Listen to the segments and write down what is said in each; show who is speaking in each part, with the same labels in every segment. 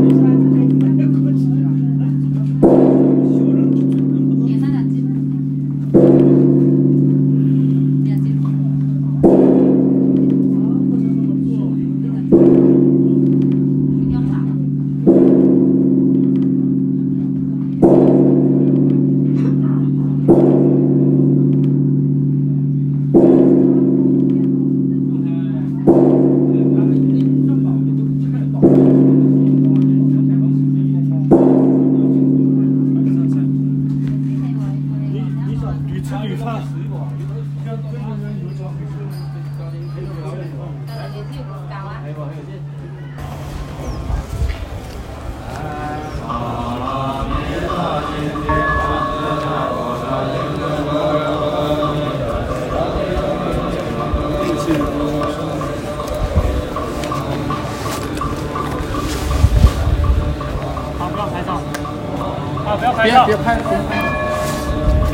Speaker 1: 嗯好，不要拍照。啊，不要拍
Speaker 2: 别
Speaker 1: 照
Speaker 2: 别。拍，别拍。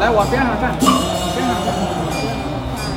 Speaker 2: 来，我边上站，边上站。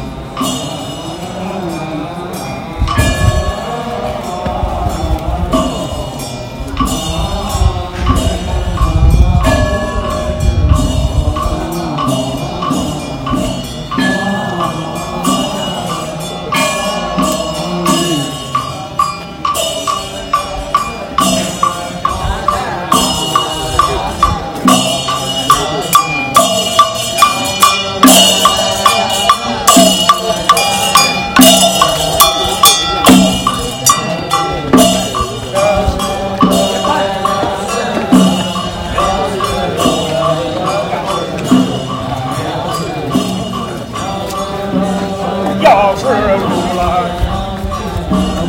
Speaker 1: 要是不来，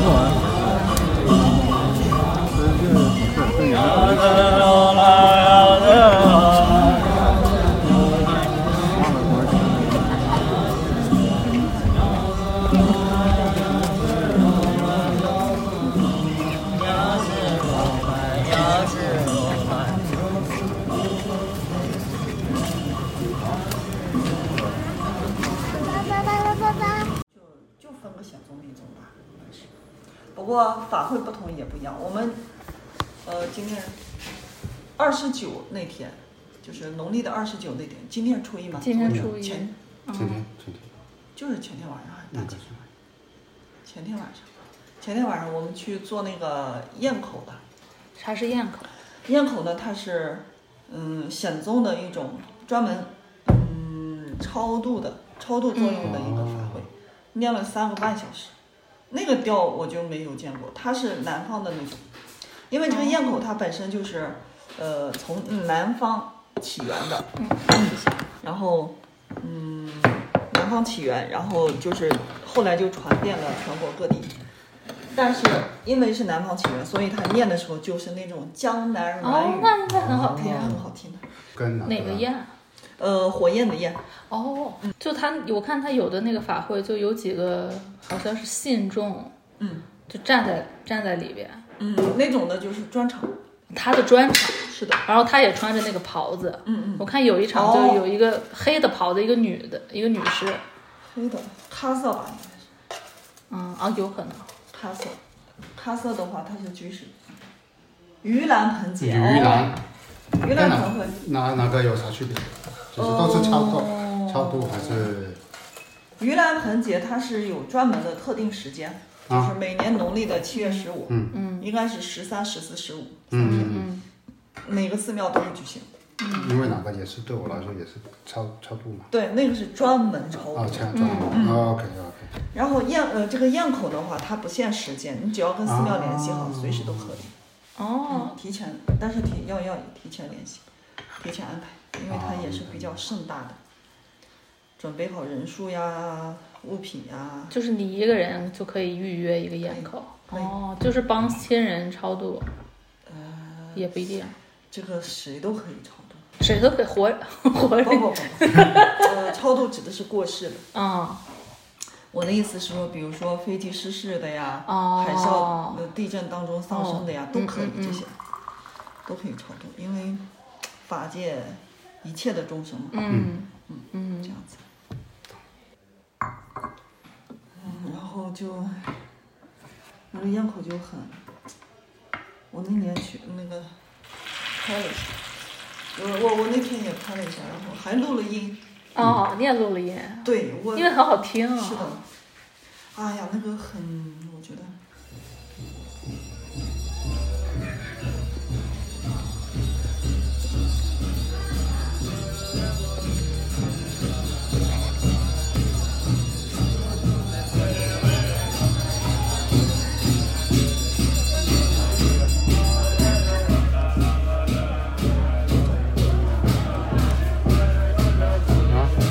Speaker 3: 拜拜拜拜拜拜。
Speaker 4: 就分个小宗一宗吧，应该是。不过法会不同也不一样，我们呃今天二十九那天，就是农历的二十九那天，今天是初一嘛，
Speaker 5: 今天初一
Speaker 4: 前
Speaker 5: 嗯
Speaker 2: 今天今天
Speaker 4: 就是前天晚上还是大
Speaker 2: 那
Speaker 4: 前
Speaker 2: 个
Speaker 4: 天晚上？前天晚上，前天晚上我们去做那个堰口的，
Speaker 5: 啥是咽口？
Speaker 4: 堰口呢，它是嗯显宗的一种专门嗯超度的超度作用的一个法会，
Speaker 5: 嗯
Speaker 4: 念了三个半小时。那个调我就没有见过，它是南方的那种，因为这个堰口它本身就是呃从南方起源的，
Speaker 5: 嗯
Speaker 4: 然后嗯南方起源，然后就是后来就传遍了全国各地。但是因为是南方起源，所以他念的时候就是那种江南
Speaker 5: 哦
Speaker 4: 软，语，
Speaker 5: 那那很好
Speaker 4: 也
Speaker 5: 听。啊
Speaker 4: 很好听的。
Speaker 2: 跟哪
Speaker 5: 哪个
Speaker 2: 呀？
Speaker 5: 咽？
Speaker 4: 呃，火焰的焰，
Speaker 5: 哦，就他，我看他有的那个法会，就有几个好像是信众，
Speaker 4: 嗯，
Speaker 5: 就站在站在里边，
Speaker 4: 嗯，那种的就是专场，
Speaker 5: 他的专场
Speaker 4: 是是的，
Speaker 5: 然后她也穿着那个袍子。
Speaker 4: 嗯嗯，
Speaker 5: 我看有一场
Speaker 4: 哦
Speaker 5: 就有一个黑的袍子，一个女的，一个女士，
Speaker 4: 黑的咖色吧，应该是
Speaker 5: 嗯啊，有可能，
Speaker 4: 咖色，咖色的话它是居士，盂兰盆节，
Speaker 2: 嗯鱼腩
Speaker 4: 哦，盂兰盆和
Speaker 2: 那哪个有啥区别？就是都是超度，
Speaker 5: 哦
Speaker 2: 超度还是
Speaker 4: 盂兰盆节它是有专门的特定时间，就
Speaker 2: 啊
Speaker 4: 是每年农历的七月十五，
Speaker 2: 嗯
Speaker 5: 嗯
Speaker 4: 应该是十三、十四、十五，
Speaker 2: 嗯，
Speaker 5: 嗯
Speaker 4: 每个寺庙都是举行。
Speaker 2: 因为哪个也是对我来说也是超超度嘛。
Speaker 4: 对，那个是专门
Speaker 5: 嗯
Speaker 4: 超
Speaker 2: 哦，
Speaker 4: 度。
Speaker 2: 这样转哦，OK OK，
Speaker 4: 然后宴呃这个宴口的话，它不限时间，你只要跟寺庙联系好，
Speaker 2: 啊
Speaker 4: 随时都可以。
Speaker 5: 哦，
Speaker 4: 提前，但是提要要提前联系，提前安排，因为它也是比较盛大的，准备好人数呀、物品呀，
Speaker 5: 就是你一个人就可以预约一个宴口，
Speaker 4: 可以
Speaker 5: 哦，就是帮亲人超度，
Speaker 4: 呃，
Speaker 5: 也不一定，
Speaker 4: 这个谁都可以超度。
Speaker 5: 谁都可以活活
Speaker 4: 不
Speaker 5: 着，
Speaker 4: 不不，呃，超度指的是过世的。
Speaker 5: 啊
Speaker 4: 我的意思是说，比如说飞机失事的呀，
Speaker 5: 哦
Speaker 4: 海啸、呃地震当中丧生的呀，
Speaker 5: 哦
Speaker 4: 都可以
Speaker 5: 嗯嗯嗯
Speaker 4: 这些，都可以超度，因为法界一切的众生嘛，
Speaker 5: 嗯
Speaker 4: 这
Speaker 5: 嗯
Speaker 4: 样子。嗯，然后就那个咽口就很，我那年去那个拍了一下，我我我那天也拍了一下，然后还录了音，
Speaker 5: 哦，你也录了音，
Speaker 4: 对我
Speaker 5: 因为很好听啊，
Speaker 4: 是的，哎呀，那个很，我觉得。
Speaker 2: 啊，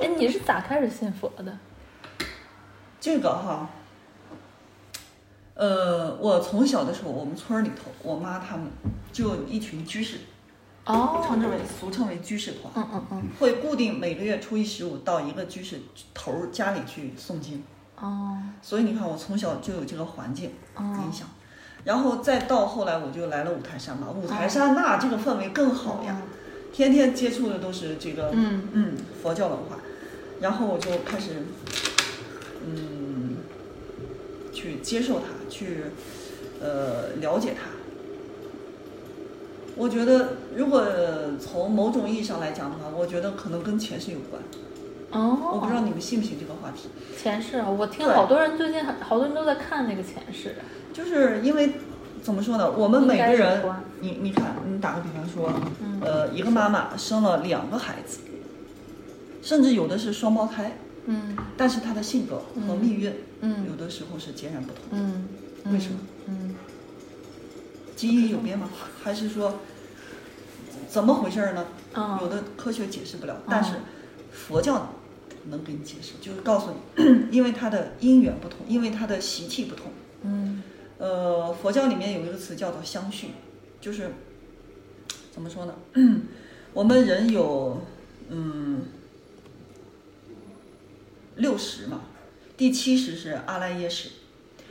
Speaker 5: 哎，你是咋开始信佛的？
Speaker 4: 这个哈，呃，我从小的时候，我们村儿里头，我妈他们就一群居士，
Speaker 5: 哦，
Speaker 4: 称之为俗称为居士团，
Speaker 5: 嗯嗯嗯，
Speaker 4: 会固定每个月初一十五到一个居士头儿家里去诵经，
Speaker 5: 哦
Speaker 4: 所以你看我从小就有这个环境影
Speaker 5: 哦，
Speaker 4: 响。然后再到后来，我就来了五台山嘛。五
Speaker 5: 哦
Speaker 4: 台山那这个氛围更好呀，天天接触的都是这个
Speaker 5: 嗯
Speaker 4: 嗯，佛教文化。然后我就开始，嗯，去接受它，去呃了解它。我觉得，如果从某种意义上来讲的话，我觉得可能跟前世有关。
Speaker 5: 哦，
Speaker 4: 我不知道你们信不信这个话题，
Speaker 5: 前世啊，我听
Speaker 4: 对
Speaker 5: 好多人最近很好多人都在看那个前世，
Speaker 4: 就是因为怎么说呢，我们每个
Speaker 5: 应该有
Speaker 4: 人
Speaker 5: 关，
Speaker 4: 你你看，你打个比方说，
Speaker 5: 嗯
Speaker 4: 呃，一个妈妈生了两个孩子，甚至有的是双胞胎，
Speaker 5: 嗯
Speaker 4: 但是她的性格和命运。有
Speaker 5: 嗯
Speaker 4: 的时候是截然不同。
Speaker 5: 嗯，嗯
Speaker 4: 为什么？
Speaker 5: 嗯，
Speaker 4: 基因有变吗？还是说怎么回事儿呢？
Speaker 5: 嗯
Speaker 4: 有的科学解释不了，但是佛教能给你解释，就是告诉你， 因为它的因缘不同，因为它的习气不同。
Speaker 5: 嗯
Speaker 4: 呃，佛教里面有一个词叫做相续，就是怎么说呢？ 我们人有嗯六十嘛，第七识是阿赖耶识，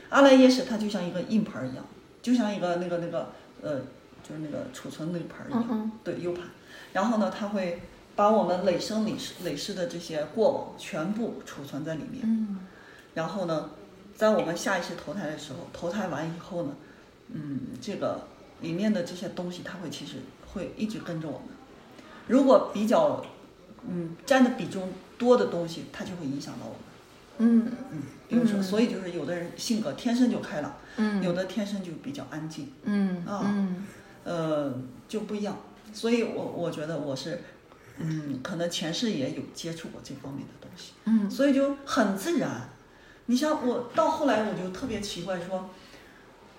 Speaker 4: 阿赖耶识它就像一个硬盘儿一样，就像一个那个那个呃，就是那个储存那个盘儿一样，
Speaker 6: 嗯嗯
Speaker 4: 对 U 盘。然后呢，它会把我们累生累世累世的这些过往全部储存在里面。
Speaker 6: 嗯
Speaker 4: 然后呢，在我们下一次投胎的时候，投胎完以后呢，嗯，这个里面的这些东西，它会其实会一直跟着我们。如果比较，嗯，占的比重多的东西，它就会影响到我们。
Speaker 6: 嗯
Speaker 4: 嗯，比如说，
Speaker 6: 嗯
Speaker 4: 所以就是有的人性格天生就开朗，
Speaker 6: 嗯
Speaker 4: 有的天生就比较安静，
Speaker 6: 嗯
Speaker 4: 啊
Speaker 6: 嗯
Speaker 4: 呃，就不一样。所以我我觉得我是，嗯，可能前世也有接触过这方面的东西。
Speaker 6: 嗯
Speaker 4: 所以就很自然。你像我到后来，我就特别奇怪，说，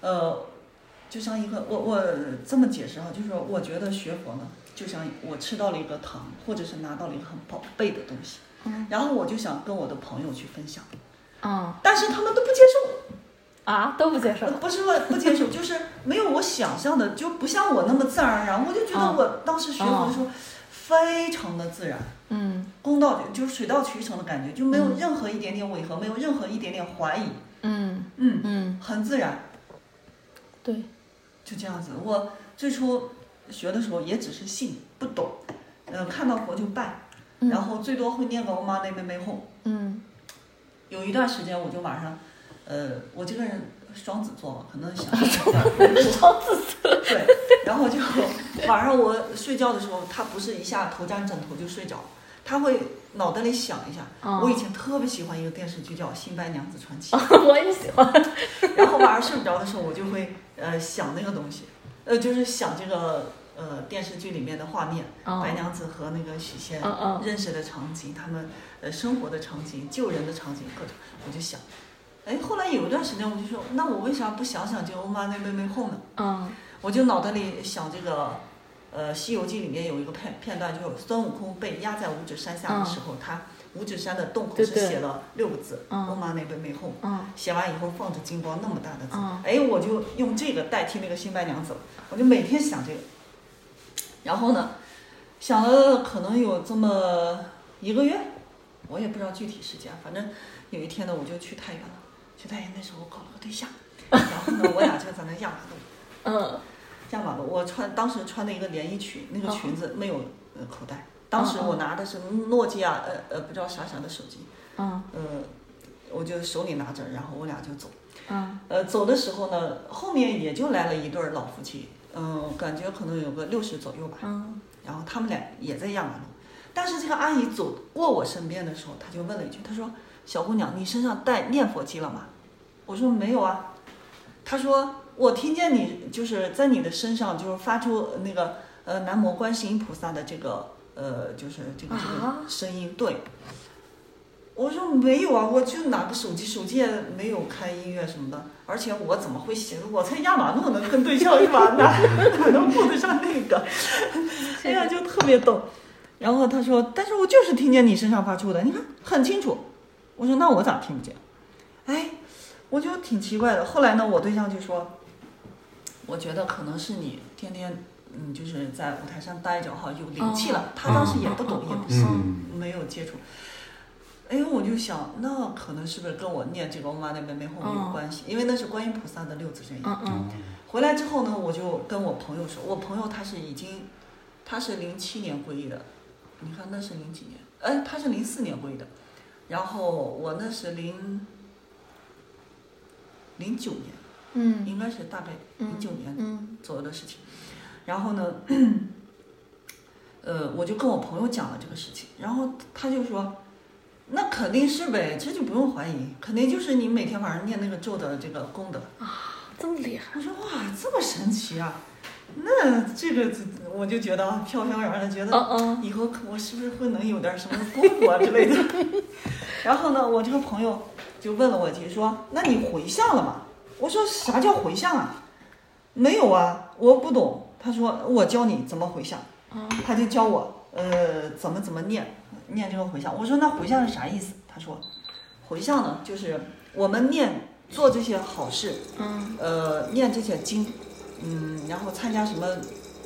Speaker 4: 呃，就像一个我我这么解释哈，就是说我觉得学佛呢，就像我吃到了一个糖，或者是拿到了一个很宝贝的东西，
Speaker 6: 嗯
Speaker 4: 然后我就想跟我的朋友去分享，
Speaker 6: 嗯
Speaker 4: 但是他们都不接受，
Speaker 6: 啊都不接受
Speaker 4: 呃，不是说不接受，就是没有我想象的，就不像我那么自然而然。我就觉得
Speaker 6: 嗯
Speaker 4: 我当时学佛的时候，非常的自然。
Speaker 6: 嗯
Speaker 4: 公道就是水到渠成的感觉，就没有任何一点点违和，没有任何一点点怀疑，
Speaker 6: 嗯
Speaker 4: 嗯，
Speaker 6: 嗯
Speaker 4: 很自然，
Speaker 6: 对
Speaker 4: 就这样子。我最初学的时候也只是信，不懂，呃，看到佛就拜，
Speaker 6: 嗯
Speaker 4: 然后最多会念个 Om Mani m e m
Speaker 6: 嗯
Speaker 4: 有一段时间我就晚上，呃，我这个人双子座嘛，可能想双子座对，然后就晚上我睡觉的时候，他不是一下头沾枕头就睡着，他会脑袋里想一下。
Speaker 6: 哦
Speaker 4: 我以前特别喜欢一个电视剧叫《新白娘子传奇》，
Speaker 6: 我也喜欢
Speaker 4: 然后晚上睡不着的时候，我就会呃想那个东西，呃，就是想这个呃电视剧里面的画面，
Speaker 6: 哦
Speaker 4: 白娘子和那个许仙
Speaker 6: 嗯嗯
Speaker 4: 认识的场景，他们呃生活的场景、救人的场景，各种，我就想，哎，后来有一段时间我就说，那我为啥不想想这个欧妈那妹妹后呢？
Speaker 6: 嗯
Speaker 4: 我就脑袋里想这个，呃，《西游记》里面有一个片片段，就是孙悟空被压在五指山下的时候，他五指山的洞口
Speaker 6: 对
Speaker 4: 是
Speaker 6: 嗯对
Speaker 4: 写了六个字“
Speaker 6: 嗯
Speaker 4: 欧妈那妹妹后”，
Speaker 6: 嗯
Speaker 4: 写完以后放着金光那么大的字，
Speaker 6: 嗯
Speaker 4: 哎，我就用这个代替那个新白娘子了，我就每天想这个。然后呢，想了可能有这么一个月，我也不知道具体时间，反正有一天呢，我就去太原了。去太原那时候我搞了个对象，然后呢，我俩就在那压马路，
Speaker 6: 嗯
Speaker 4: 压马路。我穿当时穿的一个连衣裙，那个裙子没有呃口袋。当时我拿的是诺基亚呃呃不知道啥啥的手机，
Speaker 6: 嗯
Speaker 4: 呃，我就手里拿着，然后我俩就走。
Speaker 6: 嗯
Speaker 4: 呃，走的时候呢，后面也就来了一对儿老夫妻，嗯、感觉可能有个六十左右吧。
Speaker 6: 嗯
Speaker 4: 然后他们俩也在压马路，但是这个阿姨走过我身边的时候，她就问了一句，她说：“小姑娘，你身上带念佛机了吗？”我说：“没有啊。”她说：“我听见你就是在你的身上就是发出那个呃南无观世音菩萨的这个呃就是这个这
Speaker 6: 啊
Speaker 4: 个声音。”对。我说没有啊，我就拿个手机，手机也没有开音乐什么的，而且我怎么会写？我才压马路呢，跟对象一把哪哪能顾得上那个？哎呀，就特别逗。然后他说，但是我就是听见你身上发出的，你看很清楚。我说那我咋听不见？哎，我就挺奇怪的。后来呢，我对象就说，我觉得可能是你天天嗯就是在五台山待着哈，有灵气了。他当时也不懂，也不信，
Speaker 2: 哦嗯
Speaker 4: 没有接触。哎，我就想，那可能是不是跟我念这个《嗡嘛呢呗咪吽》
Speaker 2: 哦
Speaker 4: 有关系？因为那是观音菩萨的六字真言。
Speaker 6: 嗯嗯
Speaker 4: 回来之后呢，我就跟我朋友说，我朋友他是已经，他是零七年皈依的，你看那是零几年，哎，他是零四年皈依的，然后我那是零零九年，
Speaker 6: 嗯
Speaker 4: 应该是大概零九年
Speaker 6: 嗯
Speaker 4: 左右的事情。然后呢，呃，我就跟我朋友讲了这个事情，然后他就说，那肯定是呗，这就不用怀疑，肯定就是你每天晚上念那个咒的这个功德。
Speaker 6: 这么厉害
Speaker 4: 我说哇，这么神奇啊！那这个我就觉得啊飘飘然的，觉
Speaker 6: 嗯
Speaker 4: 得
Speaker 5: 哦
Speaker 6: 嗯
Speaker 4: 以后可我是不是会能有点什么功夫啊之类的？ 然后呢，我这个朋友就问了我一句说：“那你回向了吗？”我说：“啥叫回向啊？”没有啊，我不懂。他说：“我教你怎么回向。”
Speaker 6: 嗯
Speaker 4: 他就教我呃怎么怎么念念这个回向。我说那回向是啥意思？他说回向呢就是我们念做这些好事，
Speaker 6: 嗯
Speaker 4: 呃，念这些经，嗯，然后参加什么，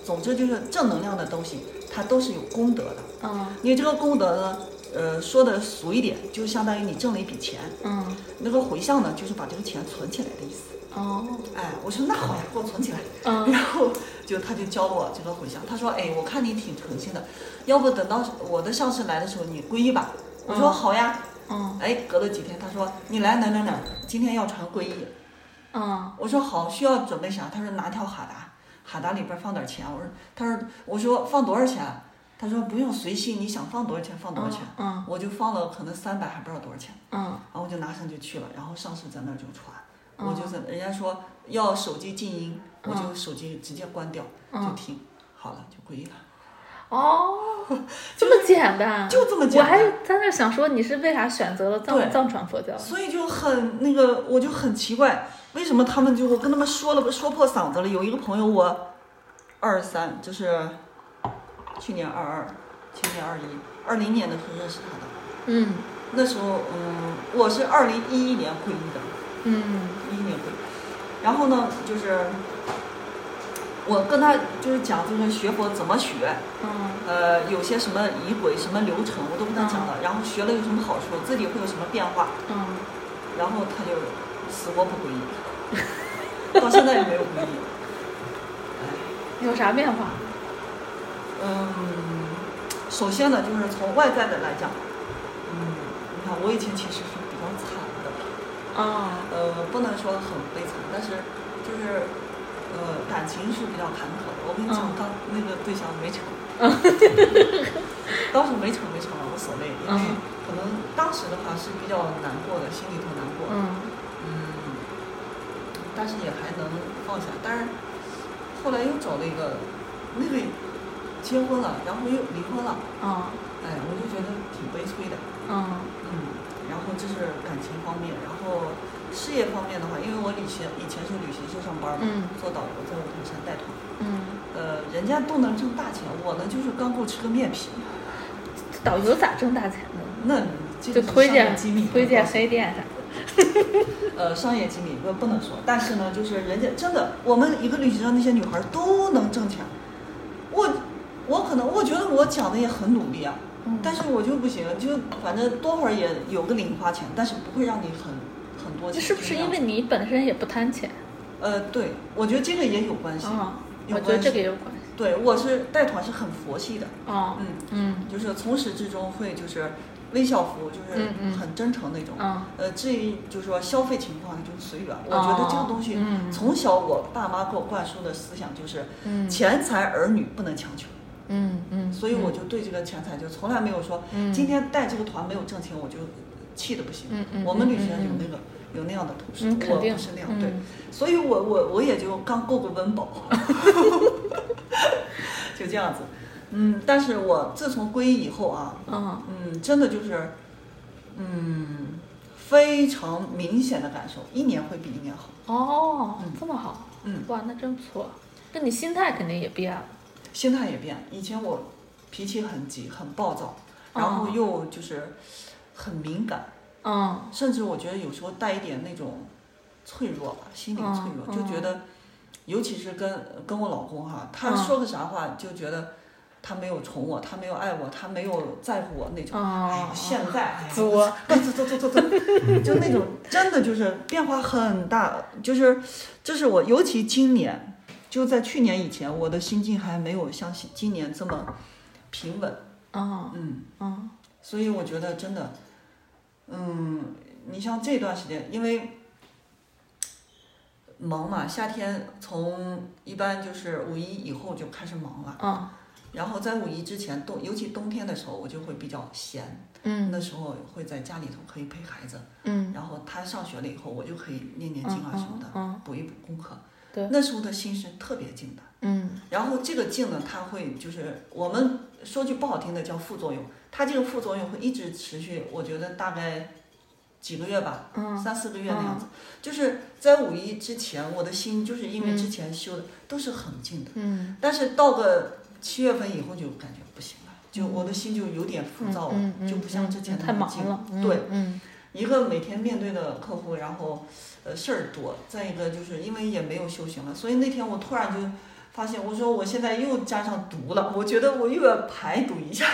Speaker 4: 总之就是正能量的东西，它都是有功德的。
Speaker 6: 嗯
Speaker 4: 你这个功德呢，呃，说的俗一点，就相当于你挣了一笔钱，
Speaker 6: 嗯，
Speaker 4: 那个回向呢，就是把这个钱存起来的意思。
Speaker 6: 哦，
Speaker 4: 哎，我说那好呀，给我存起来。
Speaker 6: 嗯，
Speaker 4: 然后就他就教我这个回向，他说，哎，我看你挺诚心的，要不等到我的上司来的时候，你皈依吧。我说
Speaker 6: 嗯
Speaker 4: 好呀。
Speaker 6: 嗯，
Speaker 4: 哎，隔了几天，他说你来哪儿哪儿哪儿，今天要传皈依。
Speaker 6: 嗯，
Speaker 4: 我说好，需要准备啥？他说拿条哈达，哈达里边放点钱。我说，他说，我说放多少钱？啊他说不用随心，你想放多少钱放多少钱。
Speaker 6: 嗯，
Speaker 4: 我就放了可能三百，还不知道多少钱。
Speaker 6: 嗯，
Speaker 4: 然后我就拿上去去了，然后上司在那儿就传，
Speaker 6: 嗯
Speaker 4: 我就在人家说要手机静音，我就
Speaker 6: 嗯
Speaker 4: 手机直接关掉、就
Speaker 6: 嗯，
Speaker 4: 听，好了就皈依了，
Speaker 6: 哦，这么简单，
Speaker 4: 就这
Speaker 6: 嗯
Speaker 4: 么
Speaker 6: 我
Speaker 4: 简
Speaker 6: 还
Speaker 4: 单。
Speaker 6: 在那想说，你是为啥选择了
Speaker 4: 对
Speaker 6: 藏藏传佛教？
Speaker 4: 所以就很那个，我就很奇怪，为什么他们就我跟他们说了，说破嗓子了。有一个朋友，我二三，就是去年二二，前年二一，二零年的时候认识他的。
Speaker 6: 嗯
Speaker 4: 那时候，嗯，我是二零一一年皈依的，
Speaker 6: 嗯
Speaker 4: 一年会。然后呢，就是我跟他就是讲这个学佛怎么学，
Speaker 6: 嗯
Speaker 4: 呃，有些什么仪轨、什么流程，我都跟他讲了。然后学了有什么好处，自己会有什么变化。
Speaker 6: 嗯，
Speaker 4: 然后他就死活不皈依，到现在也没有皈依。
Speaker 6: 有啥变化？
Speaker 4: 嗯，首先呢，就是从外在的来讲，嗯，你看我以前其实是比较惨的，
Speaker 6: 啊
Speaker 4: 呃，不能说很悲惨，但是就是呃感情是比较坎坷的。我跟你讲，
Speaker 6: 嗯
Speaker 4: 当那个对象 没成，当时没成没成了无所谓，因为
Speaker 6: 嗯
Speaker 4: 可能当时的话是比较难过的，心里头难过。
Speaker 6: 嗯
Speaker 4: 嗯，但是也还能放下。但是后来又找了一个，那个结婚了，然后又离婚了，
Speaker 6: 啊
Speaker 4: 哎，我就觉得挺悲催的。
Speaker 6: 嗯
Speaker 4: 嗯，然后这是感情方面，然后事业方面的话，因为我旅行以前是旅行社上班嘛，
Speaker 6: 嗯
Speaker 4: 做导游，在我同山带团，
Speaker 6: 嗯，
Speaker 4: 呃，人家都能挣大钱，我呢就是刚够吃个面皮。
Speaker 6: 这导游咋挣大钱呢？
Speaker 4: 那你这
Speaker 6: 就
Speaker 4: 个是
Speaker 6: 推
Speaker 4: 商业
Speaker 6: 荐
Speaker 4: 机密
Speaker 6: 推
Speaker 4: 我
Speaker 6: 荐
Speaker 4: 告诉你
Speaker 6: 黑店啥的。
Speaker 4: 呃，商业机密不不能说，但是呢，就是人家真的，我们一个旅行社那些女孩儿都能挣钱。我我可能我觉得我讲的也很努力啊，
Speaker 6: 嗯
Speaker 4: 但是我就不行，就反正多会儿也有个零花钱，但是不会让你很很多
Speaker 6: 这
Speaker 4: 钱。
Speaker 6: 是不是
Speaker 4: 这样
Speaker 6: 因为你本身也不贪钱
Speaker 4: 呃，对，我觉得这个也有关系。
Speaker 6: 啊？
Speaker 4: 嗯有
Speaker 6: 我觉得
Speaker 4: 关
Speaker 6: 这
Speaker 4: 系
Speaker 6: 个也有关系
Speaker 4: 对，我是带团是很佛系的，
Speaker 6: 啊。
Speaker 4: 嗯，
Speaker 6: 嗯
Speaker 4: 就是从始至终会就是微笑服务，就是
Speaker 6: 嗯嗯
Speaker 4: 很真诚那种。
Speaker 6: 嗯
Speaker 4: 呃，至于就是说消费情况就随缘。我觉得这个东西，
Speaker 6: 嗯
Speaker 4: 从小我爸妈给我灌输的思想就是，
Speaker 6: 嗯
Speaker 4: 钱财儿女不能强求。
Speaker 6: 嗯嗯，
Speaker 4: 所以我就对这个钱财就从来没有说，
Speaker 6: 嗯
Speaker 4: 今天带这个团没有挣钱，我就气的不行。
Speaker 6: 嗯嗯
Speaker 4: 我们旅行
Speaker 6: 嗯
Speaker 4: 有
Speaker 6: 嗯
Speaker 4: 那个、有那样的同事，
Speaker 6: 嗯肯
Speaker 4: 我
Speaker 6: 定
Speaker 4: 不是那样、
Speaker 6: 嗯
Speaker 4: 对，所以我我我也就刚够个温饱， 就这样子。嗯，但是我自从皈依以后啊，
Speaker 6: 嗯
Speaker 4: 嗯，真的就是，嗯，非常明显的感受，一年会比一年好。
Speaker 6: 哦
Speaker 4: 嗯，
Speaker 6: 这么好，
Speaker 4: 嗯，
Speaker 6: 哇，那真不错。那你心态肯定也变了。
Speaker 4: 心态也变了。以前我脾气很急、很暴躁，然后
Speaker 6: 哦
Speaker 4: 又就是很敏感，
Speaker 6: 嗯
Speaker 4: 甚至我觉得有时候带一点那种脆弱吧，心理脆弱，
Speaker 6: 嗯
Speaker 4: 就觉得，尤其是跟跟我老公哈，他说个啥话就觉得。他没有宠我，他没有爱我，他没有在乎我那种。哎呀
Speaker 6: 哦，
Speaker 4: 现在，哎呀
Speaker 6: 作
Speaker 4: 哎走走走走走，就那种真的就是变化很大，就是这是我尤其今年，就在去年以前，我的心境还没有像今年这么平稳，
Speaker 6: 嗯
Speaker 4: 嗯，
Speaker 6: 嗯
Speaker 4: 所以我觉得真的，嗯，你像这段时间，因为忙嘛，夏天从一般就是五一以后就开始忙了，
Speaker 6: 嗯
Speaker 4: 然后在五一之前冬，尤其冬天的时候，我就会比较闲，
Speaker 6: 嗯
Speaker 4: 那时候会在家里头可以陪孩子，
Speaker 6: 嗯
Speaker 4: 然后他上学了以后，我就可以念念经啊什么的，
Speaker 6: 嗯
Speaker 4: 补一补功课。
Speaker 6: 对
Speaker 4: 那时候的心是特别静的。
Speaker 6: 嗯
Speaker 4: 然后这个劲呢，它会就是我们说句不好听的叫副作用，它这个副作用会一直持续，我觉得大概几个月吧，
Speaker 6: 嗯
Speaker 4: 三四个月那样子。就是在五一之前，我的心就是因为之前修的都是很静的，
Speaker 6: 嗯，
Speaker 4: 但是到个七月份以后就感觉不行了，就我的心就有点
Speaker 6: 嗯
Speaker 4: 浮躁了，就不像之前那
Speaker 6: 太
Speaker 4: 么
Speaker 6: 忙
Speaker 4: 静。
Speaker 6: 了。
Speaker 4: 对，
Speaker 6: 嗯
Speaker 4: 一个每天面对的客户，然后呃事儿多，再一个就是因为也没有修行了，所以那天我突 然就发现，我说我现在又加上毒了，我觉得我又要排毒一下，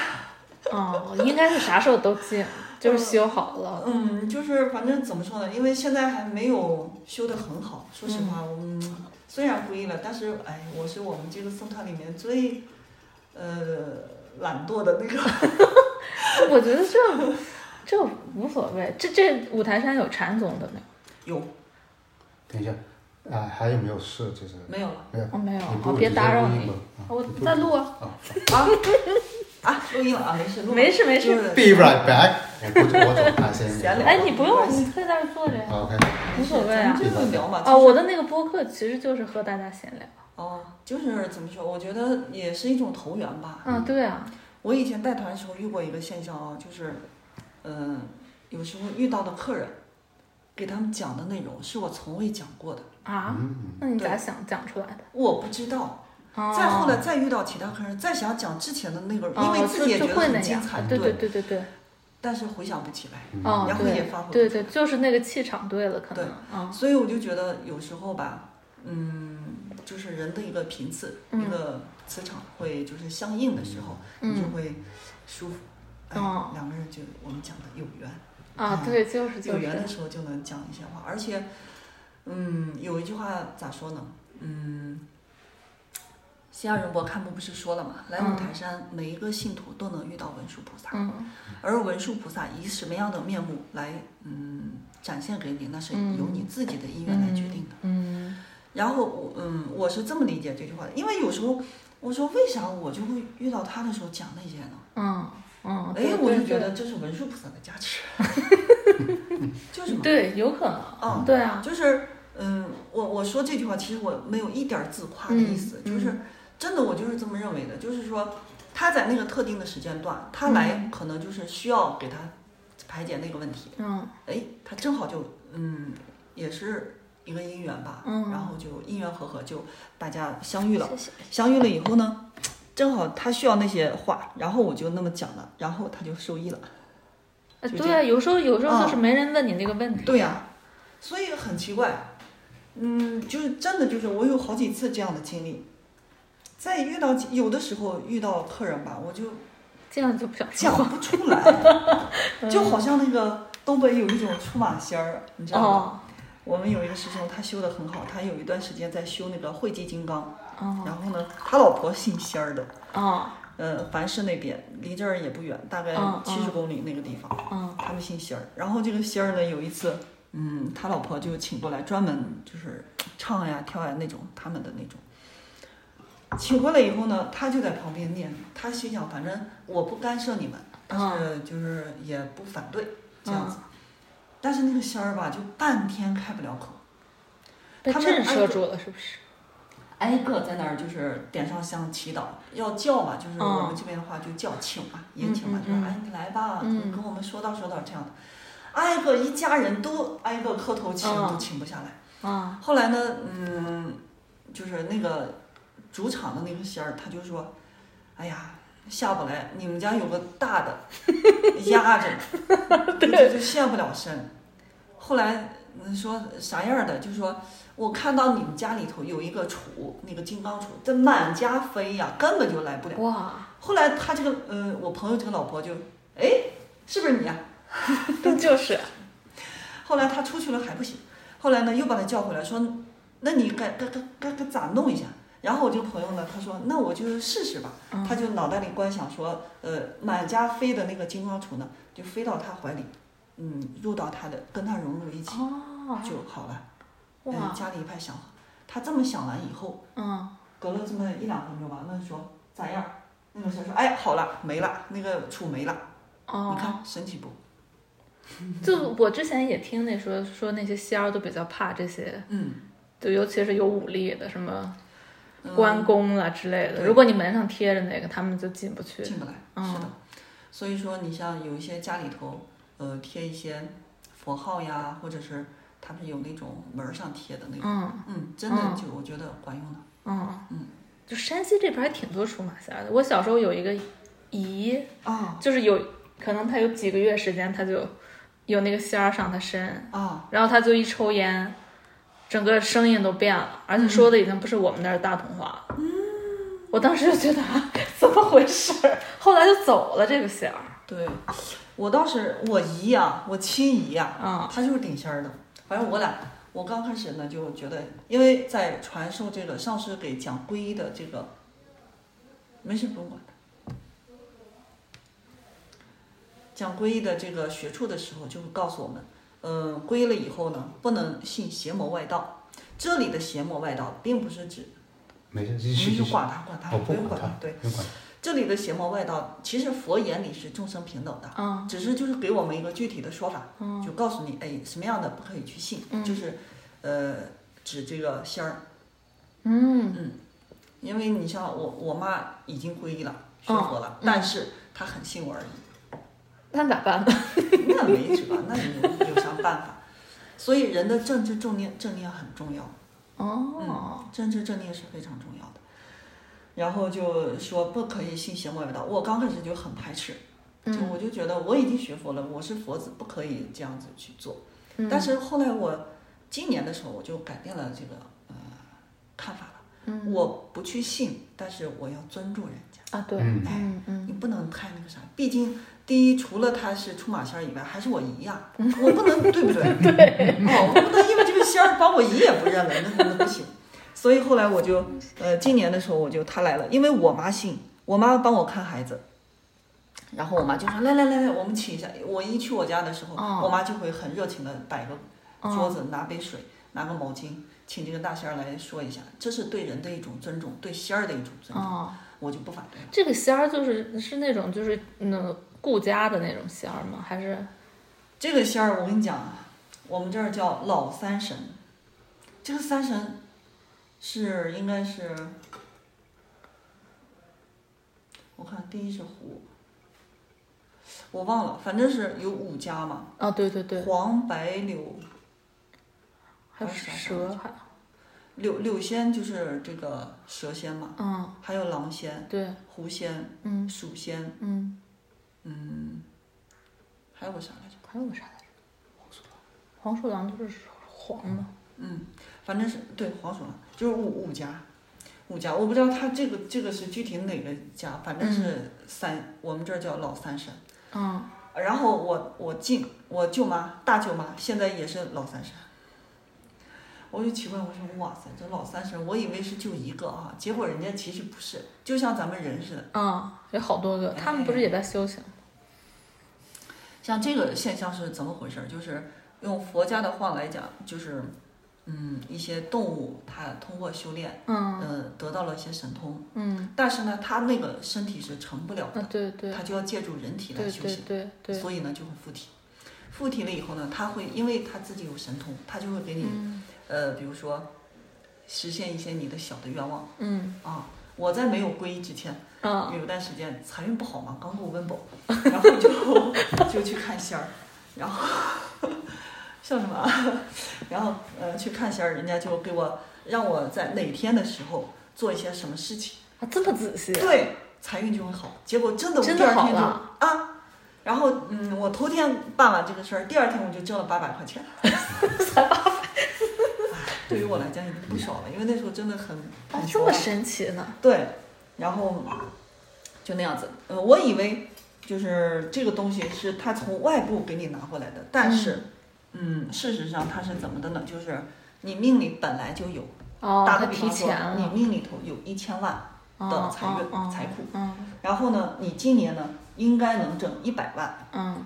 Speaker 6: 嗯
Speaker 5: 哦，应该是啥时候都进，就是修好了。
Speaker 4: 嗯， 就是反正怎么说呢，因为现在还没有修得很好。说实话，
Speaker 6: 嗯
Speaker 4: 我们虽然皈依了，但是哎，我是我们这个僧团里面最呃懒惰的那个。
Speaker 5: 我觉得这这无所谓。这这五台山有禅宗的没有？
Speaker 4: 有
Speaker 2: 等一下，啊，还有没有事？就是
Speaker 4: 没有了
Speaker 2: 没有，
Speaker 5: 哦，没有。
Speaker 2: 你
Speaker 5: 好，
Speaker 2: 不
Speaker 5: 别打扰
Speaker 2: 你
Speaker 5: 你
Speaker 2: 在录音，吗。啊
Speaker 5: 我
Speaker 2: 你不
Speaker 5: 在录啊。
Speaker 2: 啊
Speaker 4: 啊啊？录音了啊，没事，录
Speaker 5: 没事没事。
Speaker 4: 事
Speaker 2: ，Be right back，我估计我总开心一点。嗯
Speaker 4: 闲聊
Speaker 5: 哎，你不用，你可以在这儿坐着呀。
Speaker 2: OK，
Speaker 5: 无所谓啊
Speaker 4: 咱们就聊嘛。
Speaker 5: 哦，我的那个播客其实就是和大家闲聊。
Speaker 4: 哦，就是怎么说？我觉得也是一种投缘吧。
Speaker 5: 啊，对啊，
Speaker 4: 我以前带团的时候遇过一个现象啊，就是，嗯、有时候遇到的客人，给他们讲的内容是我从未讲过的，
Speaker 5: 啊，
Speaker 2: 嗯，
Speaker 5: 那你咋想讲出来的？
Speaker 4: 我不知道。
Speaker 5: 哦
Speaker 4: 再后来再遇到其他客人，再想讲之前的那个，因为
Speaker 5: 哦
Speaker 4: 自
Speaker 5: 就
Speaker 4: 己也
Speaker 5: 就
Speaker 4: 觉得
Speaker 5: 会那
Speaker 4: 很精
Speaker 5: 样
Speaker 4: 彩，
Speaker 5: 啊对对对对对，
Speaker 4: 但是回想不起来，
Speaker 2: 嗯
Speaker 5: 哦，
Speaker 4: 然后也发挥不
Speaker 5: 对
Speaker 4: 出
Speaker 5: 对对，就是那个气场对了，可能
Speaker 4: 对
Speaker 5: 啊，
Speaker 4: 所以我就觉得有时候吧，嗯，就是人的一个频次，
Speaker 5: 嗯
Speaker 4: 一个磁场会就是相应的时候，你就
Speaker 5: 嗯
Speaker 4: 会舒服。哎，
Speaker 5: 哦
Speaker 4: 两个人就我们讲的有缘。
Speaker 5: 啊，对，就是
Speaker 4: 有
Speaker 5: 就
Speaker 4: 缘
Speaker 5: 是
Speaker 4: 的，时候就能讲一些话，而且，嗯，有一句话咋说呢？嗯，新亚仁博堪布不是说了嘛，来
Speaker 5: 嗯
Speaker 4: 五台山，每一个信徒都能遇到文殊菩萨，
Speaker 5: 嗯
Speaker 4: 而文殊菩萨以什么样的面目来，嗯，展现给你，那是
Speaker 5: 嗯
Speaker 4: 由你自己的意愿来决定
Speaker 5: 嗯
Speaker 4: 的。
Speaker 5: 嗯，
Speaker 4: 然后我，嗯，我是这么理解这句话的，因为有时候我说为啥我就会遇到他的时候讲那些呢？
Speaker 5: 嗯嗯，
Speaker 4: 哎
Speaker 5: 对，
Speaker 4: 我就
Speaker 5: 对
Speaker 4: 觉
Speaker 5: 对
Speaker 4: 得这是文殊菩萨的加 持，就是嘛，
Speaker 5: 对，有可能，
Speaker 4: 嗯。
Speaker 5: 对啊，
Speaker 4: 就是，嗯，我我说这句话，其实我没有一点儿自夸的意思，
Speaker 5: 嗯
Speaker 4: 就是真的，我就是这么认为的，就是说他在那个特定的时间段，
Speaker 5: 嗯
Speaker 4: 他来可能就是需要给他排解那个问题，
Speaker 5: 嗯
Speaker 4: 哎，他正好就，嗯，也是一个姻缘吧，
Speaker 5: 嗯
Speaker 4: 然后就因缘和合，就大家相遇了，
Speaker 5: 谢谢
Speaker 4: 相遇了以后呢。正好他需要那些话，然后我就那么讲了，然后他就受益了。
Speaker 5: 哎
Speaker 4: 就
Speaker 5: 对啊，有时候有时候
Speaker 4: 嗯
Speaker 5: 就是没人问你那个问题，
Speaker 4: 对呀、所以很奇怪，嗯，就是真的就是我有好几次这样的经历，在遇到有的时候遇到客人吧， 我就
Speaker 5: 这样就不想说
Speaker 4: 讲
Speaker 5: 话，
Speaker 4: 不出来，
Speaker 5: 嗯
Speaker 4: 就好像那个东北有一种出马仙儿，你知道吗？
Speaker 5: 哦
Speaker 4: 我们有一个师兄，他修的很好，他有一段时间在修那个慧济金刚，
Speaker 5: 哦
Speaker 4: 然后呢，他老婆姓仙儿的，
Speaker 5: 哦
Speaker 4: 呃，凡是那边离这儿也不远，大概
Speaker 5: 嗯
Speaker 4: 七十公里那个地方。
Speaker 5: 嗯
Speaker 4: 他们姓仙儿。然后这个仙儿呢，有一次，嗯，他老婆就请过来，专门就是唱呀、跳呀那种他们的那种。请过来以后呢，他就在旁边念，他心想，反正我不干涉你们，但
Speaker 5: 嗯
Speaker 4: 是就是也不反对这样子。但是那个仙儿吧，就半天开不了口，
Speaker 5: 被
Speaker 4: 他们
Speaker 5: 震
Speaker 4: 哎
Speaker 5: 慑住了是不是？
Speaker 4: 挨个在那儿就是点上香祈祷，要叫嘛，就是我们这边的话就叫请嘛，
Speaker 5: 嗯
Speaker 4: 也请嘛，就是
Speaker 5: 嗯嗯
Speaker 4: 哎你来吧，
Speaker 5: 嗯
Speaker 4: 跟我们说道说道这样的，挨个一家人都挨个磕头请、
Speaker 5: 嗯
Speaker 4: 都请不下来。
Speaker 5: 啊
Speaker 4: 后来呢，嗯，就是那个主场的那个仙儿，他就说，哎呀。下不来，你们家有个大的压着，就就就现不了身。后来嗯说啥样的，就说我看到你们家里头有一个杵，那个金刚杵在满家飞呀，根本就来不了。
Speaker 5: 哇，
Speaker 4: 后来他这个，呃，我朋友这个老婆就，哎，是不是你啊呀、
Speaker 5: 就是
Speaker 4: 后来他出去了还不行，后来呢又把他叫回来，说，那你该该该该该咋弄一下？然后我这个朋友呢，他说，那我就试试吧。
Speaker 5: 嗯
Speaker 4: 他就脑袋里观想说，呃，满家飞的那个金刚杵呢，就飞到他怀里，嗯，入到他的，跟他融入一起
Speaker 5: 哦
Speaker 4: 就好了。嗯，
Speaker 5: 哇
Speaker 4: 家里一派祥和。他这么想完以后，
Speaker 5: 嗯
Speaker 4: 隔了这么一两分钟吧，问说咋样？那个谁说，哎，好了，没了，那个杵没了，
Speaker 5: 哦
Speaker 4: 你，看神奇不？
Speaker 5: 就我之前也听那说说那些仙儿都比较怕这些，
Speaker 4: 嗯，
Speaker 5: 就尤其是有武力的，什么
Speaker 4: 嗯
Speaker 5: 关公啦之类的。
Speaker 4: 对
Speaker 5: 如果你门上贴着那个，他们就进不去。
Speaker 4: 进不来，
Speaker 5: 嗯
Speaker 4: 是的。所以说，你像有一些家里头，呃，贴一些佛号呀，或者是他们有那种门儿上贴的那种，
Speaker 5: 嗯
Speaker 4: 嗯，真的
Speaker 5: 嗯
Speaker 4: 就我觉得管用的。
Speaker 5: 嗯
Speaker 4: 嗯，
Speaker 5: 就山西这边还挺多出马仙儿的。我小时候有一个姨，
Speaker 4: 啊
Speaker 5: 就是有可能她有几个月时间，她就有那个仙儿上她身，
Speaker 4: 啊，
Speaker 5: 然后她就一抽烟，整个声
Speaker 4: 嗯
Speaker 5: 音都变了，而且说的已经不是我们那儿的大同话了。我当时就觉得啊怎么回事？后来就走了这个弦儿。
Speaker 4: 对，我当时我姨呀、我亲姨呀、
Speaker 5: 啊
Speaker 4: 她就是顶仙儿的。反正我俩，我刚开始呢就觉得，因为在传授这个上师给讲皈依的这个，没事不用管他。讲皈依的这个学处的时候，就会告诉我们，嗯，皈依了以后呢，不能信邪魔外道。这里的邪魔外道，并不是指
Speaker 2: 没事，继
Speaker 4: 你
Speaker 2: 续继
Speaker 4: 就
Speaker 2: 续。
Speaker 4: 管他管他，
Speaker 2: 我哦不
Speaker 4: 用
Speaker 2: 管
Speaker 4: 管
Speaker 2: 他，
Speaker 4: 对，
Speaker 2: 不用管他。
Speaker 4: 这里的邪魔外道，其实佛眼里是众生平等的。
Speaker 2: 啊
Speaker 6: 嗯
Speaker 4: 只是就是给我们一个具体的说法，
Speaker 5: 嗯
Speaker 4: 就告诉你，哎，什么样的不可以去信，就是，呃，指这个仙儿，
Speaker 5: 嗯
Speaker 4: 因为你像我，我妈已经皈依了，学
Speaker 5: 嗯
Speaker 4: 佛了，但是她很信我而已，
Speaker 5: 那咋办呢？
Speaker 4: 那没辙，那你有啥办法？所以人的政治正念正念很重要，
Speaker 5: 哦，
Speaker 4: 政治正念是非常重要的。然后就说不可以信邪魔外道，我刚开始就很排斥，就
Speaker 5: 嗯
Speaker 4: 我就觉得我已经学佛了，我是佛子，不可以这样子去做。
Speaker 5: 嗯
Speaker 4: 但是后来我今年的时候，我就改变了这个呃看法了。
Speaker 5: 嗯
Speaker 4: 我不去信，但是我要尊重人家。
Speaker 6: 啊，对，
Speaker 2: 嗯
Speaker 6: 嗯嗯，
Speaker 4: 你不能太那个啥，毕竟第一，除了他是出马仙儿以外，还是我姨呀、我不能对不对？对，哦，我不能因为这个仙儿把我姨也不认了，那那不行。所以后来我就，呃，今年的时候我就他来了，因为我妈信，我妈帮我看孩子，然后我妈就说来来来来，我们起一下。我一去我家的时候，
Speaker 5: 哦
Speaker 4: 我妈就会很热情的摆个
Speaker 5: 嗯
Speaker 4: 嗯桌子，拿杯水，拿个毛巾，请这个大仙儿来说一下，这是对人的一种尊重，对仙儿的一种尊重，
Speaker 5: 哦，
Speaker 4: 我就不反对了。
Speaker 6: 这个仙儿就是是那种就是嗯顾家的那种仙儿吗？还是
Speaker 4: 这个仙儿，我跟你讲啊，我们这儿叫老三神，这个三神是应该是，我看第一是虎，我忘了，反正是有五家嘛，
Speaker 5: 哦
Speaker 6: 啊，对对对，
Speaker 4: 黄白柳
Speaker 6: 还
Speaker 4: 哦
Speaker 6: 有蛇，还
Speaker 4: 柳柳仙就是这个蛇仙嘛，
Speaker 6: 嗯
Speaker 4: 还有狼仙、
Speaker 6: 对，
Speaker 4: 狐仙、
Speaker 6: 嗯
Speaker 4: 鼠仙，
Speaker 6: 嗯，
Speaker 4: 嗯，还有个啥来着？
Speaker 6: 还有个啥来着？黄鼠狼就是黄嘛，
Speaker 4: 嗯，反正是对黄鼠狼，就是五五家，五家，我不知道他这个这个是具体哪个家，反正是三，我们这儿叫老三神。
Speaker 6: 嗯，
Speaker 4: 然后我我进我舅妈大舅妈现在也是老三神，我就奇怪，我说哇塞，这老三神，我以为是就一个啊，结果人家其实不是，就像咱们人似的，
Speaker 6: 嗯，有好多个，他们不是也在修行？
Speaker 4: 像这个现象是怎么回事儿？就是用佛家的话来讲，就是嗯，一些动物它通过修炼，
Speaker 6: 嗯
Speaker 4: 呃，得到了一些神通。
Speaker 6: 嗯，
Speaker 4: 但是呢，他那个身体是成不了
Speaker 6: 啊
Speaker 4: 的，
Speaker 6: 对对
Speaker 4: 他就要借助人体来
Speaker 6: 对
Speaker 4: 修
Speaker 6: 对
Speaker 4: 行，
Speaker 6: 对对，
Speaker 4: 所以呢就会附体。附体了以后呢，他会因为他自己有神通，他就会
Speaker 6: 嗯
Speaker 4: 给你，呃，比如说实现一些你的小的愿望
Speaker 6: 嗯
Speaker 4: 啊。我在没有皈依之前，
Speaker 6: 啊
Speaker 4: 有一段时间财运不好嘛，刚够温饱，然后就 就去看仙儿，然后 笑什么、啊？然后呃去看仙儿，人家就给我让我在哪天的时候做一些什么事情。
Speaker 6: 啊这么仔细，
Speaker 4: 对，财运就会好。结果真的，我第
Speaker 6: 真
Speaker 4: 二
Speaker 6: 的
Speaker 4: 天
Speaker 6: 好
Speaker 4: 就
Speaker 6: 了
Speaker 4: 啊，然后嗯，我头天办完这个事儿，第二天我就挣了八百块 钱，才八百，对于我来讲已经不少了，因为那时候真的很
Speaker 6: 啊
Speaker 4: 很
Speaker 6: 这
Speaker 4: 穷
Speaker 6: 么
Speaker 4: 啊
Speaker 6: 神奇呢？
Speaker 4: 对，然后就那样子。呃，我以为就是这个东西是他从外部给你拿过来的，但是嗯事实上它是怎么的呢？就是你命里本来就有，
Speaker 6: 哦，
Speaker 4: 打
Speaker 6: 他
Speaker 4: 个比
Speaker 6: 提
Speaker 4: 方说
Speaker 6: 前，
Speaker 4: 你
Speaker 6: 了，
Speaker 4: 命里头有一千万。的财运、
Speaker 6: 哦
Speaker 4: 财库，
Speaker 6: 嗯
Speaker 4: 然后呢，你今年呢应该能挣一百万，
Speaker 6: 嗯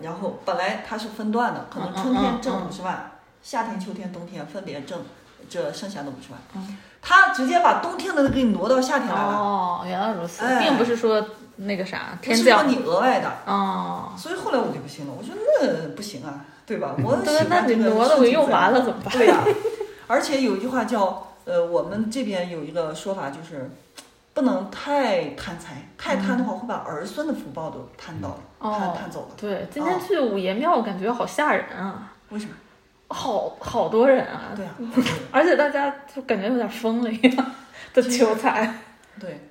Speaker 4: 然后本来它是分段的，可能
Speaker 6: 嗯嗯
Speaker 4: 春天挣
Speaker 6: 嗯
Speaker 4: 五十万，夏天、秋天、冬天分别挣这剩下的五十万。
Speaker 6: 嗯
Speaker 4: 他直接把冬天的给你挪到夏天来了，
Speaker 6: 哦，原来如此，
Speaker 4: 哎
Speaker 6: 并不是说那个啥
Speaker 4: 不
Speaker 6: 天
Speaker 4: 是说
Speaker 6: 降
Speaker 4: 你额外的。
Speaker 6: 哦，
Speaker 4: 啊所以后来我就不信了，我说那不行啊，对吧？我喜
Speaker 6: 嗯对，
Speaker 4: 欢
Speaker 6: 那你
Speaker 4: 这个
Speaker 6: 挪的
Speaker 4: 顺
Speaker 6: 我
Speaker 4: 其
Speaker 6: 用
Speaker 4: 自然
Speaker 6: 完了怎么办？
Speaker 4: 对呀、而且有一句话叫，呃，我们这边有一个说法就是，不能太贪财，太贪的话会把儿孙的福报都贪到了，
Speaker 6: 嗯哦
Speaker 4: 贪贪走了。
Speaker 6: 对，今天
Speaker 4: 哦
Speaker 6: 去五爷庙，我感觉好吓人啊，
Speaker 4: 为什么？
Speaker 6: 好好多人啊，
Speaker 4: 对呀、
Speaker 6: 而且大家就感觉有点疯了一 样的求财，
Speaker 4: 对，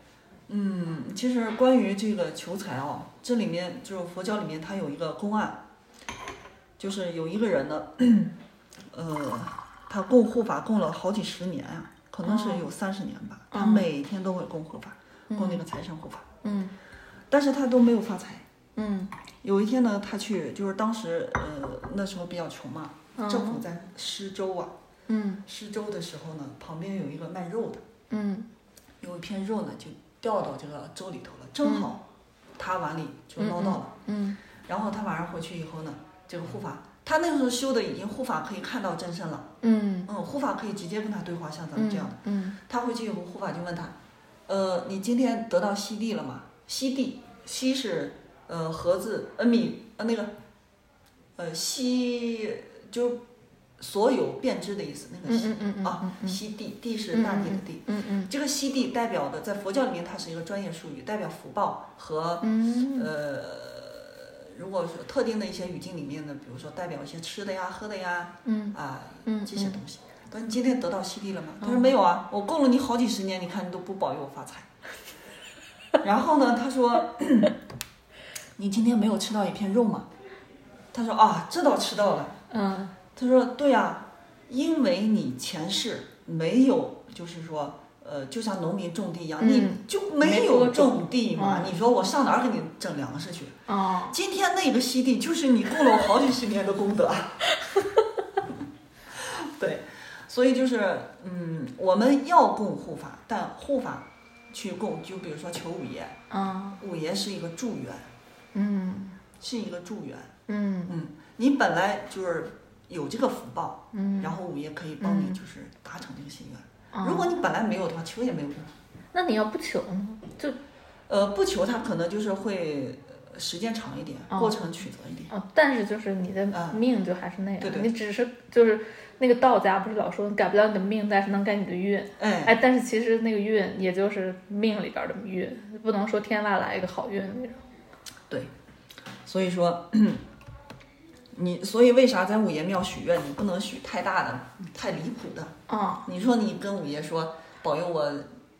Speaker 4: 嗯，其实关于这个求财哦，这里面就是佛教里面它有一个公案，就是有一个人呢，呃，他
Speaker 5: 哦
Speaker 4: 供护法供了好几十年啊，可能是有三十年吧，他
Speaker 6: 嗯
Speaker 4: 每天都会供护法，供那个财神护法，
Speaker 5: 嗯
Speaker 4: 但是他都没有发财。
Speaker 5: 嗯
Speaker 4: 有一天呢，他去就是当时呃那时候比较穷嘛，政府在施粥啊，
Speaker 5: 哦嗯
Speaker 4: 施粥的时候呢，旁边有一个卖肉的，
Speaker 5: 嗯
Speaker 4: 有一片肉呢就掉到这个粥里头了，正好他碗里就捞到了。
Speaker 5: 嗯
Speaker 4: 然后他晚上回去以后呢，这个护法他那个时候修的已经护法可以看到真身了，
Speaker 5: 嗯
Speaker 4: 嗯，护法可以直接跟他对话，像咱们这样的。
Speaker 5: 嗯
Speaker 4: 他回去以后，护法就问他，呃，你今天得到西地了吗？西地，西是呃盒子呃米呃那个呃西就所有变质的意思，那个西、
Speaker 5: 嗯嗯嗯
Speaker 4: 啊西地，地是大地的地。
Speaker 5: 嗯嗯
Speaker 4: 这个西地代表的，在佛教里面它是一个专业术语，代表福报和、
Speaker 5: 嗯
Speaker 4: 呃，如果说特定的一些语境里面呢，比如说代表一些吃的呀、喝的呀
Speaker 5: 嗯
Speaker 4: 啊
Speaker 5: 嗯哦
Speaker 4: 这些东西。但你今天得到西地了吗？他说没有啊，我供了你好几十年，你看你都不保佑我发财。然后呢，他说， 你今天没有吃到一片肉吗？他说啊，这倒吃到了。
Speaker 5: 嗯
Speaker 4: 他说：“对呀、因为你前世没有，就是说，呃，就像农民种地一样，
Speaker 5: 嗯
Speaker 4: 你就没有种地嘛。
Speaker 5: 嗯
Speaker 4: 你说我上哪儿给你整粮食去？
Speaker 5: 哦，
Speaker 4: 今天那个西地就是你供了我好几十年的功德。啊 对，所以就是，嗯，我们要供护法，但护法去供，就比如说求五爷，
Speaker 5: 嗯
Speaker 4: 五爷是一个助缘，
Speaker 5: 嗯
Speaker 4: 是一个助缘。
Speaker 5: 嗯
Speaker 4: 嗯，你本来就是有这个福报。”
Speaker 5: 嗯，
Speaker 4: 然后五爷可以帮你
Speaker 5: 嗯哦
Speaker 4: 就是达成这个心愿。如果你本来没有的话，求也没有用。
Speaker 5: 那你要不求呢？就
Speaker 4: 呃，不求他可能就是会呃时间长一点，
Speaker 5: 哦
Speaker 4: 过程曲折一点。
Speaker 5: 哦，但是就是你的
Speaker 4: 啊
Speaker 5: 命就还是那样，
Speaker 4: 对对
Speaker 5: 你只是就是那个道家不是老说改不了你的命，但是能改你的运。
Speaker 4: 哎，
Speaker 5: 哎，但是其实那个运也就是命里边的运，不能说天外来一个好运那种。
Speaker 4: 对，所以说。 你所以为啥在五爷庙许愿，你不能许太大的、太离谱的？
Speaker 5: 啊、
Speaker 4: 你说你跟五爷说保佑我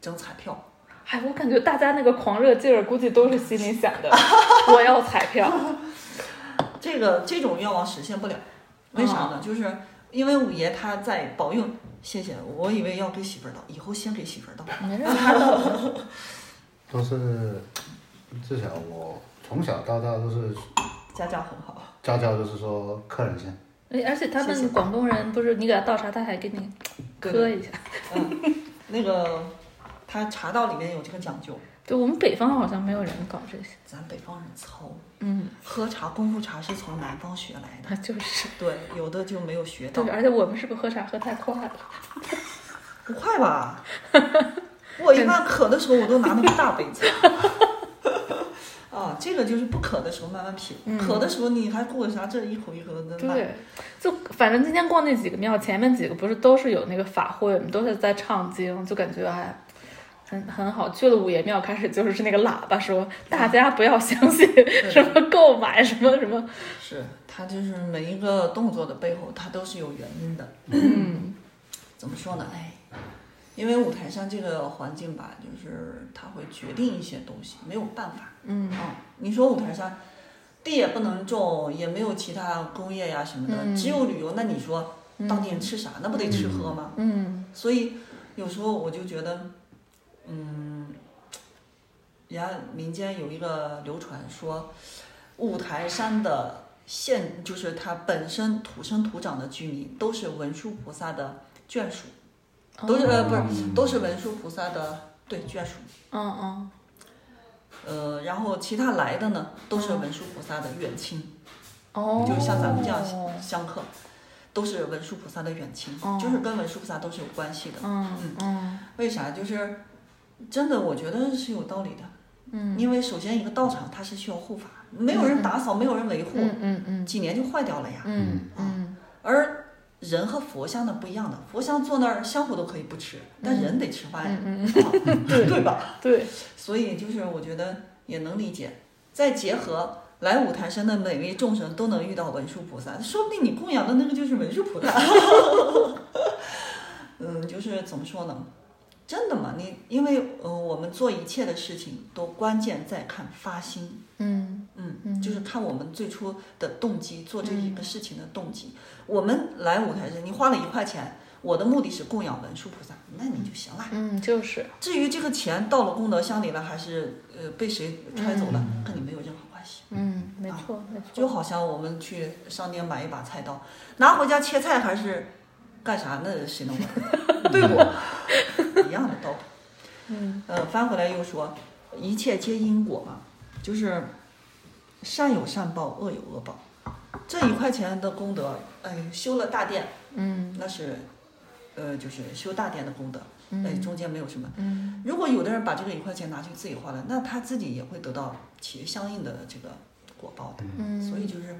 Speaker 4: 整彩票，
Speaker 5: 哎，我感觉大家那个狂热劲儿，估计都是心里想 的，我要彩票。
Speaker 4: 这个这种愿望实现不了，为啥
Speaker 5: 哦
Speaker 4: 呢？就是因为五爷他在保佑，谢谢，我以为要给媳妇儿倒，以后先给媳妇儿倒。
Speaker 5: 没事， 他到
Speaker 2: 都是至少我从小到大都是
Speaker 4: 家教很好，
Speaker 2: 家教，就是说客人先，
Speaker 6: 哎而且他
Speaker 4: 谢谢
Speaker 6: 们广东人不是你给他倒茶，他还给你磕一下。
Speaker 4: 那个他茶道里面有这个讲究，
Speaker 6: 对我们北方好像没有人搞这些，
Speaker 4: 咱北方人糙，
Speaker 5: 嗯，
Speaker 4: 喝茶功夫茶是从南方学来
Speaker 5: 啊
Speaker 4: 的，
Speaker 5: 就是
Speaker 4: 对，有的就没有学到
Speaker 5: 对，，而且我们是不是喝茶喝太快了？
Speaker 4: 不快 吧？我一般渴的时候，我都拿那个大杯 子。啊，这个就是不渴的时候慢慢品，渴的时候你还顾得啥这一口一口的那。
Speaker 5: 嗯对，就反正今天逛那几个庙，前面几个不是都是有那个法会嘛，都是在唱经，就感觉哎，很很好。去了五爷庙，开始就是那个喇叭说，大家不要相信什么购买什么什么，
Speaker 4: 是他就是每一个动作的背后，他都是有原因的。
Speaker 5: 嗯
Speaker 4: 怎么说呢？哎，因为舞台上这个环境吧，就是它会决定一些东西，没有办法。
Speaker 5: 嗯
Speaker 4: 啊，你说舞台上地也不能种，也没有其他工业呀什么的，
Speaker 5: 嗯
Speaker 4: 只有旅游。那你说当地人吃啥？那不得吃喝吗？
Speaker 5: 嗯
Speaker 4: 所以有时候我就觉得，嗯，人家民间有一个流传说，五台山的现就是它本身土生土长的居民都是文殊菩萨的眷属，
Speaker 5: 哦
Speaker 4: 都是、呃不是都是文殊菩萨的对眷属，
Speaker 5: 嗯嗯
Speaker 4: 呃，然后其他来的呢都是文殊菩萨的远亲，
Speaker 5: 哦，哦
Speaker 4: 就像咱们这样相克。都是文殊菩萨的远亲，就是跟文殊菩萨都是有关系的。
Speaker 5: 嗯嗯
Speaker 4: 为啥？就是真的，我觉得是有道理的。
Speaker 5: 嗯，
Speaker 4: 因为首先一个道场它是需要护法，没有人打扫，没有人维护，
Speaker 5: 嗯嗯嗯
Speaker 4: 几年就坏掉了呀。
Speaker 5: 嗯嗯
Speaker 4: 而人和佛像呢不一样的，佛像坐那儿香火都可以不吃，但人得吃饭呀，
Speaker 5: 嗯
Speaker 4: 啊对吧？
Speaker 5: 对，
Speaker 4: 所以就是我觉得也能理解，再结合。来五台山的每位众生都能遇到文殊菩萨，说不定你供养的那个就是文殊菩萨。 嗯，就是怎么说呢？真的嘛，你因为呃，我们做一切的事情都关键在看发心，
Speaker 5: 嗯
Speaker 4: 嗯，就是看我们最初的动机，做这一个事情的动机。我们来五台山，你花了一块钱，我的目的是供养文殊菩萨，那你就行了。
Speaker 5: 嗯，就是
Speaker 4: 至于这个钱到了功德箱里了，还是呃被谁揣走了，跟你没有任何关系。
Speaker 5: 嗯，没错没
Speaker 4: 啊就
Speaker 5: 错，
Speaker 4: 好像我们去商店买一把菜刀，拿回家切菜还是干啥，那谁能
Speaker 2: 嗯
Speaker 4: 管？对不？一样的道理。
Speaker 5: 嗯
Speaker 4: 呃，翻回来又说，一切皆因果嘛，就是善有善报，恶有恶报。这一块钱的功德，哎，修了大殿，
Speaker 5: 嗯
Speaker 4: 那是，呃，就是修大殿的功德，哎，
Speaker 5: 嗯
Speaker 4: 中间没有什么。
Speaker 5: 嗯
Speaker 4: 如果有的人把这个一块钱拿去自己花了，那他自己也会得到其相应的这个果报的。
Speaker 5: 嗯，
Speaker 4: 所以就是，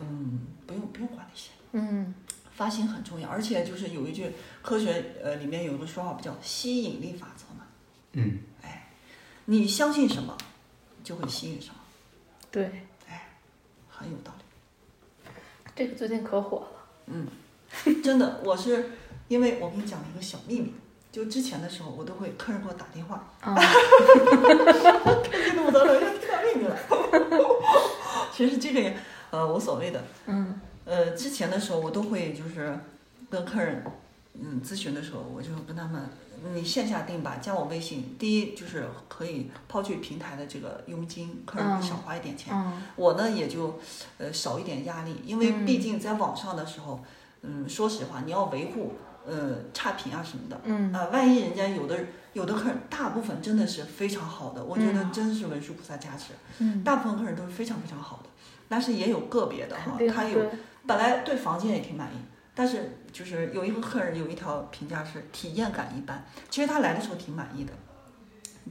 Speaker 4: 嗯，不用不用管那些，
Speaker 5: 嗯
Speaker 4: 发心很重要。而且就是有一句科学呃里面有一个说法不叫吸引力法则嘛，
Speaker 2: 嗯，
Speaker 4: 你相信什么，就会吸引什么，哎
Speaker 5: 对，
Speaker 4: 很有道理。
Speaker 5: 这个最近可火了，
Speaker 4: 真的，我是因为我给你讲了一个小秘密，就之前的时候我都会客人给我打电话，
Speaker 5: 啊
Speaker 4: 这个我得了，要大秘密了。 其实这个也呃无所谓的，
Speaker 5: 嗯
Speaker 4: 呃，之前的时候我都会就是跟客人，嗯，咨询的时候，我就跟他们，你线下定吧，加我微信。第一就是可以抛去平台的这个佣金，客人
Speaker 5: 嗯
Speaker 4: 少花一点钱。
Speaker 5: 嗯
Speaker 4: 我呢也就呃少一点压力，因为
Speaker 5: 嗯
Speaker 4: 毕竟在网上的时候，嗯，说实话，你要维护呃差评啊什么的，
Speaker 5: 嗯
Speaker 4: 啊，万一人家有的有的客人，大部分真的是非常好的，我觉得
Speaker 5: 嗯
Speaker 4: 真是文殊菩萨加持，
Speaker 5: 嗯，
Speaker 4: 大部分客人都是非常非常好的，但是也有个别的哈
Speaker 5: 肯，定
Speaker 4: 他有
Speaker 5: 对，
Speaker 4: 本来对房间也挺满意，但是就是有一个客人有一条评价是体验感一般，其实他来的时候挺满意的，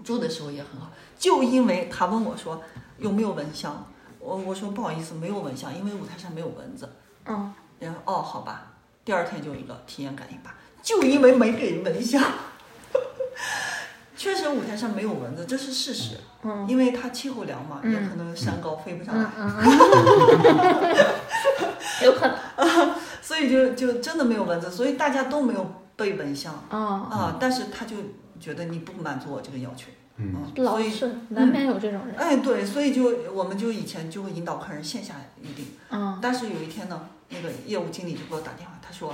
Speaker 4: 住的时候也很好，就因为他问我说有没有蚊香，我我说不好意思没有蚊香，因为舞台上没有蚊子，
Speaker 5: 嗯，
Speaker 4: 然后哦好吧，第二天就有一个体验感一般，就因为没给蚊香， 确实舞台上没有蚊子，这是事实，
Speaker 5: 嗯，
Speaker 4: 因为它气候凉嘛，也
Speaker 5: 嗯
Speaker 4: 可能山高飞不上来。
Speaker 5: 嗯嗯，有可能，
Speaker 4: 所以就就真的没有蚊子，所以大家都没有被蚊香
Speaker 5: 嗯，
Speaker 4: 啊。但是他就觉得你不满足我这个要求，
Speaker 2: 嗯
Speaker 5: 老
Speaker 4: 所以
Speaker 5: 是难免有这种人，
Speaker 4: 哎对，所以就我们就以前就会引导客人线下预定，
Speaker 5: 嗯
Speaker 4: 但是有一天呢，那个业务经理就给我打电话，他说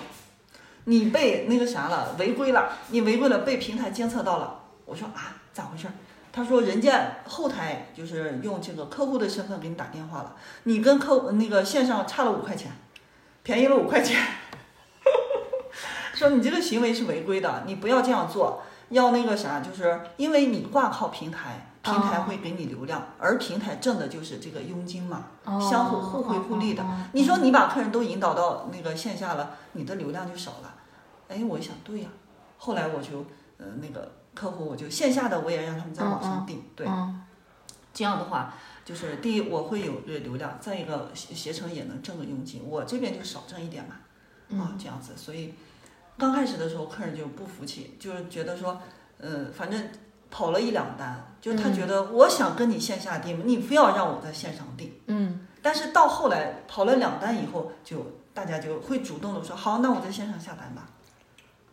Speaker 4: 你被那个啥了，违规了，你违规了，被平台监测到了。我说啊，咋回事儿？他说人家后台就是用这个客户的身份给你打电话了，你跟客那个线上差了五块钱，便宜了五块钱。 说你这个行为是违规的，你不要这样做，要那个啥，就是因为你挂靠平台，平台会给你流量，而平台挣的就是这个佣金嘛，
Speaker 5: 哦
Speaker 4: 相互互惠互利的。
Speaker 5: 哦
Speaker 4: 你说你把客人都引导到那个线下了，你的流量就少了。哎，我一想，对呀、后来我就，呃，那个客户我就线下的我也让他们在网上订，对，
Speaker 5: 嗯
Speaker 4: 这样的话，就是第一我会有这流量，再一个携携程也能挣个佣金，我这边就少挣一点嘛，啊、
Speaker 5: 嗯
Speaker 4: 这样子，所以刚开始的时候客人就不服气，就是觉得说，呃，反正跑了一两单，就是
Speaker 5: 嗯
Speaker 4: 他觉得我想跟你线下订，你非要让我在线上订，
Speaker 5: 嗯
Speaker 4: 但是到后来跑了两单以后，就大家就会主动的说，好，那我在线上下单吧。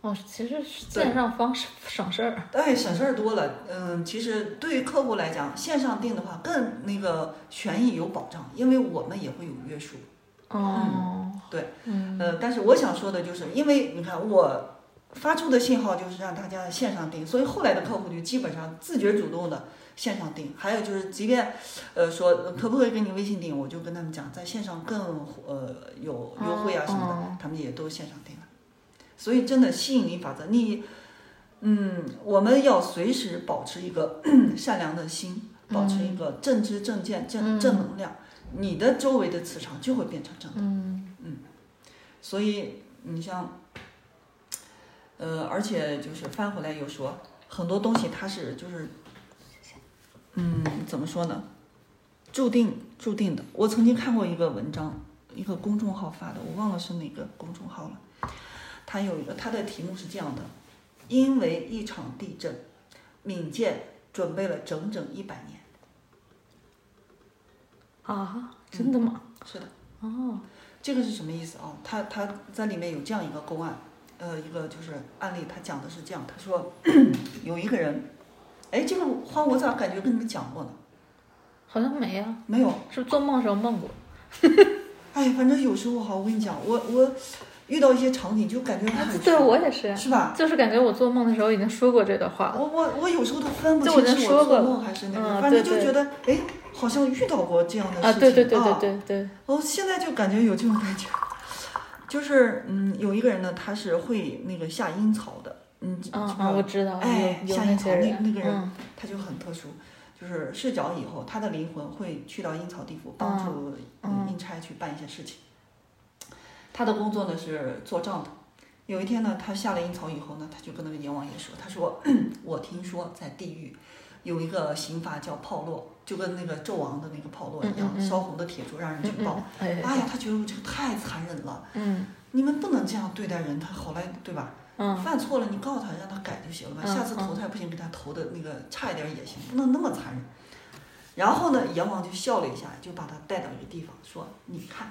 Speaker 5: 哦，其实是线上方式省事儿，
Speaker 4: 哎，省事儿多了。嗯，其实对于客户来讲，线上订的话更那个权益有保障，因为我们也会有约束。
Speaker 5: 哦，
Speaker 4: 对，
Speaker 5: 嗯
Speaker 4: 呃，但是我想说的就是，因为你看我发出的信号就是让大家线上订，所以后来的客户就基本上自觉主动的线上订。还有就是，即便呃说呃可不可以跟你微信订，我就跟他们讲，在线上更呃有优惠啊什么的，
Speaker 5: 哦
Speaker 4: 他们也都线上订了。所以真的吸引力法则，你嗯，我们要随时保持一个 善良的心，保
Speaker 5: 嗯
Speaker 4: 持一个正知正见正正能量，你的周围的磁场就会变成正能量。
Speaker 5: 嗯
Speaker 4: 所以你像，呃，而且就是翻回来又说，很多东西它是就是，嗯，怎么说呢？注定注定的。我曾经看过一个文章，一个公众号发的，我忘了是哪个公众号了。它有一个，它的题目是这样的：因为一场地震，冥界准备了整整一百年。
Speaker 5: 啊，真的吗？
Speaker 4: 是的。
Speaker 5: 哦，
Speaker 4: 这个是什么意思啊？他他在里面有这样一个公案，呃，一个就是案例，他讲的是这样，他说有一个人，哎，这个话我咋感觉跟你们讲过呢？
Speaker 5: 好像没啊，
Speaker 4: 没有，
Speaker 5: 是不是做梦时候梦过？
Speaker 4: 哎，反正有时候哈，我跟你讲，我我遇到一些场景，就感觉还很
Speaker 5: 哎对
Speaker 4: 熟
Speaker 5: 我也是，
Speaker 4: 是吧？
Speaker 5: 就是感觉我做梦的时候已经说过这段话了。
Speaker 4: 我我我有时候都分不
Speaker 5: 就
Speaker 4: 清
Speaker 5: 我已经
Speaker 4: 是
Speaker 5: 说
Speaker 4: 我
Speaker 5: 过
Speaker 4: 做
Speaker 5: 了
Speaker 4: 梦还是那个，
Speaker 5: 嗯
Speaker 4: 反正
Speaker 5: 对
Speaker 4: 就
Speaker 5: 对
Speaker 4: 觉得哎，好像遇到过这样的事情
Speaker 5: 啊，对对对对
Speaker 4: 啊
Speaker 5: 对对，
Speaker 4: 哦，现在就感觉有这种感觉，就是嗯，有一个人呢，他是会那个下阴曹的，嗯，
Speaker 5: 嗯
Speaker 4: 知道
Speaker 5: 嗯，
Speaker 4: 吧
Speaker 5: 我知道，
Speaker 4: 哎
Speaker 5: 有有
Speaker 4: 下
Speaker 5: 那
Speaker 4: 阴
Speaker 5: 些
Speaker 4: 曹那那个人
Speaker 5: 嗯
Speaker 4: 他就很特殊，就是睡着以后，他的灵魂会去到阴曹地府，帮助
Speaker 5: 嗯
Speaker 4: 嗯阴差去办一些事情。他的工作呢是做账的。有一天呢，他下了阴曹以后呢，他就跟那个阎王爷说：“他说 我听说在地狱有一个刑罚叫炮烙，就跟那个纣王的那个炮烙一样
Speaker 5: 嗯，嗯嗯
Speaker 4: 烧红的铁柱让人
Speaker 5: 嗯
Speaker 4: 去爆。
Speaker 5: 嗯，哎
Speaker 4: 哎呀，他觉得这个太残忍了，
Speaker 5: 嗯
Speaker 4: 你们不能这样对待人。他后来对吧？
Speaker 5: 嗯
Speaker 4: 犯错了，你告诉他，让他改就行了嘛。
Speaker 5: 嗯
Speaker 4: 下次投胎不行，给他投的那个差一点也行，不能那么残忍。然后呢，阎王就笑了一下，就把他带到一个地方，说：“你看，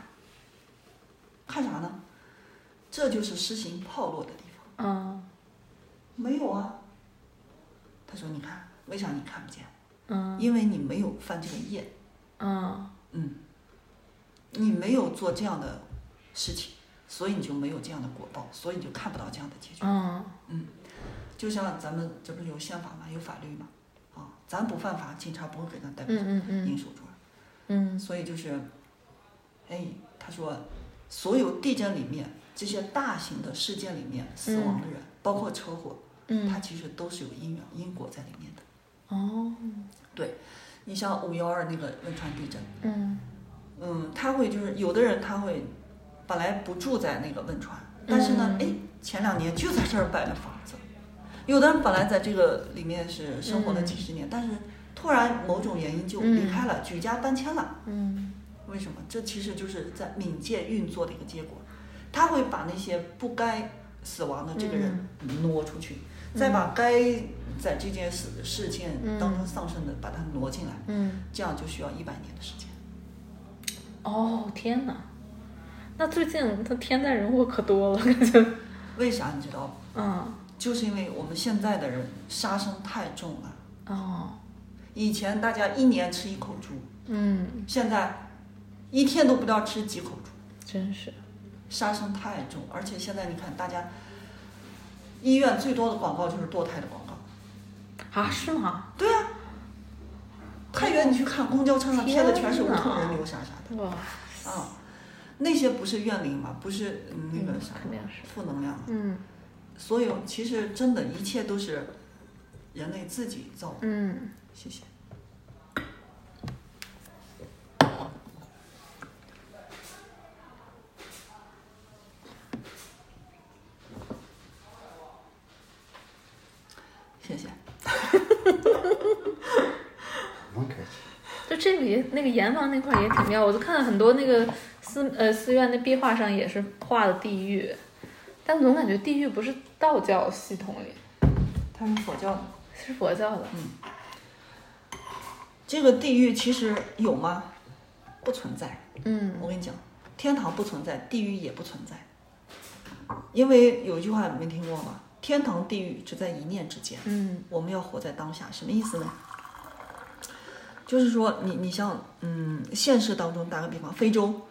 Speaker 4: 看啥呢？这就是施行炮烙的地方。
Speaker 5: 嗯”
Speaker 4: 没有啊。他说：“你看，为啥你看不见？
Speaker 5: 嗯
Speaker 4: 因为你没有犯这个业，
Speaker 5: 嗯
Speaker 4: 你没有做这样的事情，所以你就没有这样的果报，所以你就看不到这样的结局。”
Speaker 5: 嗯
Speaker 4: 就像咱们这不是有宪法嘛，有法律嘛，啊，咱不犯法，警察不会给咱逮捕、
Speaker 5: 嗯
Speaker 4: 您
Speaker 5: 嗯
Speaker 4: 守住。
Speaker 5: 嗯
Speaker 4: 所以就是，哎，他说，所有地震里面这些大型的事件里面死亡的人，包括车祸，
Speaker 5: 嗯
Speaker 4: 它其实都是有因缘因果在里面的。
Speaker 5: 哦
Speaker 4: 你像五幺二那个汶川地震，
Speaker 5: 嗯
Speaker 4: 嗯，他会就是有的人他会本来不住在那个汶川，但是呢，哎、前两年就在这儿买了房子。有的人本来在这个里面是生活了几十年，但是突然某种原因就离开了，举家搬迁了。
Speaker 5: 嗯
Speaker 4: 为什么？这其实就是在冥界运作的一个结果，他会把那些不该死亡的这个人嗯挪出去，再把该在这件事事件当中丧生的把他挪进来，
Speaker 5: 嗯
Speaker 4: 这样就需要一百年的时间。
Speaker 5: 哦天哪！那最近他天灾人祸可多了，感觉
Speaker 4: 为啥你知道吗？
Speaker 5: 嗯
Speaker 4: 就是因为我们现在的人杀生太重了。
Speaker 5: 哦
Speaker 4: 以前大家一年吃一口猪，
Speaker 5: 嗯，
Speaker 4: 现在一天都不知道吃几口猪，
Speaker 5: 真是
Speaker 4: 杀生太重。而且现在你看，大家医院最多的广告就是堕胎的广告。
Speaker 5: 啊是吗？
Speaker 4: 对啊，太原你去看公交车上贴的全是无痛人流啥啥
Speaker 5: 哇
Speaker 4: 的啊，那些不是怨灵嘛，不是嗯那个啥
Speaker 5: 肯定是
Speaker 4: 负能量嘛。
Speaker 5: 嗯
Speaker 4: 所以其实真的一切都是人类自己造的。
Speaker 5: 嗯
Speaker 4: 谢谢。谢谢。
Speaker 2: 蛮可以。
Speaker 5: 就这个也那个阎王那块儿也挺妙，我就看了很多那个寺呃寺院的壁画上也是画的地狱，但总感觉地狱不是道教系统里，
Speaker 4: 他是佛教的，
Speaker 5: 是佛教的。
Speaker 4: 这个地狱其实有吗？不存在。
Speaker 5: 嗯
Speaker 4: 我跟你讲，天堂不存在，地狱也不存在，因为有一句话你没听过吗？天堂、地狱只在一念之间。
Speaker 5: 嗯
Speaker 4: 我们要活在当下，什么意思呢？就是说，你你像，嗯，现实当中打个比方，非洲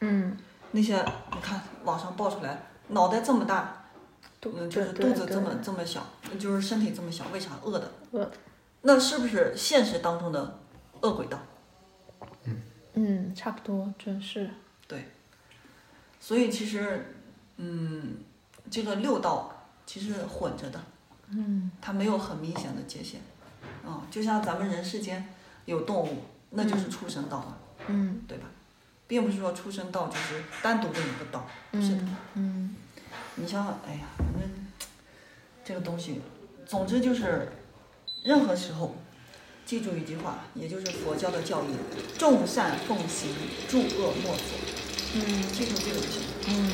Speaker 5: 嗯，
Speaker 4: 那些，你看网上爆出来，脑袋这么大，
Speaker 5: 肚
Speaker 4: 嗯，就是
Speaker 5: 对
Speaker 4: 肚
Speaker 5: 对
Speaker 4: 子
Speaker 5: 对
Speaker 4: 这么这么小，就是身体这么小，为啥饿的？
Speaker 5: 饿。
Speaker 4: 那是不是现实当中的饿鬼道？
Speaker 5: 嗯，差不多，真是
Speaker 4: 所以其实，嗯，这个六道其实混着的，
Speaker 5: 嗯
Speaker 4: 它没有很明显的界限，啊、就像咱们人世间有动物，那就是畜生道了。
Speaker 5: 嗯
Speaker 4: 对吧？并不是说出生道就是单独的一个道，不是的。
Speaker 5: 嗯嗯
Speaker 4: 你像，哎呀，反正这个东西，总之就是，任何时候，记住一句话，也就是佛教的教义：众善奉行，诸恶莫作。
Speaker 5: 嗯
Speaker 4: 记住这个就行，
Speaker 5: 嗯，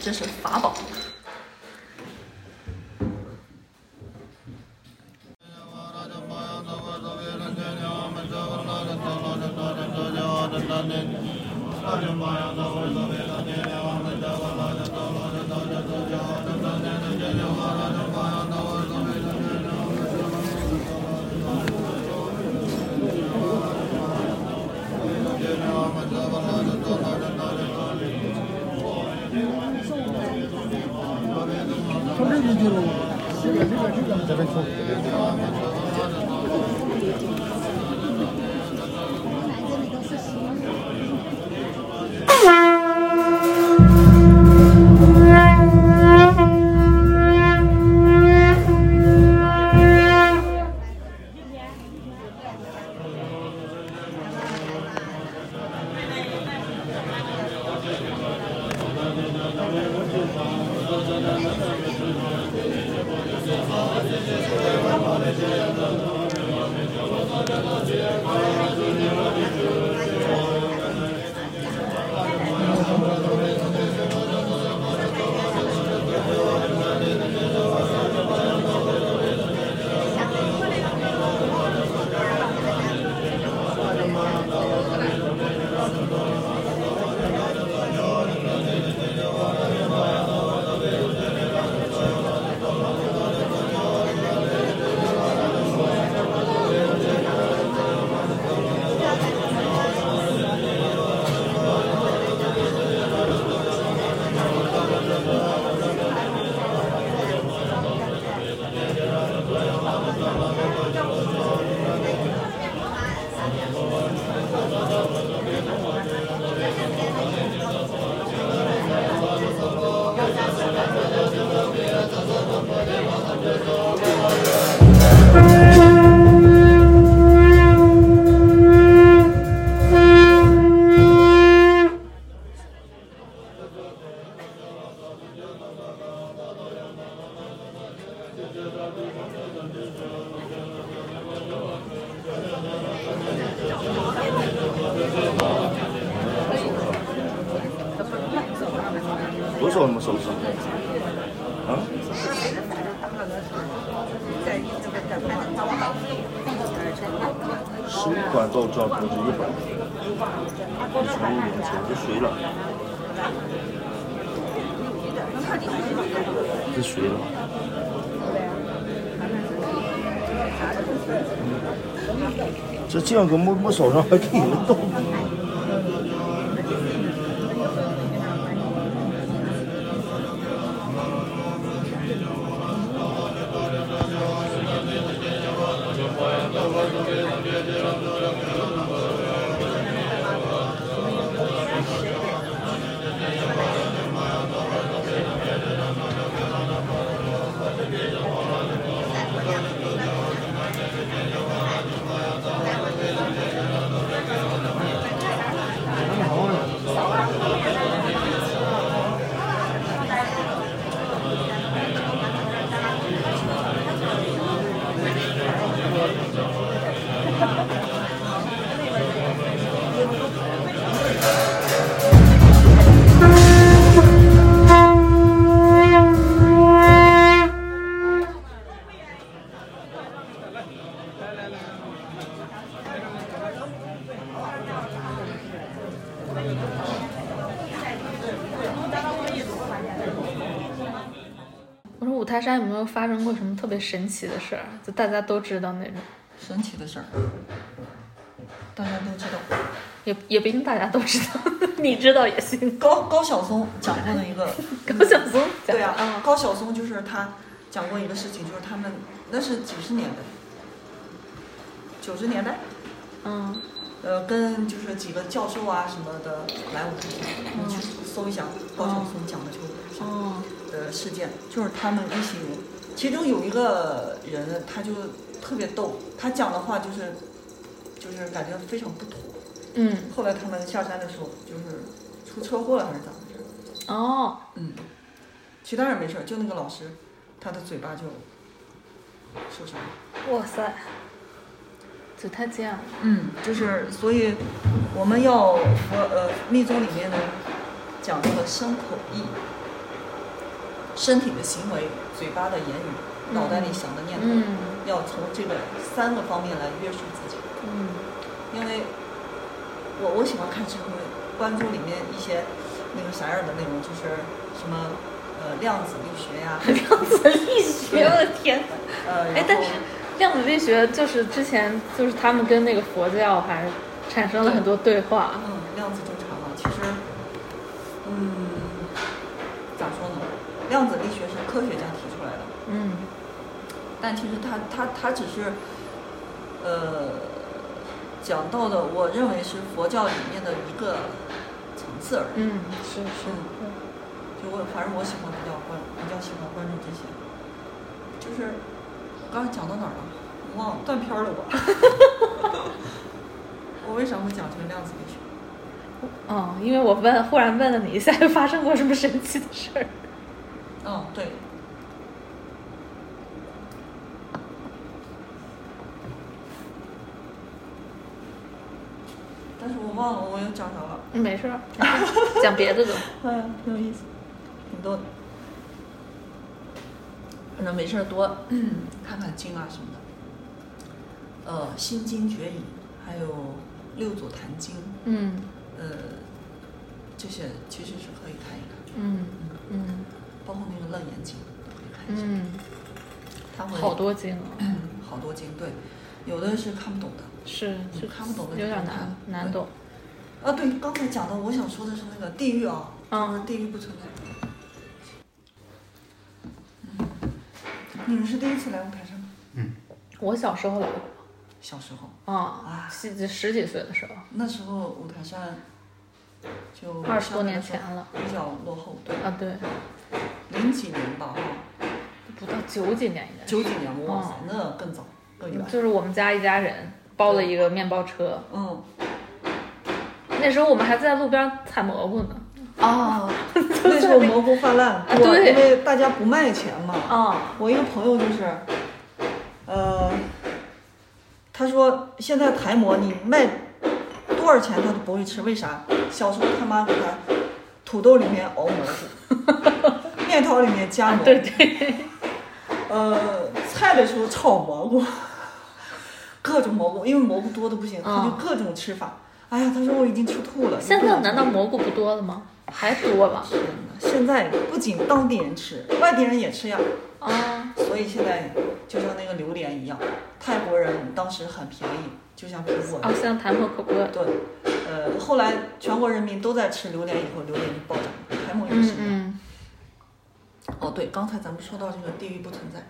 Speaker 4: 这是法宝。
Speaker 3: 我
Speaker 1: 多少那么手指？啊？食物馆照照同时一会儿，你从五年前这谁了？这谁了？这这样个没没手上还给人倒。
Speaker 5: 我说五台山有没有发生过什么特别神奇的事儿？啊就大家都知道那种，
Speaker 4: 神奇的事 儿，大家都知道。
Speaker 5: 也也不一定大家都知道， 你知道也行。
Speaker 4: 高高晓松讲过的一个，
Speaker 5: 高晓松讲
Speaker 4: 对
Speaker 5: 的
Speaker 4: 啊，高晓松就是他讲过一个事情，就是他们那是几十年代，九十年代，
Speaker 5: 嗯，
Speaker 4: 呃，跟就是几个教授啊什么的来我们这里，你去搜一下高晓松讲的就是
Speaker 5: 哦，
Speaker 4: 呃事件，就是他们一起人，其中有一个人他就特别逗，他讲的话就是就是感觉非常不妥。
Speaker 5: 嗯，
Speaker 4: 后来他们下山的时候就是出车祸了还是咋回事？
Speaker 5: 哦，
Speaker 4: 嗯，其他人没事儿，就那个老师，他的嘴巴就受伤了。
Speaker 5: 哇塞，就他这样，
Speaker 4: 嗯，就是所以我们要佛呃密宗里面呢讲这个身口意，身体的行为、嘴巴的言语、脑袋里想的念头，
Speaker 5: 嗯
Speaker 4: 要从这个三个方面来约束自己。
Speaker 5: 嗯
Speaker 4: 因为我我喜欢看常规关注里面一些那个啥样的内容，就是什么呃量子力学呀、
Speaker 5: 量子力哎学，我的天呐！
Speaker 4: 呃，然
Speaker 5: 哎
Speaker 4: 后，
Speaker 5: 但是量子力学就是之前就是他们跟那个佛教还产生了很多对话，
Speaker 4: 嗯，量子纠缠嘛，其实嗯，咋说呢？量子力学是科学家提出来的，
Speaker 5: 嗯
Speaker 4: 但其实他他他只是，呃，讲到的我认为是佛教里面的一个层次而已。
Speaker 5: 嗯，是是，嗯
Speaker 4: 就我反正我喜欢比较关比较喜欢关注这些，就是刚才讲到哪儿了？我忘了断片儿了我。 我为啥会讲这个量子力学？
Speaker 5: 嗯，因为我问，忽然问了你一下，发生过什么神奇的事儿？
Speaker 4: 嗯，对。但是我忘了我又讲啥了。
Speaker 5: 嗯没 事儿，讲别的吧。
Speaker 4: 嗯，挺有意思，挺逗的。反正没事儿多看看经啊什么的，呃，《心经》《觉隐》，还有《六祖坛经》，
Speaker 5: 嗯
Speaker 4: 呃，这些其实是可以看一看，
Speaker 5: 嗯嗯
Speaker 4: 包括那个《楞严经》都可以看一下。
Speaker 5: 嗯，
Speaker 4: 它会
Speaker 5: 好多经啊，
Speaker 4: 好多经，对，有的是看不懂的。
Speaker 5: 是是
Speaker 4: 看不懂的
Speaker 5: 有点
Speaker 4: 就不
Speaker 5: 难
Speaker 4: 看
Speaker 5: 难懂。
Speaker 4: 啊，对，刚才讲的，我想说的是那个地狱啊，
Speaker 5: 嗯
Speaker 4: 就是地狱不存在。嗯，你们是第一次来五台山吗？
Speaker 5: 我小时候来过。
Speaker 4: 小时候，
Speaker 5: 啊，十十几岁的时候，
Speaker 4: 那时候五台山就
Speaker 5: 20多年前了，
Speaker 4: 比较落后，对，
Speaker 5: 啊，对，
Speaker 4: 零几年吧，啊，
Speaker 5: 不到九几年应该是，
Speaker 4: 九几年，哇塞，那更早更远，
Speaker 5: 就是我们家一家人包了一个面包车，
Speaker 4: 嗯，
Speaker 5: 那时候我们还在路边采蘑菇呢。
Speaker 4: 啊，那时候蘑菇泛滥，我
Speaker 5: 对
Speaker 4: 因为大家不卖钱嘛，
Speaker 5: 啊，
Speaker 4: 我一个朋友就是，呃，他说现在台蘑你卖多少钱他都不会吃，为啥？小时候他妈给他土豆里面熬蘑菇，面条里面加蘑菇，
Speaker 5: 对对，
Speaker 4: 呃，菜的时候炒蘑菇，各种蘑菇，因为蘑菇多的不行，他就
Speaker 5: 嗯
Speaker 4: 各种吃法。哎呀，他说我已经吃吐了。
Speaker 5: 现
Speaker 4: 你不
Speaker 5: 在
Speaker 4: 能
Speaker 5: 难道蘑菇不多了吗？还多了
Speaker 4: 天哪现在不仅当地人吃，外地人也吃呀？
Speaker 5: 啊，
Speaker 4: 所以现在就像那个榴莲一样，泰国人当时很便宜，就像苹果。
Speaker 5: 哦，现在台蘑可贵了。
Speaker 4: 对，呃，后来全国人民都在吃榴莲以后，榴莲就暴涨，台盟也是
Speaker 5: 嗯
Speaker 4: 一样。
Speaker 5: 嗯，
Speaker 4: 哦，对，刚才咱们说到这个地狱不存在，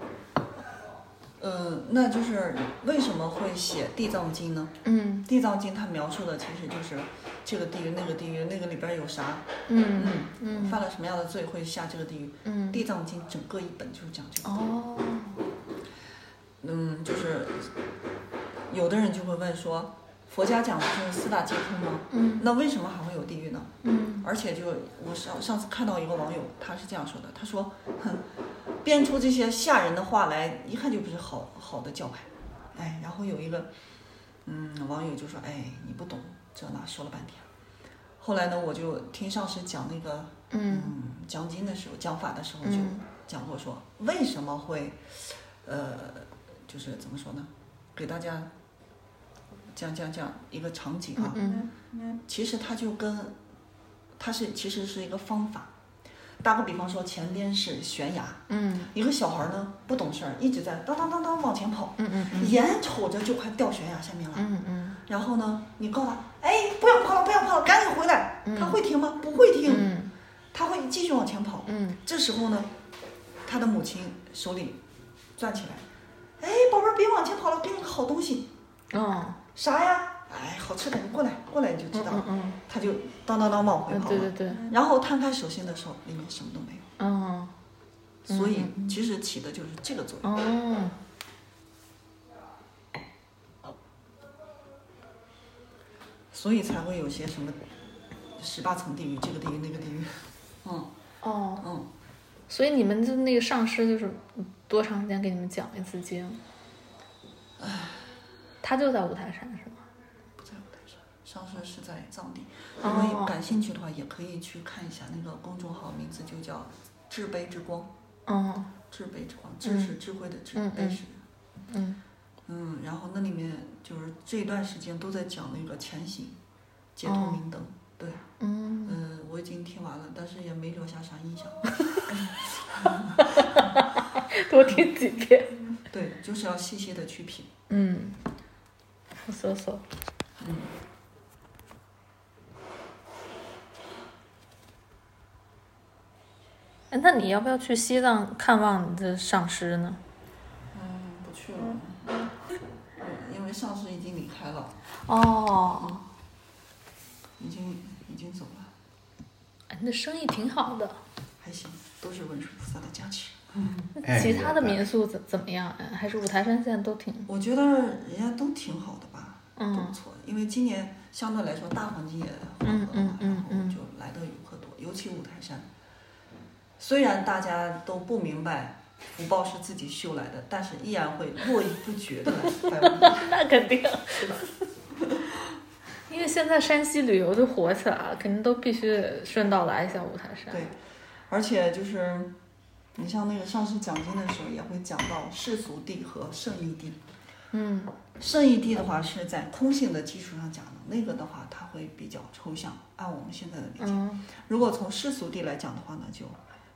Speaker 4: 呃，那就是为什么会写《地藏经》呢？
Speaker 5: 嗯
Speaker 4: 《地藏经》它描述的其实就是这个地狱、那个地狱，那个里边有啥，
Speaker 5: 嗯
Speaker 4: 嗯，
Speaker 5: 嗯
Speaker 4: 犯了什么样的罪会下这个地狱。
Speaker 5: 嗯，
Speaker 4: 地藏经》整个一本就是讲这个。
Speaker 5: 哦，
Speaker 4: 嗯，就是有的人就会问说，佛家讲的是四大皆空吗？
Speaker 5: 嗯，
Speaker 4: 那为什么还会有地狱呢？
Speaker 5: 嗯
Speaker 4: 而且就我上上次看到一个网友，他是这样说的，他说，哼，编出这些吓人的话来，一看就不是好好的教派，哎，然后有一个，嗯，网友就说，哎，你不懂这那，说了半天。后来呢，我就听上师讲那个，
Speaker 5: 嗯
Speaker 4: 嗯，讲经的时候，讲法的时候就
Speaker 5: 嗯
Speaker 4: 讲过说，为什么会，呃，就是怎么说呢，给大家讲讲讲一个场景啊，
Speaker 5: 嗯
Speaker 4: 其实它就跟它是其实是一个方法。打个比方说，前边是悬崖，
Speaker 5: 嗯
Speaker 4: 一个小孩呢不懂事儿，一直在当当当当往前跑，
Speaker 5: 嗯嗯
Speaker 4: 眼瞅着就快掉悬崖下面了。
Speaker 5: 嗯嗯
Speaker 4: 然后呢，你告诉他，哎，不要跑了，不要跑了，赶紧回来。他会停吗？不会停，
Speaker 5: 嗯
Speaker 4: 他会继续往前跑。
Speaker 5: 嗯
Speaker 4: 这时候呢，他的母亲手里攥起来，哎，宝贝儿，别往前跑了，给你个好东西，
Speaker 5: 哦，
Speaker 4: 啥呀？哎，好吃的，你过来，过来你就知道了。
Speaker 5: 嗯嗯
Speaker 4: 他就当当当往回
Speaker 5: 嗯，
Speaker 4: 跑
Speaker 5: 对
Speaker 4: 了。
Speaker 5: 对对，
Speaker 4: 然后摊开手心的时候，里面什么都没有，
Speaker 5: 嗯
Speaker 4: 所以其实起的就是这个作用。
Speaker 5: 哦，
Speaker 4: 所以才会有些什么十八层地狱，这个地狱那个地狱。嗯
Speaker 5: 哦，
Speaker 4: 嗯，
Speaker 5: 所以你们就那个上师就是多长时间给你们讲一次经？他就在五台山是吗？
Speaker 4: 不在舞台上，上身是在藏地。如
Speaker 5: 哦
Speaker 4: 果感兴趣的话，也可以去看一下那个公众号，名字就叫“至悲之光”。
Speaker 5: 嗯
Speaker 4: 至悲之光，智是智慧的智，
Speaker 5: 嗯
Speaker 4: 悲是
Speaker 5: 嗯
Speaker 4: 嗯，然后那里面就是这一段时间都在讲那个前行，解脱明灯。对，
Speaker 5: 哦嗯，
Speaker 4: 嗯，我已经听完了，但是也没留下啥印象。
Speaker 5: 多听几遍。
Speaker 4: 对，就是要细细的去品。
Speaker 5: 嗯，我搜搜。嗯哎，那你要不要去西藏看望你的上师呢？
Speaker 4: 嗯，不去了，嗯因为上师已经离开了，
Speaker 5: 哦，
Speaker 4: 已经已经走了，
Speaker 5: 哎你的生意挺好的。
Speaker 4: 还行，都是文殊菩萨的加持。
Speaker 2: 哎
Speaker 5: 那其他的
Speaker 2: 明白
Speaker 5: 民宿怎怎么样呀？还是五台山现在都挺……
Speaker 4: 我觉得人家都挺好的吧，
Speaker 5: 嗯
Speaker 4: 都不错。因为今年相对来说大环境也缓和
Speaker 5: 嗯
Speaker 4: 了，
Speaker 5: 嗯
Speaker 4: 然
Speaker 5: 嗯嗯
Speaker 4: 后就来的游客多，尤其五台山。虽然大家都不明白福报是自己修来的，但是依然会络绎不绝的来 拜五台
Speaker 5: 那肯定，
Speaker 4: 山。
Speaker 5: 因为现在山西旅游都火起来了，肯定都必须顺道来一下五台山。
Speaker 4: 对，而且就是你像那个上次讲经的时候，也会讲到世俗地和圣义地。
Speaker 5: 嗯
Speaker 4: 圣义地的话是在空性的基础上讲的，那个的话它会比较抽象，按我们现在的理解。
Speaker 5: 嗯
Speaker 4: 如果从世俗地来讲的话呢，就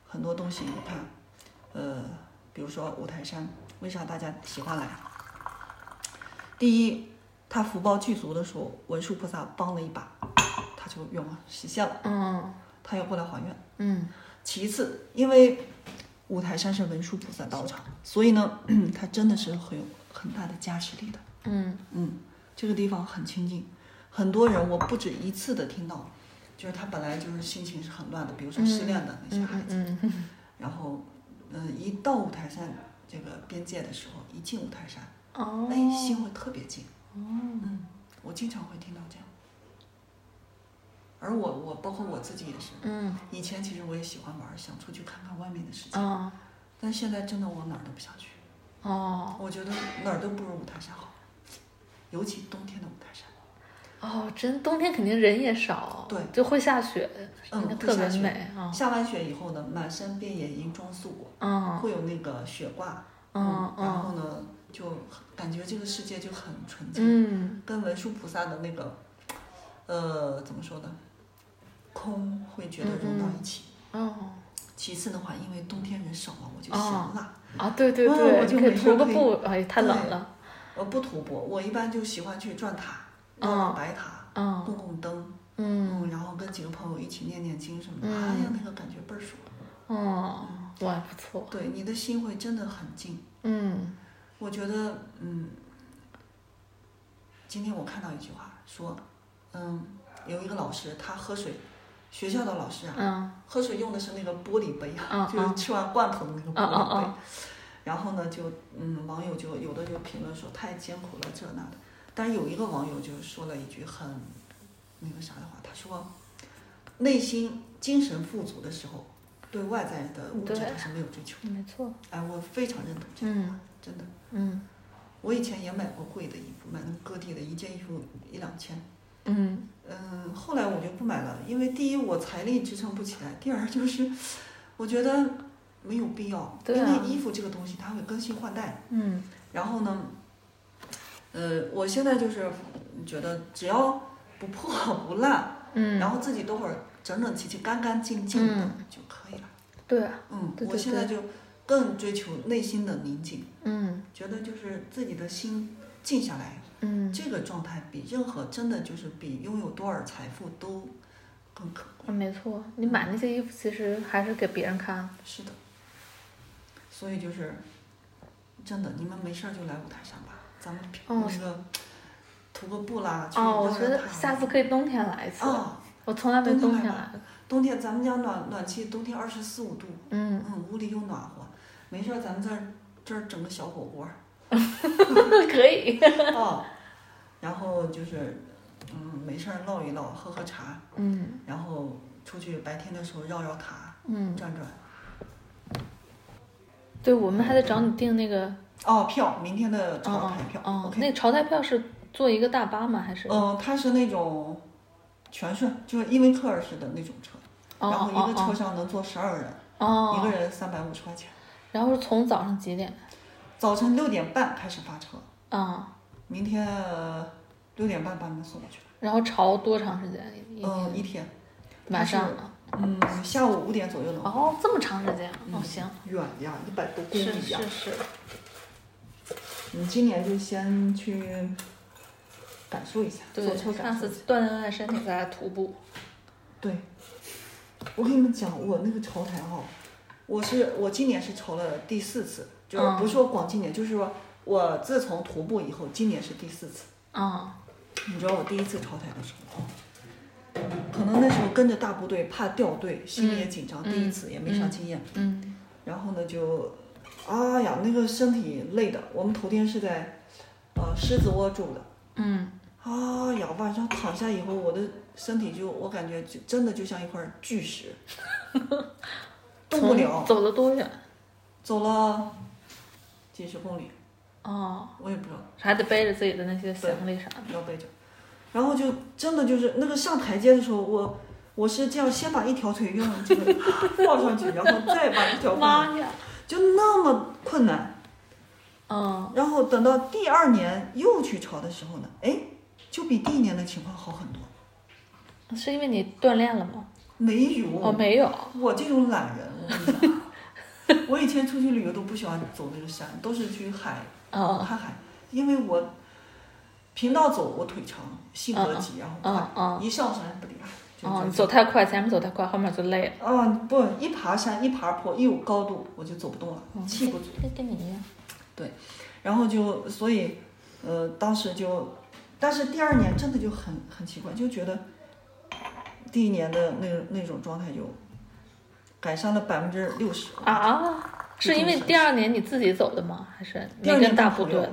Speaker 4: 很多东西你看，呃，比如说五台山，为啥大家喜欢来？啊第一，他福报具足的时候，文殊菩萨帮了一把，他就愿望实现了，
Speaker 5: 嗯
Speaker 4: 他又过来还愿。
Speaker 5: 嗯
Speaker 4: 其次，因为五台山是文殊菩萨道场，所以呢， 他真的是很有很大的加持力的。
Speaker 5: 嗯
Speaker 4: 嗯，这个地方很清静，很多人我不止一次的听到，就是他本来就是心情是很乱的，比如说失恋的那些孩
Speaker 5: 嗯
Speaker 4: 子，
Speaker 5: 嗯
Speaker 4: 然后，呃，一到五台山这个边界的时候，一进五台山，
Speaker 5: 哦
Speaker 4: 哎，心会特别静。嗯，我经常会听到这样。而我，我包括我自己也是，
Speaker 5: 嗯
Speaker 4: 以前其实我也喜欢玩，想出去看看外面的世界，
Speaker 5: 哦
Speaker 4: 但现在真的我哪儿都不想去，
Speaker 5: 哦
Speaker 4: 我觉得哪儿都不如五台山好，尤其冬天的五台山。
Speaker 5: 哦，真冬天肯定人也少，
Speaker 4: 对
Speaker 5: 就会下雪，应该
Speaker 4: 嗯，
Speaker 5: 特别
Speaker 4: 会下雪
Speaker 5: 美啊。
Speaker 4: 下完雪以后呢，满山遍野银装素裹，
Speaker 5: 嗯
Speaker 4: 会有那个雪挂，
Speaker 5: 嗯
Speaker 4: 然
Speaker 5: 嗯
Speaker 4: 后呢，就很感觉这个世界就很纯净，
Speaker 5: 嗯
Speaker 4: 跟文殊菩萨的那个，呃，怎么说呢，空会觉得
Speaker 5: 嗯
Speaker 4: 融到一起。
Speaker 5: 哦
Speaker 4: 其次的话，因为冬天人少嘛，我就闲了，
Speaker 5: 啊，对对
Speaker 4: 哦
Speaker 5: 对，
Speaker 4: 我就
Speaker 5: 你可以
Speaker 4: 没事
Speaker 5: 徒个
Speaker 4: 可以
Speaker 5: 步，哎，太冷
Speaker 4: 对
Speaker 5: 了。
Speaker 4: 我不徒步，我一般就喜欢去转塔、
Speaker 5: 哦
Speaker 4: 绕绕白塔、
Speaker 5: 嗯
Speaker 4: 供供灯，
Speaker 5: 嗯
Speaker 4: 嗯，然后跟几个朋友一起念念经什么的，
Speaker 5: 嗯
Speaker 4: 哎呀，那个感觉倍儿爽。
Speaker 5: 哦，哇，不错。
Speaker 4: 对，你的心会真的很静。
Speaker 5: 嗯
Speaker 4: 我觉得，嗯，今天我看到一句话说，嗯，有一个老师，他喝水，学校的老师啊，
Speaker 5: 嗯
Speaker 4: 喝水用的是那个玻璃杯啊，
Speaker 5: 嗯
Speaker 4: 就是
Speaker 5: 嗯
Speaker 4: 吃完罐头的那个玻
Speaker 5: 嗯
Speaker 4: 璃
Speaker 5: 嗯
Speaker 4: 杯。然后呢，就嗯，网友就有的就评论说太艰苦了这那的，但是有一个网友就说了一句很那个啥的话，他说，内心精神富足的时候，对外在的物质
Speaker 5: 对
Speaker 4: 他是没有追求的。
Speaker 5: 没错。
Speaker 4: 哎，我非常认同这句话，
Speaker 5: 嗯
Speaker 4: 真的。
Speaker 5: 嗯
Speaker 4: 我以前也买过贵的衣服，买那个各地的一件衣服一两千。
Speaker 5: 嗯
Speaker 4: 嗯，后来我就不买了，因为第一我财力支撑不起来，第二就是我觉得没有必要，
Speaker 5: 对
Speaker 4: 因
Speaker 5: 啊
Speaker 4: 为衣服这个东西它会更新换代。
Speaker 5: 嗯
Speaker 4: 然后呢，呃，我现在就是觉得只要不破不烂，
Speaker 5: 嗯，
Speaker 4: 然后自己等会儿整整齐齐、干干净净的
Speaker 5: 嗯
Speaker 4: 就可以了。
Speaker 5: 对啊，
Speaker 4: 嗯，
Speaker 5: 对
Speaker 4: 我
Speaker 5: 对
Speaker 4: 现在就更追求内心的宁静，
Speaker 5: 嗯
Speaker 4: 觉得就是自己的心静下来。
Speaker 5: 嗯，
Speaker 4: 这个状态比任何真的就是比拥有多少财富都更可贵。
Speaker 5: 没错。你买那些衣服，其实还是给别人看。
Speaker 4: 是的，所以就是真的，你们没事儿就来舞台上吧，咱们
Speaker 5: 哦
Speaker 4: 那个徒个步啦，去
Speaker 5: 哦，我
Speaker 4: 绕
Speaker 5: 觉
Speaker 4: 绕
Speaker 5: 得
Speaker 4: 塔
Speaker 5: 下次可以冬天来一次。
Speaker 4: 啊，
Speaker 5: 我从来没
Speaker 4: 冬天
Speaker 5: 冬
Speaker 4: 来
Speaker 5: 天
Speaker 4: 吧
Speaker 5: 来过。
Speaker 4: 冬天咱们家暖暖气，冬天二十四五度，
Speaker 5: 嗯，
Speaker 4: 嗯，屋里又暖和，没事儿咱们在这儿整个小火锅儿
Speaker 5: 可以。
Speaker 4: 啊，然后就是嗯，没事儿唠一唠，喝喝茶，
Speaker 5: 嗯
Speaker 4: 然后出去白天的时候绕绕塔。
Speaker 5: 嗯，
Speaker 4: 转转。
Speaker 5: 对，我们还得找你订那个
Speaker 4: 哦，票，明天的潮
Speaker 5: 哦
Speaker 4: 牌票。
Speaker 5: 哦，那
Speaker 4: OK。
Speaker 5: 个朝代票是坐一个大巴吗？还是？哦
Speaker 4: 嗯，它是那种全顺，就是英维克尔式的那种车，
Speaker 5: 哦
Speaker 4: 然后一个车
Speaker 5: 哦
Speaker 4: 上能坐十二人，
Speaker 5: 哦，
Speaker 4: 一个人三百五十块钱。
Speaker 5: 然后是从早上几点？
Speaker 4: 早晨六点半开始发车，
Speaker 5: 啊，
Speaker 4: 明天六点半把你们送过去。
Speaker 5: 然后潮多长时间？一
Speaker 4: 嗯，
Speaker 5: 一
Speaker 4: 一天，
Speaker 5: 晚上啊
Speaker 4: 是嗯，下午五点左右能。嗯
Speaker 5: 哦，这么长时间？哦，行，
Speaker 4: 远呀，一百多公
Speaker 5: 是
Speaker 4: 里呀
Speaker 5: 是。是，
Speaker 4: 你今年就先去感受一下，坐车
Speaker 5: 对，
Speaker 4: 感
Speaker 5: 上
Speaker 4: 受
Speaker 5: 次
Speaker 4: 一下。
Speaker 5: 锻炼锻炼身体，再来徒步。
Speaker 4: 对，我跟你们讲，我那个潮台哈、哦我是我今年是筹了第四次，就是
Speaker 5: 嗯
Speaker 4: 不是说光今年，就是说我自从徒步以后，今年是第四次。
Speaker 5: 啊
Speaker 4: 你知道我第一次朝台的时候，可能那时候跟着大部队怕掉队，心里也紧张，
Speaker 5: 嗯
Speaker 4: 第一次也没啥经验。
Speaker 5: 嗯
Speaker 4: 然后呢就，啊呀，那个身体累的。我们头天是在呃狮子窝住的，
Speaker 5: 嗯
Speaker 4: 啊呀，晚上躺下以后，我的身体就我感觉就真的就像一块巨 石，动不了
Speaker 5: 从，走了多远？
Speaker 4: 走了几十公里，嗯
Speaker 5: 哦，
Speaker 4: 我也不知道
Speaker 5: 还得背着自己的那些行李啥的。
Speaker 4: 腰背着，然后就真的就是那个上台阶的时候，我我是这样先把一条腿用这 个抱上去，然后再把一条放，
Speaker 5: 妈呀！
Speaker 4: 就那么困难。
Speaker 5: 嗯
Speaker 4: 然后等到第二年又去朝的时候呢，哎，就比第一年的情况好很多，
Speaker 5: 是因为你锻炼了吗？
Speaker 4: 没有，
Speaker 5: 哦，没有。
Speaker 4: 我这种懒人，我跟你 讲，我以前出去旅游都不喜欢走那个山，都是去海
Speaker 5: 嗯
Speaker 4: 看海，因为我平道走我腿长，性格急，然后
Speaker 5: 嗯
Speaker 4: 快，
Speaker 5: 嗯
Speaker 4: 一上山不得了。就
Speaker 5: 嗯，你
Speaker 4: 就
Speaker 5: 走太快，前面走太快，后面就累了。
Speaker 4: 啊不，一爬山一爬坡一有高度我就走不动
Speaker 5: 嗯
Speaker 4: 了，气不足，
Speaker 5: 跟跟你一样。
Speaker 4: 然后就所以，呃，当时就，但是第二年真的就很很奇怪，就觉得第一年的那那种状态就改善了百分之六十
Speaker 5: 啊？是因为第二年你自己走的吗？还是你跟大部队？
Speaker 4: 也跟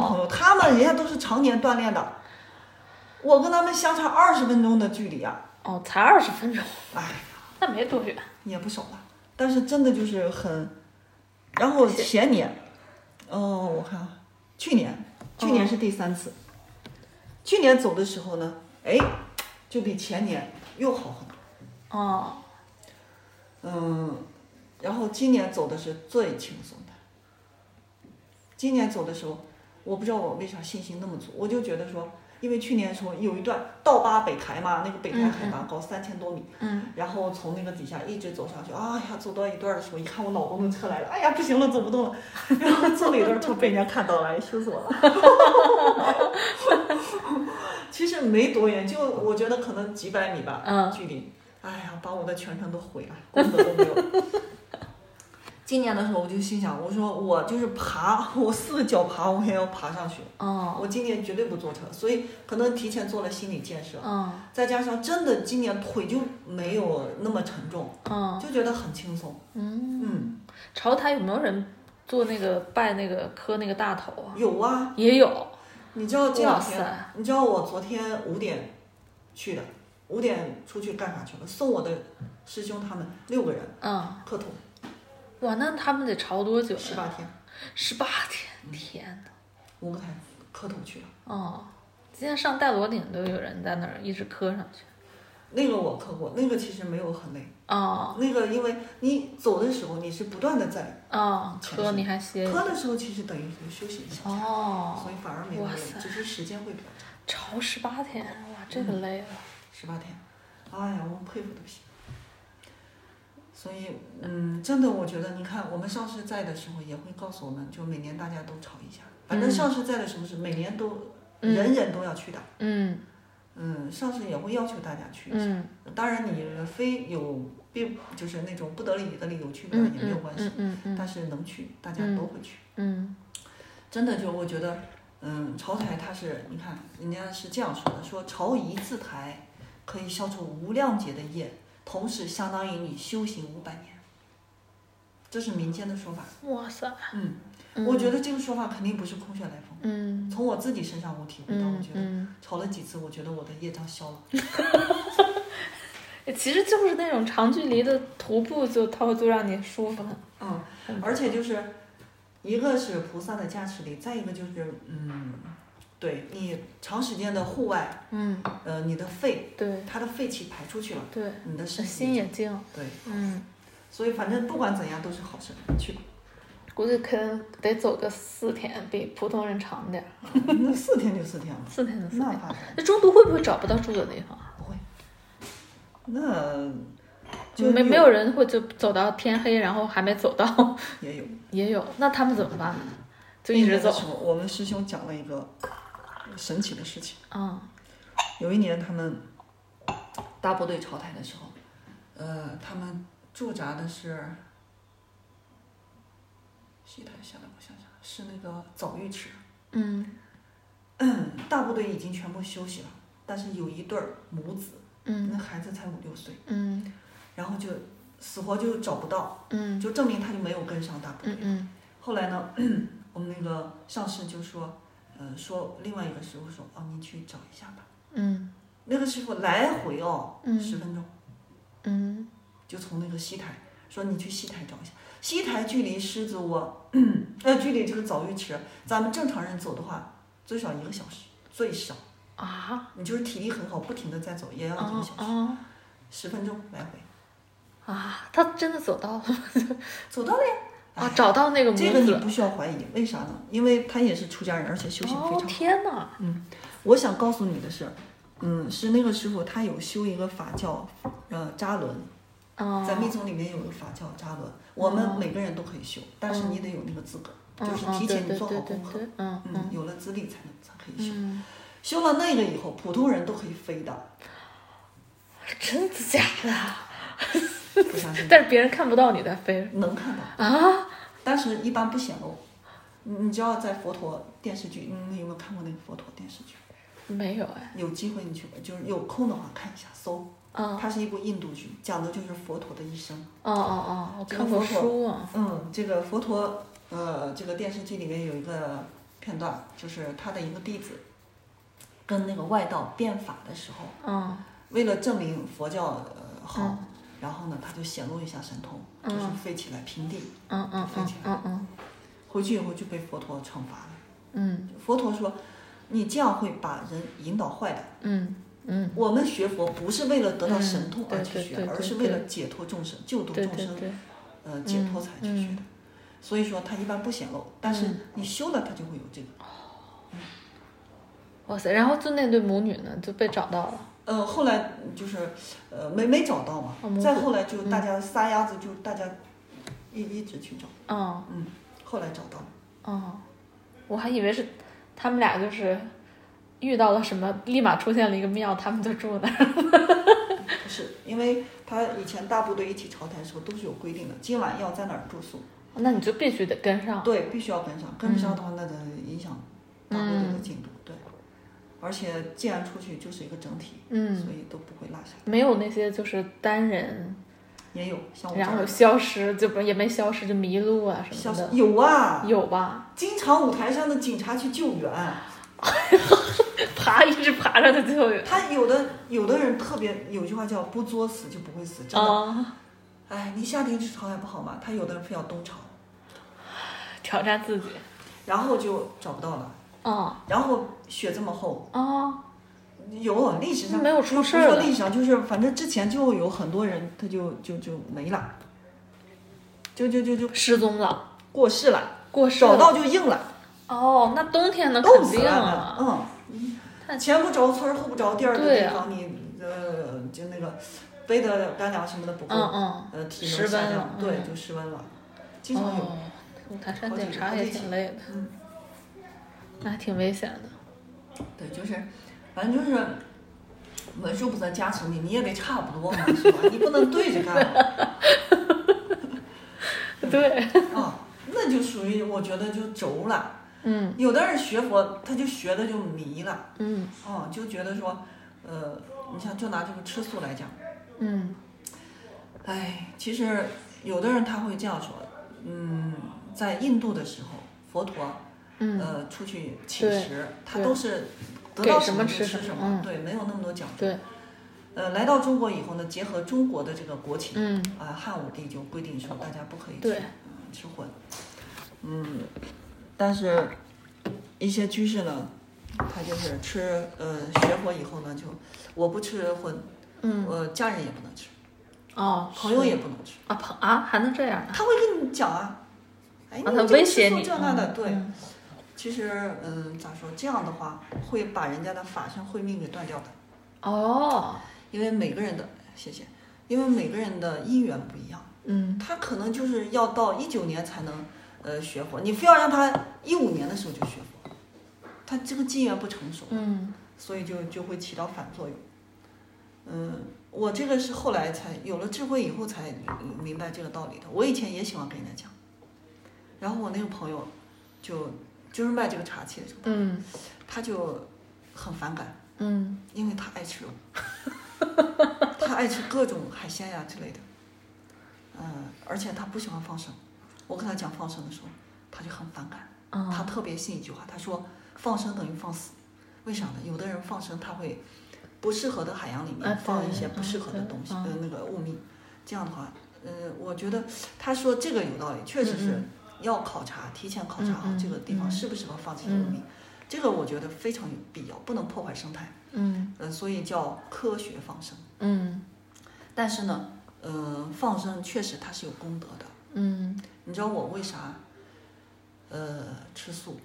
Speaker 4: 朋
Speaker 5: 哦，
Speaker 4: 友，他们人家都是常年锻炼的，我跟他们相差二十分钟的距离啊，
Speaker 5: 哦，才二十分钟，
Speaker 4: 哎，
Speaker 5: 那没多远。
Speaker 4: 也不少了。但是真的就是很，然后前年，哦，我看啊去年，去年是第三
Speaker 5: 哦
Speaker 4: 次，去年走的时候呢，哎，就比前年又好很多，
Speaker 5: 哦，
Speaker 4: 嗯，然后今年走的是最轻松的。今年走的时候，我不知道我为啥信心那么足，我就觉得说，因为去年的时候有一段到巴北台嘛，那个北台海拔高三千多米，
Speaker 5: 嗯，
Speaker 4: 然后从那个底下一直走上去，哎呀，走到一段的时候，一看我老公的车来了，哎呀，不行了，走不动了， 然后走了一段就被人家看到了， 哎羞死我了。其实没多远，就我觉得可能几百米吧，
Speaker 5: 嗯
Speaker 4: 距离，哎呀，把我的全程都毁了，功德都没有。 今年的时候，我就心想，我说我就是爬，我四个脚爬，我也要爬上去。
Speaker 5: 哦，
Speaker 4: 我今年绝对不坐车，所以可能提前做了心理建设，
Speaker 5: 嗯
Speaker 4: 再加上真的今年腿就没有那么沉重，
Speaker 5: 嗯
Speaker 4: 就觉得很轻松。
Speaker 5: 嗯。
Speaker 4: 嗯，
Speaker 5: 朝台有没有人做那个拜那个磕那个大头啊？
Speaker 4: 有啊，
Speaker 5: 也有。
Speaker 4: 你知道这
Speaker 5: 哇
Speaker 4: 两天，
Speaker 5: 塞！
Speaker 4: 你知道我昨天五点去的，五点出去干啥去了？送我的师兄他们六个人
Speaker 5: 嗯，
Speaker 4: 磕头，
Speaker 5: 哇，那他们得朝多久
Speaker 4: 十
Speaker 5: 呀？
Speaker 4: 八天，
Speaker 5: 十八天，天呐。
Speaker 4: 五个台磕头去了。
Speaker 5: 哦，今天上戴罗岭都有人在那儿一直磕上去。
Speaker 4: 那个我磕过，那个其实没有很累，
Speaker 5: 哦
Speaker 4: 那个因为你走的时候你是不断的在
Speaker 5: 哦，磕你还歇一
Speaker 4: 磕
Speaker 5: 下。
Speaker 4: 的时候，其实等于是休息一下。
Speaker 5: 哦
Speaker 4: 所，以反而没有
Speaker 5: 哇
Speaker 4: 累
Speaker 5: 塞，
Speaker 4: 只是时间会比较长，
Speaker 5: 朝十八天，哇，这
Speaker 4: 嗯
Speaker 5: 个累了。
Speaker 4: 十八天。哎呀，我佩服的不行。所以，嗯，真的，我觉得，你看，我们上师在的时候也会告诉我们，就每年大家都吵一下。反正
Speaker 5: 嗯
Speaker 4: 上师在的时候是每年都、
Speaker 5: 嗯
Speaker 4: 人人都要去的，
Speaker 5: 嗯
Speaker 4: 嗯，上师也会要求大家去一下。
Speaker 5: 嗯
Speaker 4: 当然，你非有必就是那种不得已的理由去不了
Speaker 5: 嗯
Speaker 4: 也没有
Speaker 5: 嗯
Speaker 4: 关系，
Speaker 5: 嗯嗯嗯
Speaker 4: 但是能去，大家都会去。
Speaker 5: 嗯
Speaker 4: 真的就我觉得，嗯，朝台它是，你看人家是这样说的，说朝一次台可以消除无量劫的业，同时相当于你修行五百年，这是民间的说法。
Speaker 5: 嗯，哇塞！
Speaker 4: 嗯，
Speaker 5: 嗯
Speaker 4: 我觉得这个说法肯定不是空穴来风。
Speaker 5: 嗯
Speaker 4: 从我自己身上我体会到，我
Speaker 5: 嗯
Speaker 4: 觉得
Speaker 5: 嗯，
Speaker 4: 吵了几次，我觉得我的业障消了。
Speaker 5: 哎其实就是那种长距离的徒步，就它会就让你舒服了。
Speaker 4: 嗯，而且就是一个是菩萨的加持力，再一个就是嗯，对你长时间的户外，
Speaker 5: 嗯，
Speaker 4: 呃，你的肺
Speaker 5: 对
Speaker 4: 它的废气排出去了。
Speaker 5: 对，
Speaker 4: 你的身体
Speaker 5: 心也静。
Speaker 4: 对，
Speaker 5: 嗯，
Speaker 4: 所以反正不管怎样都是好事，去吧。
Speaker 5: 估计可能得走个四天，比普通人长点儿。
Speaker 4: 那四天就四天 了，
Speaker 5: 四天的四
Speaker 4: 那
Speaker 5: 天。
Speaker 4: 怕啥？
Speaker 5: 那中途会不会找不到住的地方啊？
Speaker 4: 不会，那就
Speaker 5: 没没有人会就走到天黑，然后还没走到，
Speaker 4: 也有，
Speaker 5: 也有。那他们怎么办呢？就一直走
Speaker 4: 那年的时。候我们师兄讲了一个神奇的事情。
Speaker 5: 嗯
Speaker 4: 有一年他们大部队朝台的时候，呃，他们驻扎的是戏台下来，我想想，是那个澡浴池。嗯
Speaker 5: 嗯
Speaker 4: 大部队已经全部休息了，但是有一对儿母子，那
Speaker 5: 嗯
Speaker 4: 孩子才五六岁，
Speaker 5: 嗯
Speaker 4: 然后就死活就找不到，
Speaker 5: 嗯
Speaker 4: 就证明他就没有跟上大部队。
Speaker 5: 嗯嗯
Speaker 4: 后来呢， 我们那个上司就说，呃，说另外一个师傅说，哦，您去找一下吧。
Speaker 5: 嗯
Speaker 4: 那个师傅来回哦，
Speaker 5: 嗯
Speaker 4: 十分钟
Speaker 5: 嗯
Speaker 4: 就从那个西台说你去西台找一下，西台距离狮子窝， 呃，距离这个澡浴池，咱们正常人走的话，最少一个小时，最少。
Speaker 5: 啊
Speaker 4: 你就是体力很好，不停的在走，也要一个小
Speaker 5: 啊
Speaker 4: 时，
Speaker 5: 啊
Speaker 4: 十分钟来回，
Speaker 5: 啊！他真的走到了
Speaker 4: 走到了呀。
Speaker 5: 啊，找到那个母
Speaker 4: 这个你
Speaker 5: 子。
Speaker 4: 不需要怀疑，为啥呢？因为他也是出家人，而且修行非
Speaker 5: 哦
Speaker 4: 常好。
Speaker 5: 天哪！
Speaker 4: 我想告诉你的是，嗯，是那个师傅他有修一个法叫，呃，扎轮，
Speaker 5: 啊，
Speaker 4: 在密宗里面有个法叫扎
Speaker 5: 哦
Speaker 4: 轮，我们每个人都可以修，但是你得有那个资格，就是
Speaker 5: 嗯嗯
Speaker 4: 提前你
Speaker 5: 对
Speaker 4: 做好
Speaker 5: 对对
Speaker 4: 功课
Speaker 5: 对，对嗯
Speaker 4: 嗯，
Speaker 5: 嗯
Speaker 4: 有了资历才能才可以修。
Speaker 5: 嗯，
Speaker 4: 修了那个以后，普通人都可以飞的，
Speaker 5: 真的假的？
Speaker 4: 不相信
Speaker 5: 但是别人看不到你在飞
Speaker 4: 能看到。
Speaker 5: 啊？
Speaker 4: 但是一般不显露。你你只要在佛陀电视剧，你有没有看过那个佛陀电视剧？
Speaker 5: 没有哎。
Speaker 4: 有机会你去，就是有空的话看一下，搜。
Speaker 5: 啊
Speaker 4: 它是一部印度剧，讲的就是佛陀的一生。
Speaker 5: 哦哦哦，我
Speaker 4: 这
Speaker 5: 看
Speaker 4: 个
Speaker 5: 过
Speaker 4: 佛陀
Speaker 5: 书啊。
Speaker 4: 嗯，这个佛陀，呃，这个电视剧里面有一个片段，就是他的一个弟子跟那个外道辩法的时候，
Speaker 5: 嗯
Speaker 4: 为了证明佛教呃好，然后呢，他就显露一下神通，就是飞起来平地，
Speaker 5: 嗯嗯嗯嗯嗯
Speaker 4: 回去以后就被佛陀惩罚了。
Speaker 5: 嗯
Speaker 4: 佛陀说，你这样会把人引导坏的。
Speaker 5: 嗯嗯，
Speaker 4: 我们学佛不是为了得到神通
Speaker 5: 嗯
Speaker 4: 而去
Speaker 5: 对对对
Speaker 4: 学，
Speaker 5: 对
Speaker 4: 而是为了解脱众生、救度
Speaker 5: 对
Speaker 4: 众
Speaker 5: 对
Speaker 4: 生，
Speaker 5: 对，嗯
Speaker 4: 呃，解脱才去学的。所以说，它一般不显露，但是你修了，它就会有这个。
Speaker 5: 哇塞！然后就那对母女呢，就被找到了。
Speaker 4: 呃，后来就是，呃，没没找到嘛
Speaker 5: 哦没。
Speaker 4: 再
Speaker 5: 找
Speaker 4: 后来就大家撒丫子，就大家一一直去找，
Speaker 5: 嗯
Speaker 4: 嗯，后来找到了。
Speaker 5: 嗯，我还以为是他们俩就是遇到了什么，立马出现了一个庙，他们就住那儿。
Speaker 4: 不是，因为他以前大部队一起朝台的时候都是有规定的，今晚要在哪儿住宿，
Speaker 5: 那你就必须得跟上。
Speaker 4: 对，必须要跟上，跟不
Speaker 5: 嗯
Speaker 4: 上的话，那得影响大部队的进度。对，而且既然出去就是一个整体，
Speaker 5: 嗯
Speaker 4: 所以都不会落下。
Speaker 5: 没有那些就是单人，
Speaker 4: 也有哦像我这
Speaker 5: 然后
Speaker 4: 样
Speaker 5: 消失，就不也没消失，就迷路啊什
Speaker 4: 消
Speaker 5: 么
Speaker 4: 息
Speaker 5: 的，
Speaker 4: 有啊，
Speaker 5: 有吧？
Speaker 4: 经常舞台上的警察去救援，
Speaker 5: 爬一直爬上去就有。
Speaker 4: 他有的有的人特别有句话叫不作死就不会死，真的。
Speaker 5: 啊，
Speaker 4: 哎，你夏天去朝还不好吗？他有的人非要冬朝，
Speaker 5: 挑战自己。
Speaker 4: 然后就找不到了，
Speaker 5: 啊
Speaker 4: 然后雪这么厚，
Speaker 5: 啊，
Speaker 4: 有历史上
Speaker 5: 没有出事
Speaker 4: 不
Speaker 5: 儿
Speaker 4: 说
Speaker 5: 的
Speaker 4: 历史上就是，反正之前就有很多人他就就就没了，就就就就
Speaker 5: 失踪了，
Speaker 4: 过世了，
Speaker 5: 过世
Speaker 4: 找
Speaker 5: 了。
Speaker 4: 到就硬了，
Speaker 5: 哦，那冬天呢？
Speaker 4: 冻
Speaker 5: 肯
Speaker 4: 死
Speaker 5: 定
Speaker 4: 了，
Speaker 5: 啊。
Speaker 4: 嗯，
Speaker 5: 太
Speaker 4: 前不着村儿后不着店儿的
Speaker 5: 对
Speaker 4: 地
Speaker 5: 啊
Speaker 4: 方，你呃就那个背的干粮什么的不够，
Speaker 5: 嗯嗯，
Speaker 4: 呃体
Speaker 5: 失
Speaker 4: 能下
Speaker 5: 温
Speaker 4: 降
Speaker 5: 了，
Speaker 4: 对，
Speaker 5: 嗯
Speaker 4: 就失温了，经常有，
Speaker 5: 哦，五台山警察也挺累的，
Speaker 4: 嗯，
Speaker 5: 那还挺危险的。
Speaker 4: 对，就是反正就是。文殊菩萨加持你，你也得差不多嘛，是吧？你不能对着干嘛。
Speaker 5: 对，
Speaker 4: 啊，那就属于我觉得就轴了。
Speaker 5: 嗯
Speaker 4: 有的人学佛，他就学的就迷了，
Speaker 5: 嗯
Speaker 4: 啊，就觉得说，呃，你像就拿这个吃素来讲，
Speaker 5: 嗯
Speaker 4: 哎，其实有的人他会这样说，嗯，在印度的时候，佛陀
Speaker 5: 嗯，
Speaker 4: 呃出去乞
Speaker 5: 对
Speaker 4: 食，他
Speaker 5: 对
Speaker 4: 都是得
Speaker 5: 给
Speaker 4: 到
Speaker 5: 什
Speaker 4: 什
Speaker 5: 么
Speaker 4: 么就
Speaker 5: 吃
Speaker 4: 吃
Speaker 5: 什
Speaker 4: 什
Speaker 5: 么
Speaker 4: 么
Speaker 5: 嗯，
Speaker 4: 对，没有那么多讲究。
Speaker 5: 对，
Speaker 4: 呃，来到中国以后呢，结合中国的这个国情，
Speaker 5: 嗯
Speaker 4: 啊、汉武帝就规定说大家不可以去
Speaker 5: 对
Speaker 4: 嗯吃荤，嗯，但是一些居士呢，他就是吃呃学佛以后呢，就我不吃荤，
Speaker 5: 嗯
Speaker 4: 我家人也不能吃，
Speaker 5: 哦，
Speaker 4: 朋友
Speaker 5: 是
Speaker 4: 也不能吃，
Speaker 5: 啊朋啊还能这样呢？
Speaker 4: 他会跟你讲啊，哎，你
Speaker 5: 啊，
Speaker 4: 这
Speaker 5: 他
Speaker 4: 个
Speaker 5: 威
Speaker 4: 吃
Speaker 5: 胁
Speaker 4: 素
Speaker 5: 你，
Speaker 4: 这那的，
Speaker 5: 嗯
Speaker 4: 对。
Speaker 5: 嗯
Speaker 4: 其实，嗯，咋说？这样的话会把人家的法身慧命给断掉的，
Speaker 5: 哦，
Speaker 4: 因为每个人的谢谢，因为每个人的因缘不一样，
Speaker 5: 嗯
Speaker 4: 他可能就是要到一九年才能呃学佛，你非要让他一五年的时候就学佛，他这个机缘不成熟，
Speaker 5: 嗯
Speaker 4: 所以就就会起到反作用。嗯，我这个是后来才有了智慧以后才明白这个道理的，我以前也喜欢跟人家讲，然后我那个朋友就就是卖这个茶器的，
Speaker 5: 嗯
Speaker 4: 他就很反感，
Speaker 5: 嗯
Speaker 4: 因为他爱吃 肉，他爱吃各种海鲜呀之类的，嗯，而且他不喜欢放生。我跟他讲放生的时候，他就很反感。他
Speaker 5: 啊
Speaker 4: 特别信一句话，他说放生等于放死，为啥呢？有的人放生他会不适合的海洋里面
Speaker 5: 啊
Speaker 4: 放
Speaker 5: 对
Speaker 4: 一些不适
Speaker 5: 嗯
Speaker 4: 合的
Speaker 5: 对
Speaker 4: 东西，
Speaker 5: 嗯
Speaker 4: 呃，那个物命，这样的话，呃，我觉得他说这个有道理，确实是
Speaker 5: 嗯
Speaker 4: 要考察，提前考察好
Speaker 5: 嗯嗯
Speaker 4: 这个地方
Speaker 5: 嗯
Speaker 4: 适不适合放这些物命，这个我觉得非常有必要，不能破坏生态，
Speaker 5: 嗯
Speaker 4: 呃，所以叫科学放生。
Speaker 5: 嗯
Speaker 4: 但是呢，呃，放生确实它是有功德的，
Speaker 5: 嗯
Speaker 4: 你知道我为啥，呃，吃素？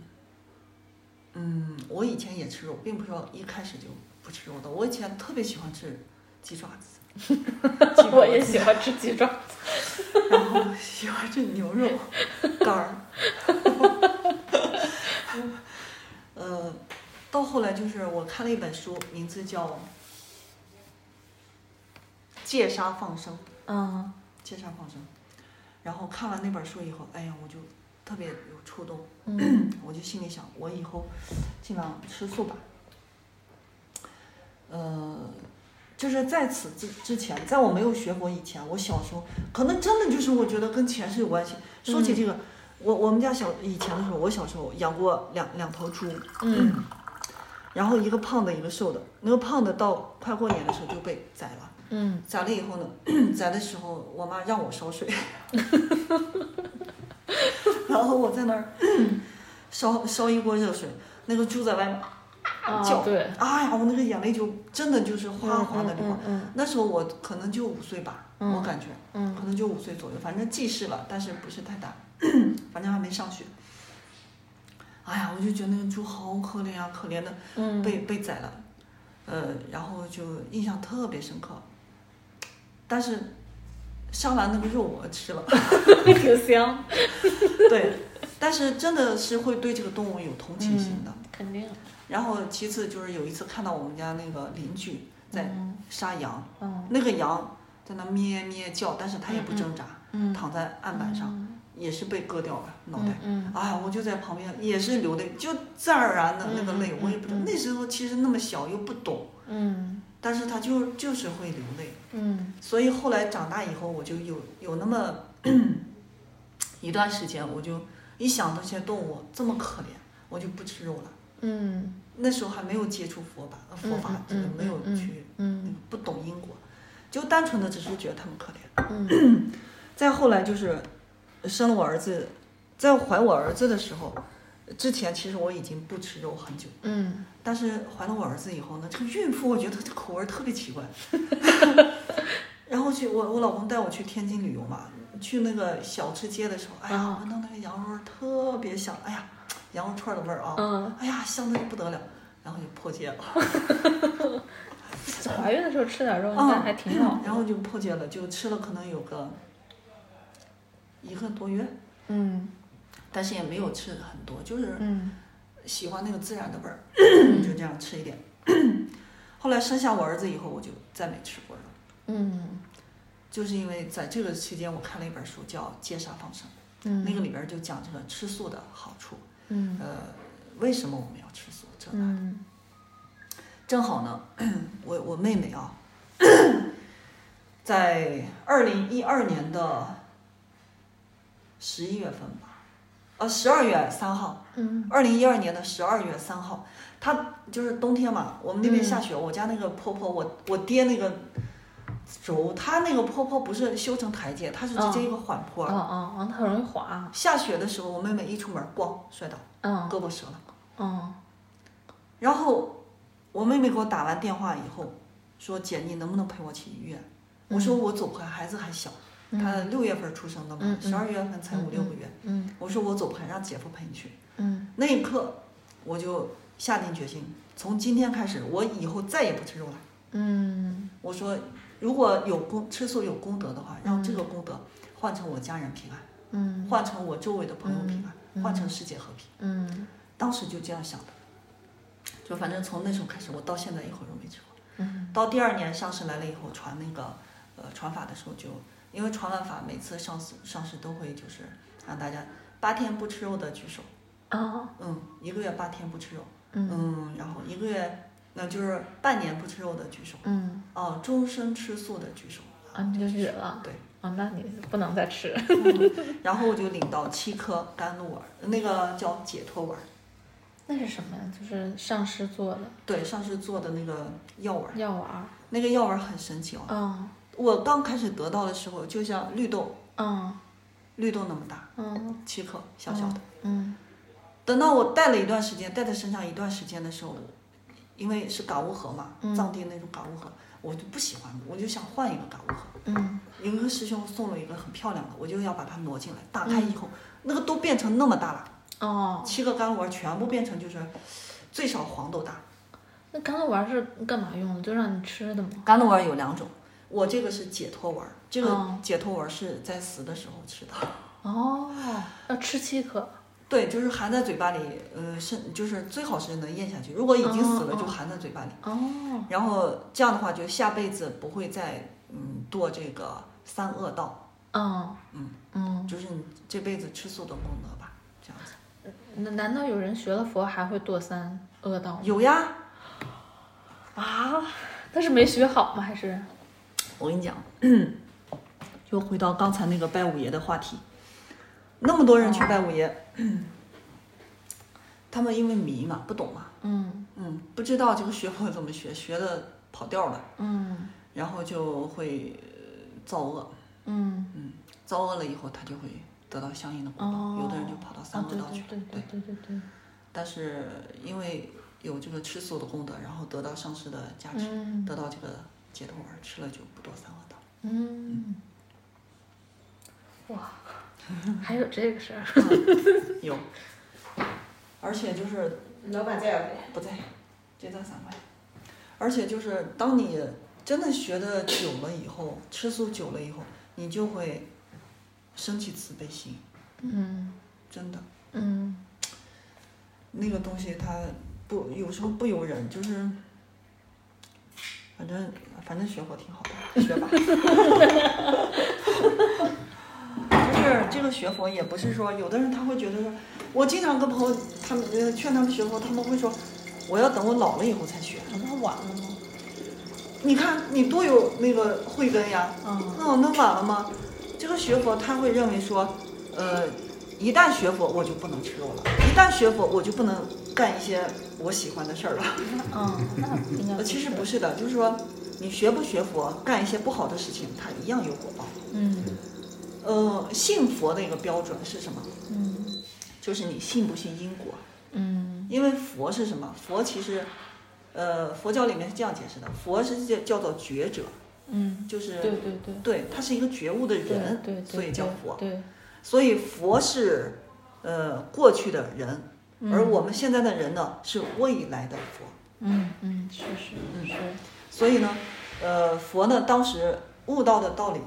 Speaker 4: 嗯，我以前也吃肉，并不是说一开始就不吃肉的。我以前特别喜欢吃鸡爪子， 鸡脖子
Speaker 5: 我也喜欢吃鸡爪，
Speaker 4: 然后喜欢吃牛肉干儿。 呃，到后来就是我看了一本书，名字叫《戒杀放生》。
Speaker 5: 嗯
Speaker 4: 戒杀放生。然后看完那本书以后，哎呀，我就特别有触动，
Speaker 5: 嗯
Speaker 4: 我就心里想，我以后尽量吃素吧。呃，就是在此之之前，在我没有学佛以前，我小时候可能真的就是我觉得跟钱是有关系。说起这个，我我们家小以前的时候，我小时候养过两两头猪，
Speaker 5: 嗯
Speaker 4: 然后一个胖的，一个瘦的。那个胖的到快过年的时候就被宰了。
Speaker 5: 嗯
Speaker 4: 宰了以后呢，宰的时候我妈让我烧水， 然后我在那儿烧烧一锅热水，那个猪在外面，
Speaker 5: 啊
Speaker 4: 叫
Speaker 5: 对，
Speaker 4: 哎呀，我那个眼泪就真的就是哗哗的流。
Speaker 5: 嗯嗯
Speaker 4: 那时候我可能就五岁吧，
Speaker 5: 嗯
Speaker 4: 我感觉
Speaker 5: 嗯
Speaker 4: 可能就五岁左右，反正记事了，但是不是太大，反正还没上学。哎呀，我就觉得那个猪好可怜啊，可怜的。
Speaker 5: 嗯
Speaker 4: 被被宰了，呃，然后就印象特别深刻。但是杀完那个肉我吃 了，
Speaker 5: 挺香，
Speaker 4: 对，但是真的是会对这个动物有同情心的。
Speaker 5: 肯定，
Speaker 4: 然后其次就是有一次看到我们家那个邻居在
Speaker 5: 嗯
Speaker 4: 杀羊，
Speaker 5: 嗯
Speaker 4: 那个羊在那咩咩叫，但是它也不挣扎，
Speaker 5: 嗯，
Speaker 4: 躺在案板上，也是被割掉了脑袋。
Speaker 5: 嗯
Speaker 4: 啊，我就在旁边，也是流泪，就自然而然的那个
Speaker 5: 嗯
Speaker 4: 泪，我也不知道
Speaker 5: 嗯嗯
Speaker 4: 那时候其实那么小又不懂，
Speaker 5: 嗯
Speaker 4: 但是他就就是会流泪，
Speaker 5: 嗯
Speaker 4: 所以后来长大以后，我就有有那么 一段时间，我就一想到这些动物这么可怜，我就不吃肉了。
Speaker 5: 嗯
Speaker 4: 那时候还没有接触佛法，呃佛法
Speaker 5: 嗯
Speaker 4: 这个
Speaker 5: 嗯
Speaker 4: 没有
Speaker 5: 嗯
Speaker 4: 去，
Speaker 5: 嗯
Speaker 4: 不懂因果，就单纯的只是觉得他们可怜。
Speaker 5: 嗯
Speaker 4: 再后来就是生了我儿子，在怀我儿子的时候，之前其实我已经不吃肉很久了。
Speaker 5: 嗯，
Speaker 4: 但是怀了我儿子以后呢，这个孕妇我觉得她口味儿特别奇 怪。然后去我我老公带我去天津旅游嘛，去那个小吃街的时候，哎呀
Speaker 5: 啊，
Speaker 4: 闻到那个羊肉味儿特别香，哎呀，羊肉串儿的味儿啊，
Speaker 5: 嗯
Speaker 4: 哎呀，香的不得了，然后就破戒了，
Speaker 5: 怀孕的时候吃点肉，
Speaker 4: 嗯
Speaker 5: 哦那还挺好，
Speaker 4: 然后就破戒了，就吃了可能有个一个多月，
Speaker 5: 嗯
Speaker 4: 但是也没有吃很多，就是
Speaker 5: 嗯
Speaker 4: 喜欢那个自然的味儿，就这样吃一点。 后来生下我儿子以后，我就再没吃过肉。
Speaker 5: 嗯
Speaker 4: 就是因为在这个期间，我看了一本书叫《戒杀放生》，
Speaker 5: 嗯
Speaker 4: 那个里边就讲这个吃素的好处，
Speaker 5: 嗯
Speaker 4: 呃，为什么我们要吃素？这那的
Speaker 5: 嗯
Speaker 4: 正好呢，我我妹妹啊，在二零一二年的十一月份吧，呃，十二月三号，
Speaker 5: 嗯
Speaker 4: 二零一二年的十二月三号，他就是冬天嘛，我们那边下雪，我家那个坡坡，我我爹那个轴，他那个坡坡不是修成台阶，它是直接一个缓坡。
Speaker 5: 哦哦哦，它很容易滑，
Speaker 4: 下雪的时候，我妹妹一出门，咣摔倒，
Speaker 5: 嗯
Speaker 4: 胳膊折了。
Speaker 5: 嗯
Speaker 4: 然后我妹妹给我打完电话以后，说姐，你能不能陪我去医院？我说我走不开，孩子还小，他六月份出生的嘛
Speaker 5: 嗯，嗯
Speaker 4: 十二月份才五六个月。
Speaker 5: 嗯
Speaker 4: 我说我走不开，让姐夫陪你去。
Speaker 5: 嗯
Speaker 4: 那一刻，我就下定决心，从今天开始，我以后再也不吃肉了。
Speaker 5: 嗯
Speaker 4: 我说，如果有功吃素有功德的话，让这个功德换成我家人平安，
Speaker 5: 嗯
Speaker 4: 换成我周围的朋友平安，
Speaker 5: 嗯
Speaker 4: 换成世界和平。
Speaker 5: 嗯
Speaker 4: 当时就这样想的，就反正从那时候开始，我到现在一回都没吃过。
Speaker 5: 嗯
Speaker 4: 到第二年上师来了以后，传那个呃传法的时候就，因为传完法，每次上师上师都会就是让大家。八天不吃肉的举手。
Speaker 5: 哦，
Speaker 4: 嗯，一个月八天不吃肉，嗯，然后一个月那就是半年不吃肉的举手，
Speaker 5: 嗯，
Speaker 4: 哦，终身吃素的举手，
Speaker 5: 啊，你就哕了，
Speaker 4: 对，
Speaker 5: 啊，那你不能再吃，
Speaker 4: 然后我就领到七颗甘露丸，那个叫解脱丸，
Speaker 5: 那是什么呀？就是上师做的
Speaker 4: 对，上次做的那个药丸，
Speaker 5: 药丸儿，
Speaker 4: 那个药丸很神奇哦，
Speaker 5: 嗯
Speaker 4: 我刚开始得到的时候，就像绿豆，
Speaker 5: 嗯
Speaker 4: 绿豆那么大，
Speaker 5: 嗯
Speaker 4: 七颗小小的，
Speaker 5: 嗯
Speaker 4: 等到我戴了一段时间，戴在身上一段时间的时候，因为是嘎乌盒嘛，
Speaker 5: 嗯
Speaker 4: 藏地那种嘎乌盒，我就不喜欢，我就想换一个嘎乌盒。
Speaker 5: 嗯，
Speaker 4: 有一个师兄送了一个很漂亮的，我就要把它挪进来。打开以后，那个都变成那么大了，
Speaker 5: 嗯哦，
Speaker 4: 七个甘露丸全部变成就是最少黄豆
Speaker 5: 嗯
Speaker 4: 大。
Speaker 5: 那甘露丸是干嘛用的？就让你吃的吗？
Speaker 4: 甘露丸有两种，我这个是解脱丸，这个
Speaker 5: 哦
Speaker 4: 解脱丸是在死的时候吃的，
Speaker 5: 哦，要吃七颗，
Speaker 4: 对，就是含在嘴巴里，呃，是就是最好是能咽下去，如果已经死了
Speaker 5: 哦
Speaker 4: 就含在嘴巴里，
Speaker 5: 哦，
Speaker 4: 然后这样的话就下辈子不会再嗯堕这个三恶道，
Speaker 5: 嗯
Speaker 4: 嗯
Speaker 5: 嗯，
Speaker 4: 就是你这辈子吃素的功德吧，这样子。
Speaker 5: 那难道有人学了佛还会堕三恶道吗？
Speaker 4: 有呀，
Speaker 5: 啊，但是没学好吗？还是
Speaker 4: 我跟你讲， 又回到刚才那个拜五爷的话题，那么多人去拜五爷， 他们因为迷嘛，不懂嘛，
Speaker 5: 嗯
Speaker 4: 嗯，不知道这个学佛怎么学，学的跑调了，
Speaker 5: 嗯
Speaker 4: 然后就会呃造恶，
Speaker 5: 嗯
Speaker 4: 造恶了以后，他就会得到相应的果报，
Speaker 5: 哦，
Speaker 4: 有的人就跑到三恶道去了，
Speaker 5: 啊对对对对对对对，
Speaker 4: 但是因为有这个吃素的功德，然后得到上师的加持，
Speaker 5: 嗯
Speaker 4: 得到这个解脱丸，吃了就不堕三恶道。
Speaker 5: 嗯，哇，还有这个事儿，
Speaker 4: 有，而且就是
Speaker 7: 老板在不
Speaker 4: 不
Speaker 7: 在？
Speaker 4: 在，这在散块。而且就是当你真的学的久了以后，吃素久了以后，你就会升起慈悲心，
Speaker 5: 嗯
Speaker 4: 真的，
Speaker 5: 嗯
Speaker 4: 那个东西它不有时候不由人，就是。反正反正学佛挺好的，学吧。就是这个学佛也不是说，有的人他会觉得说，我经常跟朋友他们呃劝他们学佛，他们会说，我要等我老了以后才学。
Speaker 5: 那晚了吗？
Speaker 4: 你看你多有那个慧根呀，哦
Speaker 5: 嗯
Speaker 4: 那我能晚了吗？这个学佛他会认为说，呃，一旦学佛我就不能吃肉了，一旦学佛我就不能干一些我喜欢的事儿了。
Speaker 5: 嗯，那应该
Speaker 4: 呃，其实不，是的，就是说你学不学佛，干一些不好的事情，它一样有果报。
Speaker 5: 嗯
Speaker 4: 呃，信佛的一个标准是什么？
Speaker 5: 嗯
Speaker 4: 就是你信不信因果。
Speaker 5: 嗯
Speaker 4: 因为佛是什么？佛其实，呃，佛教里面是这样解释的，佛是叫叫做觉者，
Speaker 5: 嗯，
Speaker 4: 就是
Speaker 5: 对对对。
Speaker 4: 对他是一个觉悟的
Speaker 5: 对
Speaker 4: 人，
Speaker 5: 对对，
Speaker 4: 所以叫
Speaker 5: 对
Speaker 4: 佛。
Speaker 5: 对，
Speaker 4: 所以佛是，呃，过去的人，而我们现在的人呢是未来的佛。
Speaker 5: 嗯嗯，是是是，
Speaker 4: 所以呢，呃，佛呢当时悟到的道理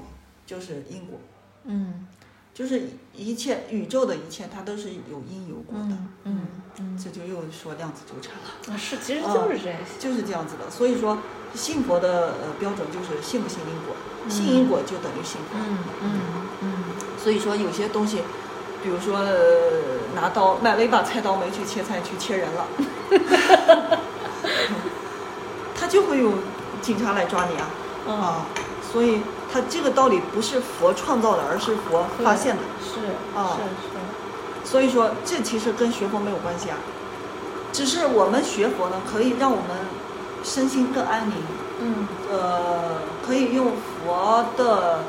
Speaker 4: 就是因果，
Speaker 5: 嗯
Speaker 4: 就是一切宇宙的一切，它都是有因有果的。
Speaker 5: 嗯嗯嗯，
Speaker 4: 这就又说量子纠缠了，
Speaker 5: 啊是，其实就是这些，
Speaker 4: 就是这样子的。所以说，信佛的呃标准就是信不信因果，信因果就等于信佛。
Speaker 5: 嗯嗯嗯
Speaker 4: 所以说有些东西，比如说、呃、拿刀买了一把菜刀没去切菜，去切人了，他就会有警察来抓你啊。啊，所以他这个道理不是佛创造的，而是佛发现的。
Speaker 5: 是
Speaker 4: 哦
Speaker 5: 是
Speaker 4: 所以说，这其实跟学佛没有关系啊，只是我们学佛呢，可以让我们身心更安宁，
Speaker 5: 是，嗯
Speaker 4: 呃，可以用佛的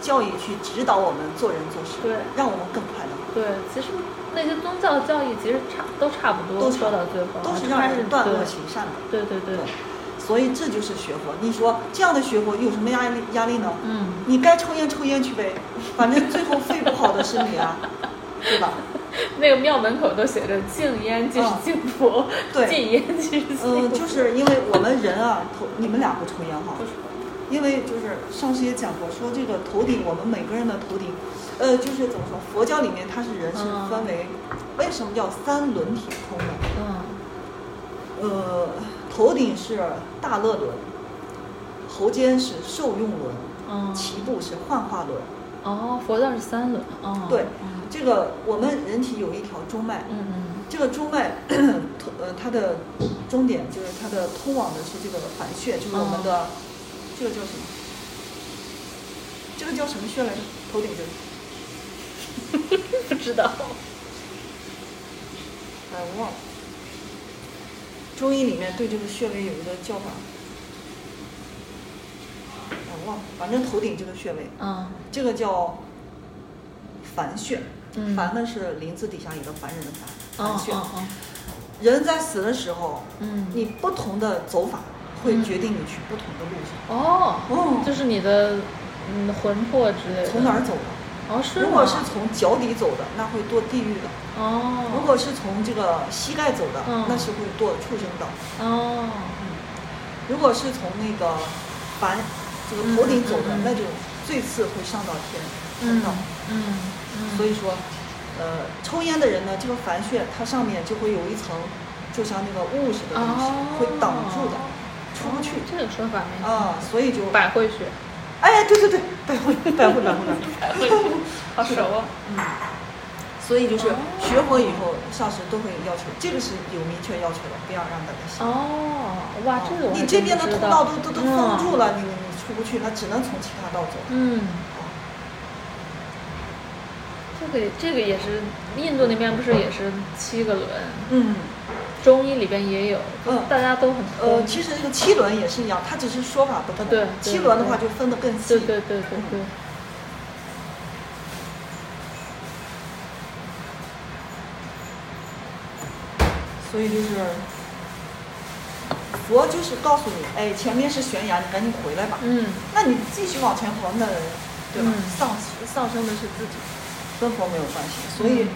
Speaker 4: 教义去指导我们做人做事，
Speaker 5: 对
Speaker 4: 让我们更快乐。
Speaker 5: 对，其实那些宗教教义其实差都差不多，
Speaker 4: 都差
Speaker 5: 说到最后
Speaker 4: 都是
Speaker 5: 就
Speaker 4: 让
Speaker 5: 开始
Speaker 4: 人断恶
Speaker 5: 对
Speaker 4: 行善的，
Speaker 5: 对对对，
Speaker 4: 所以这就是学佛。你说这样的学佛有什么压力压力呢？
Speaker 5: 嗯，
Speaker 4: 你该抽烟抽烟去呗， 反正最后肺不好的是你 啊，对吧？
Speaker 5: 那个庙门口都写着禁烟即是
Speaker 4: 嗯
Speaker 5: 禁佛，
Speaker 4: 对
Speaker 5: 禁烟即是禁
Speaker 4: 嗯，
Speaker 5: 佛，
Speaker 4: 就是因为我们人啊，头你们俩不抽烟哈
Speaker 5: 不抽，
Speaker 4: 因为就是上次也讲过，说这个头顶，我们每个人的头顶，呃，就是怎么说，佛教里面它是人是
Speaker 5: 嗯
Speaker 4: 分为，为什么叫三轮体空呢？
Speaker 5: 嗯
Speaker 4: 呃，头顶是大乐轮，喉间是受用轮，
Speaker 5: 嗯
Speaker 4: 脐部是幻化轮，
Speaker 5: 哦，佛教是三轮，哦，
Speaker 4: 对，这个我们人体有一条中脉，
Speaker 5: 嗯嗯
Speaker 4: 这个中脉， 通呃，它的终点就是它的通往的是这个环穴，就是我们的、这个叫什么？这个叫什么穴来着？头顶这里，
Speaker 5: 嗯，不知道，
Speaker 4: 哎，我忘了。中医里面对这个穴位有一个叫法，哎，我忘了，反正头顶这个穴位，
Speaker 5: 嗯
Speaker 4: 这个叫凡穴，
Speaker 5: 嗯
Speaker 4: 凡呢是林字底下一个凡人的凡，
Speaker 5: 哦
Speaker 4: 凡穴。
Speaker 5: 哦哦，
Speaker 4: 人在死的时候，
Speaker 5: 嗯
Speaker 4: 你不同的走法会决定你去不同的路上，
Speaker 5: 哦，
Speaker 4: 哦
Speaker 5: 就是你的嗯魂魄之类的，
Speaker 4: 从哪儿？走的。
Speaker 5: 哦，是吗
Speaker 4: 如果是从脚底走的，那会堕地狱的；
Speaker 5: 哦，
Speaker 4: 如果是从这个膝盖走的，
Speaker 5: 嗯
Speaker 4: 那是会堕畜生道；
Speaker 5: 哦，
Speaker 4: 如果是从那个凡这个头顶走的，
Speaker 5: 嗯嗯嗯
Speaker 4: 那就最次会上到天
Speaker 5: 嗯
Speaker 4: 天道。
Speaker 5: 嗯嗯，
Speaker 4: 所以说，呃，抽烟的人呢，这个凡穴它上面就会有一层，就像那个雾似的东西，
Speaker 5: 哦
Speaker 4: 会挡住的，出不去。
Speaker 5: 这个说法没有，
Speaker 4: 啊，所以就
Speaker 5: 百会穴，
Speaker 4: 哎，对对对，百会百会百会百会，
Speaker 5: 好熟啊，
Speaker 4: 嗯所以就是学佛以后，上师都会要求，这个是有明确要求的，不要让大家信。
Speaker 5: 哦，哇，这个我还
Speaker 4: 你这
Speaker 5: 真
Speaker 4: 边的
Speaker 5: 不知
Speaker 4: 通
Speaker 5: 道
Speaker 4: 道嗯都都都封住，了，你你出不去，那只能从其他道走。
Speaker 5: 嗯。嗯这个这个也是，印度那边不是也是七个轮，
Speaker 4: 嗯，
Speaker 5: 中医里边也有，
Speaker 4: 嗯
Speaker 5: 大家都很
Speaker 4: 呃，
Speaker 5: 通
Speaker 4: 其实这个七轮也是一样，它只是说法不同。
Speaker 5: 啊对对
Speaker 4: 七轮的话就分得更细。
Speaker 5: 对对对对对。
Speaker 4: 所以就是佛就是告诉你，哎，前面是悬崖，你赶紧回来吧。
Speaker 5: 嗯
Speaker 4: 那你继续往前跑，那对吧？
Speaker 5: 嗯
Speaker 4: 上上升的是自己，跟佛没有关系。所以，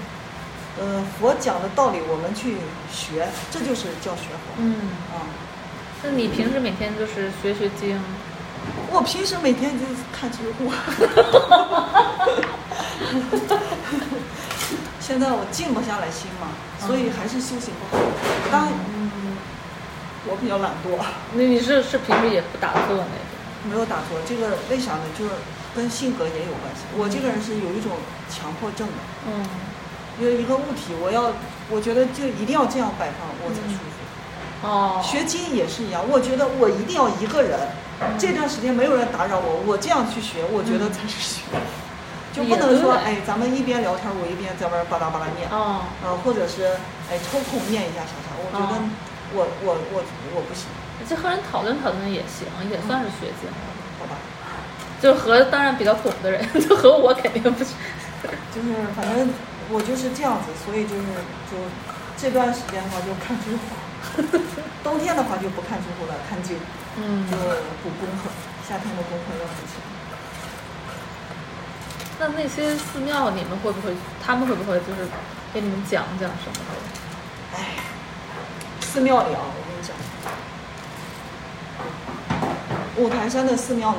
Speaker 4: 呃，佛讲的道理我们去学，这就是叫学佛。
Speaker 5: 嗯，
Speaker 4: 啊，
Speaker 5: 那你平时每天就是学学经，
Speaker 4: 我平时每天就是看知乎。 现在我静不下来心嘛，所以还是修行不好。当然，嗯，我比较懒惰。
Speaker 5: 那你是是平时也不打坐那种？
Speaker 4: 没有打坐，这个为啥呢？就是跟性格也有关系。我这个人是有一种强迫症的，
Speaker 5: 嗯
Speaker 4: 有一个物体，我要，我觉得就一定要这样摆放，我才舒服。
Speaker 5: 哦，
Speaker 4: 学经也是一样，我觉得我一定要一个人，这段时间没有人打扰我，我这样去学，我觉得才是学。就不能说
Speaker 5: 嗯也对
Speaker 4: 哎，咱们一边聊天，我一边在外边吧嗒吧嗒念，
Speaker 5: 哦
Speaker 4: 呃，或者是哎抽空念一下啥啥，我觉得
Speaker 5: 哦
Speaker 4: 我、我我我不行，
Speaker 5: 这和人讨论讨论也行，也算是学经，
Speaker 4: 好吧。
Speaker 5: 就和当然比较土的人， 就和我肯定不是。
Speaker 4: 就是反正我就是这样子，所以就是就这段时间的话就看知乎， 冬天的话就不看知乎了，看剧，
Speaker 5: 嗯
Speaker 4: 就补功课，夏天的功课要补齐。
Speaker 5: 那那些寺庙你们会不会？他们会不会就是给你们讲讲什么的？
Speaker 4: 哎，寺庙里啊，我跟你讲，五台山的寺庙呢，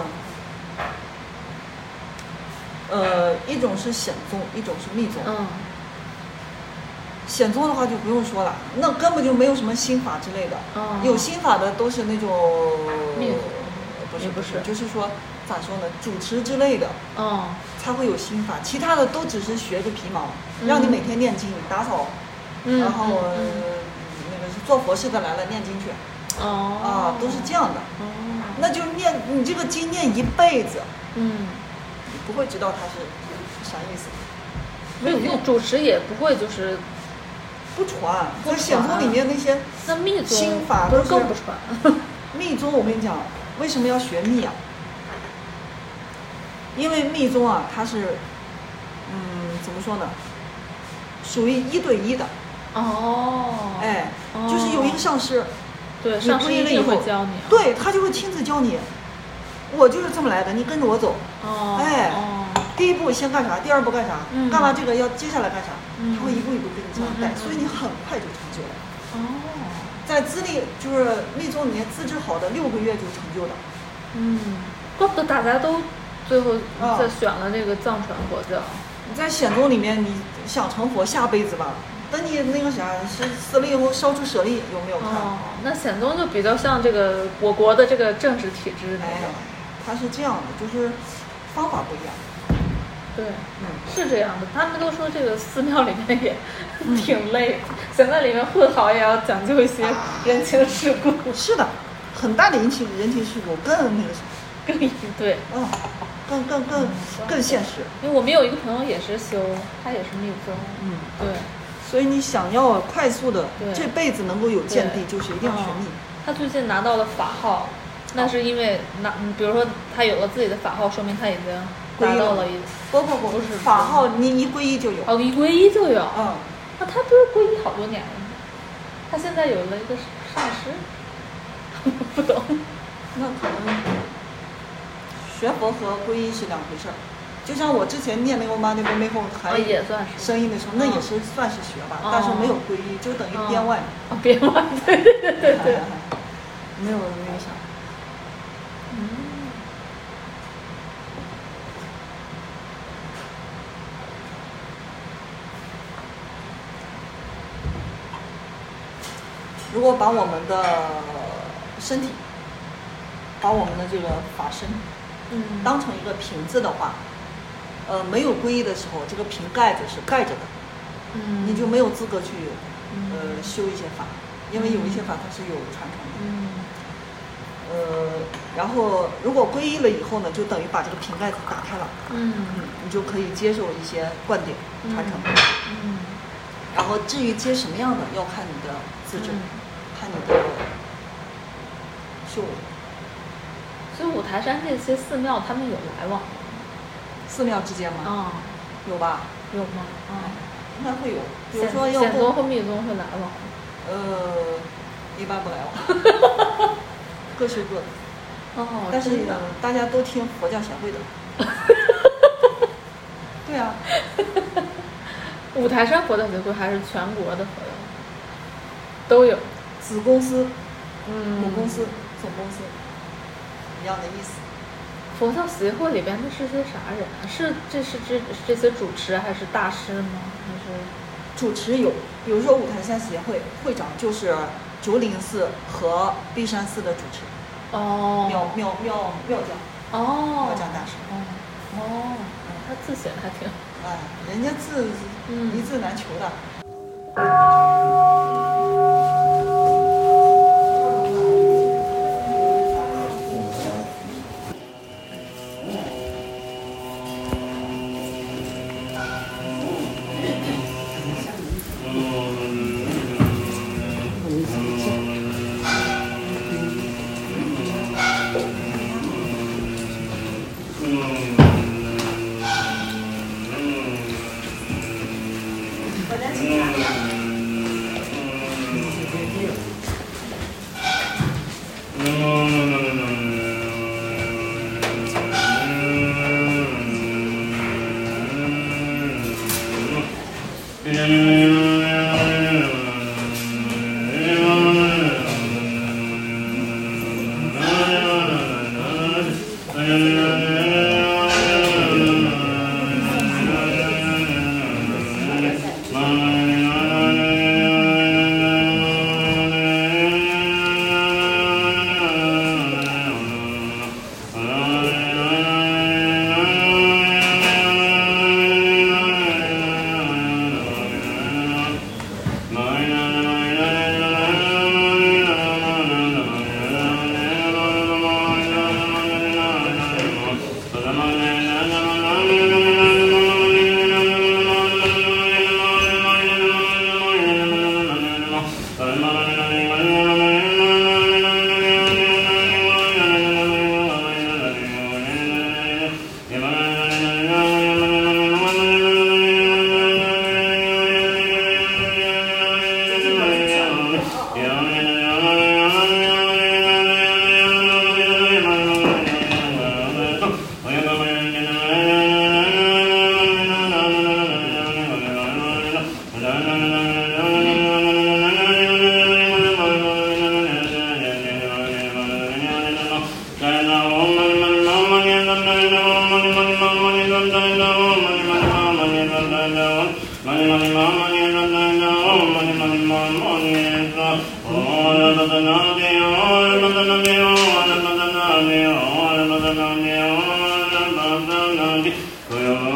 Speaker 4: 呃，一种是显宗，一种是密宗。
Speaker 5: 嗯
Speaker 4: 显宗的话就不用说了，那根本就没有什么心法之类的。
Speaker 5: 哦
Speaker 4: 有心法的都是那种
Speaker 5: 密宗
Speaker 4: 不是
Speaker 5: 也不是
Speaker 4: 就是说咋说呢，主持之类的
Speaker 5: 哦
Speaker 4: 才会有心法，其他的都只是学个皮毛，
Speaker 5: 嗯
Speaker 4: 让你每天念经、打扫，
Speaker 5: 嗯
Speaker 4: 然后、
Speaker 5: 嗯嗯
Speaker 4: 那个是做佛事的来了念经去啊
Speaker 5: 哦，
Speaker 4: 都是这样的。
Speaker 5: 哦
Speaker 4: 那就念你这个经念一辈子，
Speaker 5: 嗯，
Speaker 4: 你不会知道它是啥意思，
Speaker 5: 没有用，主持也不会就是
Speaker 4: 不传。
Speaker 5: 不
Speaker 4: 在显宗
Speaker 5: 传
Speaker 4: 里面那些
Speaker 5: 那密宗
Speaker 4: 心法
Speaker 5: 不
Speaker 4: 都
Speaker 5: 是
Speaker 4: 是
Speaker 5: 更不传？
Speaker 4: 密宗，我跟你讲，为什么要学密啊？因为密宗啊，它是，嗯，怎么说呢？属于一对一的，
Speaker 5: 哦，，
Speaker 4: 哎，
Speaker 5: 哦
Speaker 4: 就是有一个上师，
Speaker 5: 对，
Speaker 4: 你
Speaker 5: 上师
Speaker 4: 皈依
Speaker 5: 一
Speaker 4: 了以
Speaker 5: 定
Speaker 4: 后
Speaker 5: 会教你啊。，
Speaker 4: 对他就会亲自教你。我就是这么来的，你跟着我走。
Speaker 5: 哦，
Speaker 4: 哎
Speaker 5: 哦，
Speaker 4: 第一步先干啥，第二步干啥，
Speaker 5: 嗯
Speaker 4: 干完这个要接下来干啥，
Speaker 5: 嗯
Speaker 4: 他会一步一步给你这样带，
Speaker 5: 嗯嗯嗯
Speaker 4: 所以你很快就成就了。
Speaker 5: 哦，
Speaker 4: 在资历就是密宗里面资质好的六个月就成就了。
Speaker 5: 嗯，怪不得大家都最后
Speaker 4: 啊
Speaker 5: 再选了那个藏传佛教。
Speaker 4: 你在显宗里面，你想成佛下辈子吧。等你那个啥死死了以后烧出舍利，有没有看？
Speaker 5: 哦，那显宗就比较像这个我国的这个政治体制那
Speaker 4: 哎
Speaker 5: 种。，
Speaker 4: 它是这样的，就是方法不一样。
Speaker 5: 对，是这样的。他们都说这个寺庙里面也挺累，想在里面混好也要讲究一些人情世故，
Speaker 4: 是的，很大的人情人情世故更那个什么，
Speaker 5: 更一对。
Speaker 4: 嗯，更更更
Speaker 5: 嗯
Speaker 4: 更现实。
Speaker 5: 因为我们有一个朋友也是修，他也是密宗，
Speaker 4: 嗯，
Speaker 5: 对，
Speaker 4: 所以你想要快速的
Speaker 5: 对
Speaker 4: 这辈子能够有见地，就是一定要学密。
Speaker 5: 他最近拿到了法号，那是因为拿，嗯比如说他有了自己的法号，说明他已经达到了一，
Speaker 4: 不不不，法号你一皈依就有。
Speaker 5: 哦，一皈依就有，
Speaker 4: 嗯，
Speaker 5: 那他不是皈依好多年了吗？他现在有了一个上师， 不懂，
Speaker 4: 那可能学佛和皈依是两回事儿。就像我之前念那个《妈那边背后
Speaker 5: 啊，
Speaker 4: 还
Speaker 5: 也算是，
Speaker 4: 声音的时候，那也是算是学吧，
Speaker 5: 哦
Speaker 4: 但是没有皈依，就等于编外。
Speaker 5: 哦，别忘了，对对对对对，
Speaker 4: 没有没有啥。如果把我们的身体，把我们的这个法身
Speaker 5: 嗯，
Speaker 4: 当成一个瓶子的话，呃，没有皈依的时候，这个瓶盖子是盖着的，
Speaker 5: 嗯，
Speaker 4: 你就没有资格去呃修一些法，因为有一些法它是有传承的。
Speaker 5: 嗯，
Speaker 4: 呃，然后如果皈依了以后呢，就等于把这个瓶盖子打开了，
Speaker 5: 嗯
Speaker 4: 嗯，你就可以接受一些观点传承。
Speaker 5: 嗯
Speaker 4: 然后至于接什么样的，要看你的资质，
Speaker 5: 嗯
Speaker 4: 看你的修为。
Speaker 5: 所以五台山这些寺庙他们有来往吗
Speaker 4: 寺庙之间吗？
Speaker 5: 啊，
Speaker 4: 有吧？
Speaker 5: 有吗？啊，
Speaker 4: 应该会有。比如
Speaker 5: 显
Speaker 4: 说要
Speaker 5: 显宗
Speaker 4: 供，
Speaker 5: 和密宗会来往吗，
Speaker 4: 呃，一般不来往， 各修各的。
Speaker 5: 哦，
Speaker 4: 但是
Speaker 5: 真的
Speaker 4: 呢，大家都听佛教协会 的。对啊，
Speaker 5: 五台山佛教协会还是全国的佛教都有，
Speaker 4: 子公司
Speaker 5: 嗯
Speaker 4: 母公司、总公司一样的意思。
Speaker 5: 佛教协会里边那是些啥人啊？是这是这这些主持还是大师吗？还
Speaker 4: 主持有，比如说五台山协会会长就是竹林寺和碧山寺的主持，
Speaker 5: 是哦
Speaker 4: 妙妙妙妙教
Speaker 5: 哦
Speaker 4: 妙教大师。
Speaker 5: 哦哦，他字写的还挺
Speaker 4: 哎，人家字
Speaker 5: 嗯
Speaker 4: 一字难求的。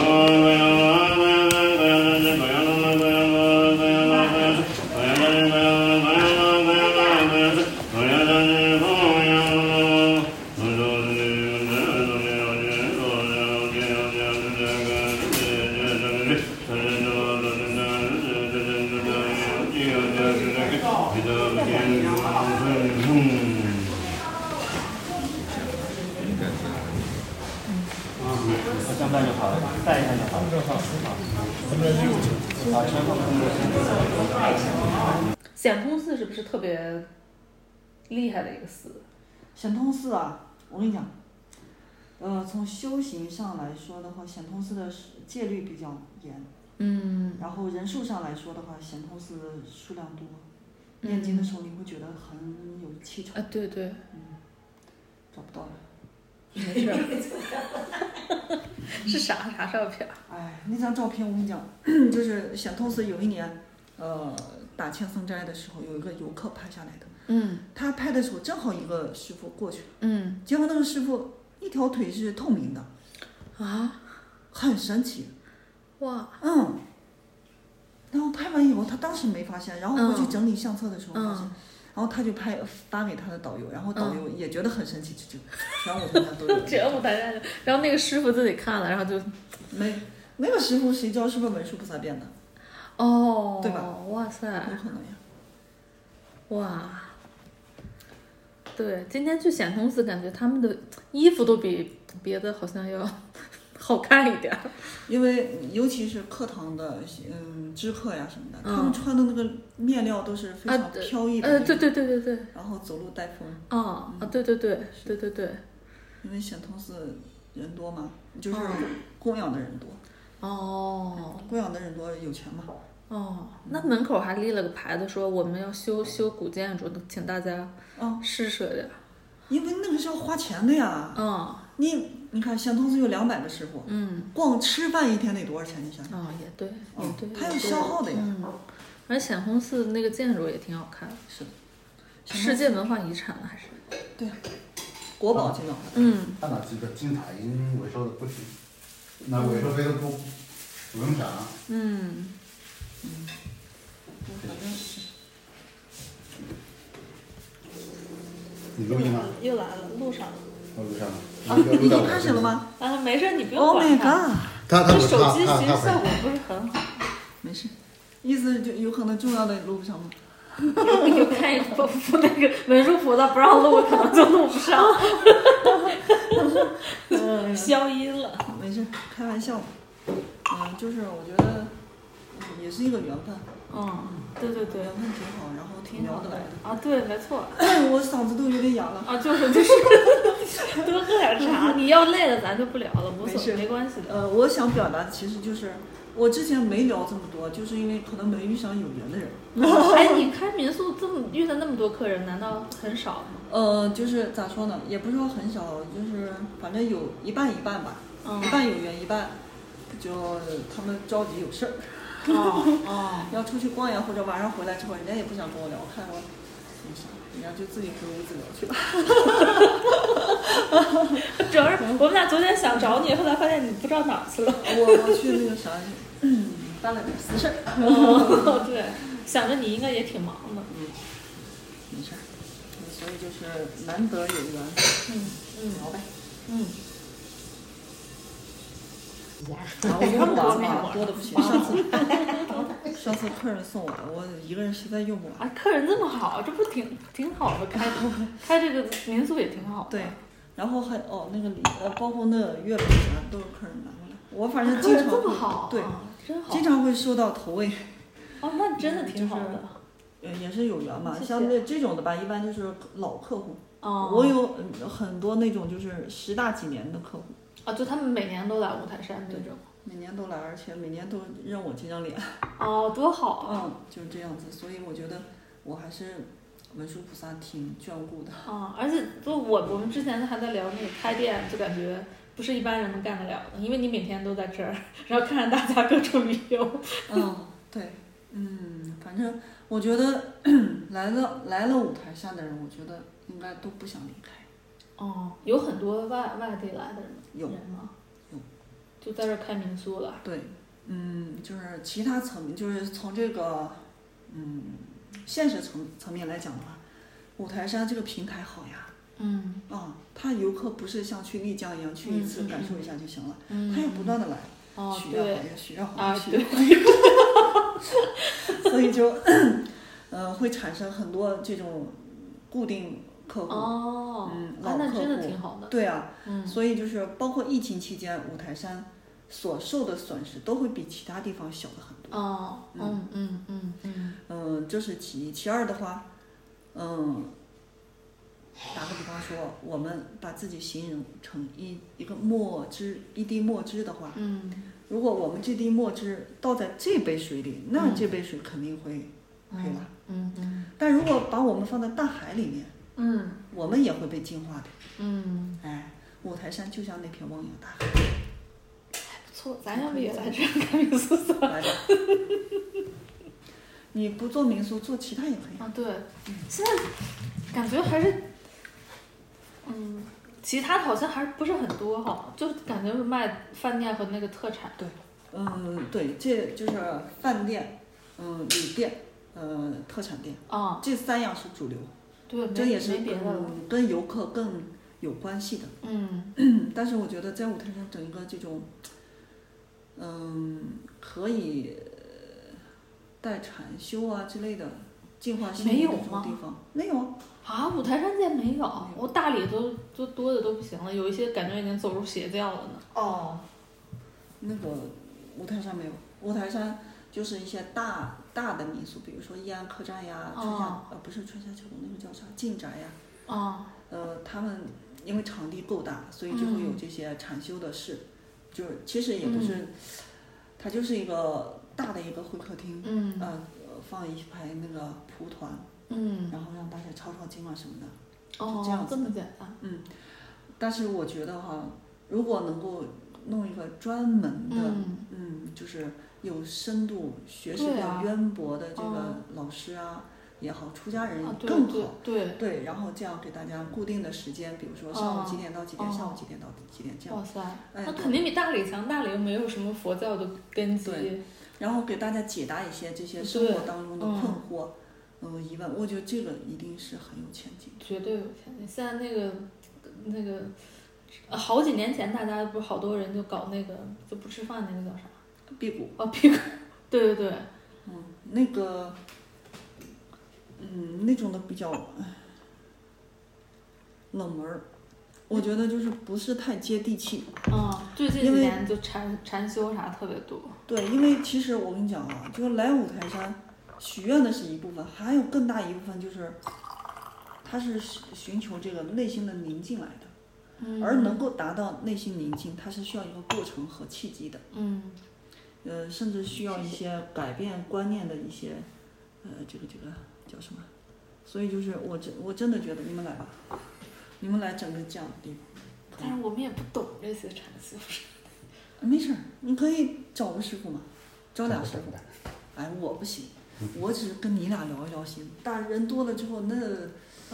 Speaker 7: Oh,
Speaker 1: 我现在就好了，带一下就好了。
Speaker 6: 显通寺是不是特别厉害的一个寺？
Speaker 4: 显通寺啊，我跟你讲，呃，从修行上来说的话，显通寺的戒律比较严，
Speaker 6: 嗯，
Speaker 4: 然后人数上来说的话，显通寺数量多。念
Speaker 6: 嗯
Speaker 4: 经的时候你会觉得很有气场，
Speaker 6: 啊，对对，
Speaker 4: 找不到了。
Speaker 6: 没事儿。 是啥啥照片儿？
Speaker 4: 哎，那张照片我跟你讲，就是显通寺有一年，呃，打欠僧斋的时候，有一个游客拍下来的。
Speaker 5: 嗯
Speaker 4: 他拍的时候正好一个师傅过去了，
Speaker 5: 嗯
Speaker 4: 结果那个师傅一条腿是透明的，
Speaker 5: 啊
Speaker 4: 很神奇。
Speaker 5: 哇
Speaker 4: 嗯，然后拍完以后，他当时没发现，然后回去整理相册的时候发现，
Speaker 5: 嗯。
Speaker 4: 然后他就拍发给他的导游，然后导游也觉得很神奇，就就全我们家都有
Speaker 5: 折嗯磨大家的。然后那个师傅自己看了，然后就
Speaker 4: 没那个师傅谁知道是不是文殊菩萨变的？
Speaker 5: 哦，
Speaker 4: 对吧？
Speaker 5: 哇塞，
Speaker 4: 有可能呀。
Speaker 5: 哇，对，今天去显通寺，感觉他们的衣服都比别的好像要 好看一点儿。
Speaker 4: 因为尤其是课堂的，嗯，知客呀什么的，
Speaker 5: 嗯
Speaker 4: 他们穿的那个面料都是非
Speaker 5: 啊
Speaker 4: 常飘逸的，
Speaker 5: 呃，对，对对对对，
Speaker 4: 然后走路带风，
Speaker 6: 嗯
Speaker 5: 啊啊，对对对对对对，
Speaker 4: 因为显通寺人多嘛，就是
Speaker 5: 嗯
Speaker 4: 供养的人多，
Speaker 5: 哦
Speaker 4: 供养的人多有钱嘛，
Speaker 5: 哦，那门口还立了个牌子，说我们要修修古建筑，请大家
Speaker 4: 嗯，
Speaker 5: 施舍点儿。
Speaker 4: 因为那个是要花钱的呀。
Speaker 5: 啊
Speaker 4: 你你看，显通寺有两百个师傅，
Speaker 5: 嗯
Speaker 4: 光吃饭一天得多少钱？你想想，
Speaker 5: 哦，也对也
Speaker 4: 嗯
Speaker 5: 对，，
Speaker 4: 它
Speaker 5: 也
Speaker 4: 有
Speaker 5: 对
Speaker 4: 消耗的呀。
Speaker 5: 嗯，而且显红寺那个建筑也挺好看的，
Speaker 4: 是的，
Speaker 5: 世界文化遗产了还是？
Speaker 4: 对啊，国宝级的。
Speaker 5: 嗯
Speaker 2: 看到几个金塔已经维修的不行，那维修费都不不用讲啊。
Speaker 5: 嗯。
Speaker 4: 嗯反正
Speaker 2: 你录音吗？
Speaker 5: 嗯又来了，路上了。
Speaker 2: 我录上了。
Speaker 4: 啊，
Speaker 2: 你
Speaker 4: 你
Speaker 2: 录到
Speaker 4: 已经
Speaker 2: 我
Speaker 4: 看
Speaker 2: 这
Speaker 4: 见
Speaker 2: 里
Speaker 4: 了？吗
Speaker 5: 啊，没事，你不用
Speaker 4: ？Oh
Speaker 5: 管
Speaker 4: my
Speaker 5: 它。
Speaker 4: god！
Speaker 2: 他他
Speaker 5: 这
Speaker 2: 不
Speaker 5: 手
Speaker 2: 他
Speaker 5: 机
Speaker 2: 他
Speaker 5: 其
Speaker 2: 他
Speaker 5: 实效
Speaker 2: 回
Speaker 5: 果不是很 好，
Speaker 4: 没事，意思就有可能重要的录不上吗？
Speaker 5: 就看一不不那个文殊菩萨不让录，可能就录不上， 消音了。
Speaker 4: 没事，开玩笑嘛。嗯，就是我觉得嗯也是一个缘分，
Speaker 5: 嗯，对对对
Speaker 4: 缘，分挺好，然后挺
Speaker 5: 挺
Speaker 4: 聊
Speaker 5: 好
Speaker 4: 得
Speaker 5: 的
Speaker 4: 来的。
Speaker 5: 啊，对，没错
Speaker 4: 我嗓子都有点哑了。
Speaker 5: 啊，就是就是，多喝点茶。你要累了，咱就不聊了，无
Speaker 4: 没
Speaker 5: 所
Speaker 4: 事
Speaker 5: 没关系 的。
Speaker 4: 呃，我想表达的其实就是，我之前没聊这么多，就是因为可能没遇上有缘的人。
Speaker 5: 哎，你开民宿这么遇到那么多客人，难道很少吗？
Speaker 4: 呃，就是咋说呢，也不是说很少，就是反正有一半一半吧，
Speaker 5: 嗯
Speaker 4: 一半有缘，一半就他们着急有事儿，
Speaker 5: 哦哦，
Speaker 4: 要出去逛呀，或者晚上回来之后，人家也不想跟我聊，看我没啥，人家就自己回屋子聊去了。
Speaker 5: 主要是我们俩昨天想找你，后来发现你不知道哪儿 去了。
Speaker 4: 我我去那个啥，嗯，办了点私事儿，
Speaker 5: 哦，对，想着你应该也挺忙的。
Speaker 4: 没事儿。嗯所以就是难得有缘，
Speaker 5: 嗯嗯
Speaker 4: 聊呗。
Speaker 5: 嗯，
Speaker 4: 然后我用不完
Speaker 5: 啊
Speaker 4: 嘛，多的不行。上次上次客人送我的，我一个人实在用不完。
Speaker 5: 啊，客人这么好，这不挺挺好的？开开这个民宿也挺好的。
Speaker 4: 对，然后还哦那个礼呃，包括那个月饼啥都是客人拿过来，我反正经
Speaker 5: 啊客
Speaker 4: 常
Speaker 5: 人这么
Speaker 4: 会
Speaker 5: 好，啊
Speaker 4: 对，，
Speaker 5: 真好。
Speaker 4: 经常会收到投喂，
Speaker 5: 哦，那真的挺好
Speaker 4: 就
Speaker 5: 的
Speaker 4: 是。呃也是有缘嘛。
Speaker 5: 谢谢
Speaker 4: 像这这种的吧，一般就是老客户，
Speaker 5: 哦，
Speaker 4: 我有嗯很多那种就是十大几年的客户，
Speaker 5: 啊，就他们每年都来五台山那
Speaker 4: 对
Speaker 5: 种。
Speaker 4: 每年都来，而且每年都认我这张脸，
Speaker 5: 哦，多好啊！
Speaker 4: 嗯，就是这样子。所以我觉得我还是文殊菩萨挺眷顾 的，
Speaker 5: 啊，而且就我我们之前还在聊那个开店，就感觉不是一般人能干得了的，因为你每天都在这儿， 然后看着大家各处旅游。
Speaker 4: 嗯，对，嗯，反正我觉得 来了来了五台山的人，我觉得应该都不想离开。
Speaker 5: 哦，有很多外外地来的人
Speaker 4: 有
Speaker 5: 人吗？
Speaker 4: 有，
Speaker 5: 就在这儿开民宿了。
Speaker 4: 对，嗯，就是其他层面，就是从这个嗯现实层层面来讲的话，五台山这个平台好呀，
Speaker 5: 嗯
Speaker 4: 啊、它游客不是像去丽江一样去一次
Speaker 5: 嗯嗯
Speaker 4: 感受一下就行了，
Speaker 5: 嗯
Speaker 4: 他也不断啊的来，
Speaker 5: 哦，
Speaker 4: 许愿好
Speaker 5: 对
Speaker 4: 呀，许愿好
Speaker 5: 啊
Speaker 4: 呀，许
Speaker 5: 对
Speaker 4: 愿好呀，所以就 嗯、会产生很多这种固定客户。
Speaker 5: 哦，
Speaker 4: 嗯
Speaker 5: 啊
Speaker 4: 老
Speaker 5: 那
Speaker 4: 客
Speaker 5: 真的
Speaker 4: 户
Speaker 5: 挺好的。
Speaker 4: 对啊，
Speaker 5: 嗯
Speaker 4: 所以就是包括疫情期间，五台山所受的损失都会比其他地方小的很多。
Speaker 5: 哦，嗯嗯嗯嗯，
Speaker 4: 嗯，这是其一，其二的话，嗯，打个比方说，我们把自己形容成一一个墨汁，一滴墨汁的话，
Speaker 5: 嗯，
Speaker 4: 如果我们这滴墨汁倒在这杯水里，那这杯水肯定会黑了。
Speaker 5: 嗯嗯
Speaker 4: 但如果把我们放在大海里面，
Speaker 5: 嗯
Speaker 4: 我们也会被净化的。
Speaker 5: 嗯，
Speaker 4: 哎，五台山就像那片汪洋大海。
Speaker 5: 不错，咱要不也来 这样看民宿算 了？
Speaker 4: 来吧。你不做民宿，做其他也可以。
Speaker 5: 啊，对，现在感觉还是，嗯，其他的好像还是不是很多哈，就感觉是卖饭店和那个特产。对，
Speaker 4: 嗯，对，这就是饭店，嗯，旅店，呃，特产店，
Speaker 5: 啊，
Speaker 4: 这三样是主流，
Speaker 5: 对，没
Speaker 4: 这也是
Speaker 5: 没别的了。
Speaker 4: 嗯跟游客更有关系的。
Speaker 5: 嗯
Speaker 4: 嗯但是我觉得在舞台上整个这种，嗯，可以呃带禅修啊之类的净化心
Speaker 5: 没
Speaker 4: 灵
Speaker 5: 有
Speaker 4: 的这种
Speaker 5: 吗
Speaker 4: 地方，没有啊。
Speaker 5: 啊，五台山现在没有，我大理都都多的都不行了，有一些感觉已经走入邪教了呢。
Speaker 4: 哦，那个五台山没有，五台山就是一些大大的民宿，比如说易安客栈呀，春夏、
Speaker 5: 哦
Speaker 4: 呃不是春夏秋冬那个叫啥晋宅呀，
Speaker 5: 啊，
Speaker 4: 呃他们因为场地够大，所以就
Speaker 5: 嗯
Speaker 4: 会有这些禅修的事，就是其实也不是，它就是一个大的一个会客厅，
Speaker 5: 嗯
Speaker 4: 呃呃放一排那个蒲团，
Speaker 5: 嗯，
Speaker 4: 然后让大家抄抄经啊什么的。
Speaker 5: 哦，
Speaker 4: 这样子
Speaker 5: 这么简单。
Speaker 4: 但是我觉得哈，如果能够弄一个专门的。
Speaker 5: 嗯
Speaker 4: 嗯，就是有深度、学识
Speaker 5: 对
Speaker 4: 比
Speaker 5: 啊
Speaker 4: 较渊博的这个
Speaker 5: 嗯
Speaker 4: 老师啊也好，出家人
Speaker 5: 啊，对
Speaker 4: 更
Speaker 5: 对
Speaker 4: 好。
Speaker 5: 对，
Speaker 4: 对，然后这样给大家固定的时间，比如说上午几点到几点，
Speaker 5: 嗯
Speaker 4: 下午几点到几点这样。
Speaker 5: 哇塞，
Speaker 4: 哎
Speaker 5: 哦那肯定比大理强，大理又没有什么佛教的根基
Speaker 4: 对。然后给大家解答一些这些生活当中的
Speaker 5: 嗯
Speaker 4: 困惑、嗯疑问，我觉得这个一定是很有前景。
Speaker 5: 绝对有钱。你现在那个那个，呃好几年前大家不是好多人就搞那个就不吃饭那个叫啥？
Speaker 4: 辟谷，
Speaker 5: 哦，屁股。 对对对，
Speaker 4: 嗯，那个，嗯，那种的比较唉冷门儿，我觉得就是不是太接地气。
Speaker 5: 嗯，最近几
Speaker 4: 因为
Speaker 5: 年就禅禅修啥特别多。
Speaker 4: 对，因为其实我跟你讲啊，就是来五台山许愿的是一部分，还有更大一部分就是，他是寻寻求这个内心的宁静来的，
Speaker 5: 嗯，
Speaker 4: 而能够达到内心宁静，它是需要一个过程和契机的，
Speaker 5: 嗯
Speaker 4: 呃，甚至需要一些改变观念的一些，呃，这个这个叫什么？所以就是我真我真的觉得你们来吧，你们来整个这样的地方，可
Speaker 5: 但是我们也不懂这些禅修。
Speaker 4: 以没事儿，你可以找个师傅嘛，找俩师傅。
Speaker 2: 的。
Speaker 4: 哎，我不行，我只是跟你俩聊一聊行。但人多了之后，那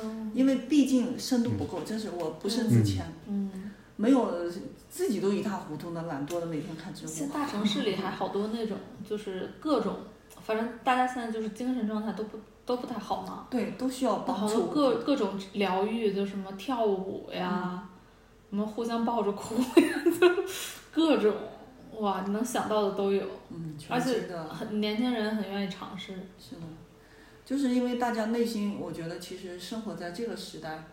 Speaker 5: 嗯
Speaker 4: 因为毕竟深度不够，真是我不胜自谦，
Speaker 5: 嗯，
Speaker 4: 没有自己都一塌糊涂的，懒惰的，每天看知
Speaker 5: 现
Speaker 4: 乎
Speaker 5: 在。大城市里还好多那种就是各种，反正大家现在就是精神状态都不都不太好嘛。
Speaker 4: 对，都需要帮
Speaker 5: 好多
Speaker 4: 助。
Speaker 5: 各啊各种疗愈，就什么跳舞呀，什么互相抱着哭呀，就是各种哇，你能想到的都有。
Speaker 4: 嗯，全
Speaker 5: 而
Speaker 4: 是
Speaker 5: 且
Speaker 4: 的，
Speaker 5: 很年轻人很愿意尝试。
Speaker 4: 是的，就是因为大家内心，我觉得其实生活在这个时代，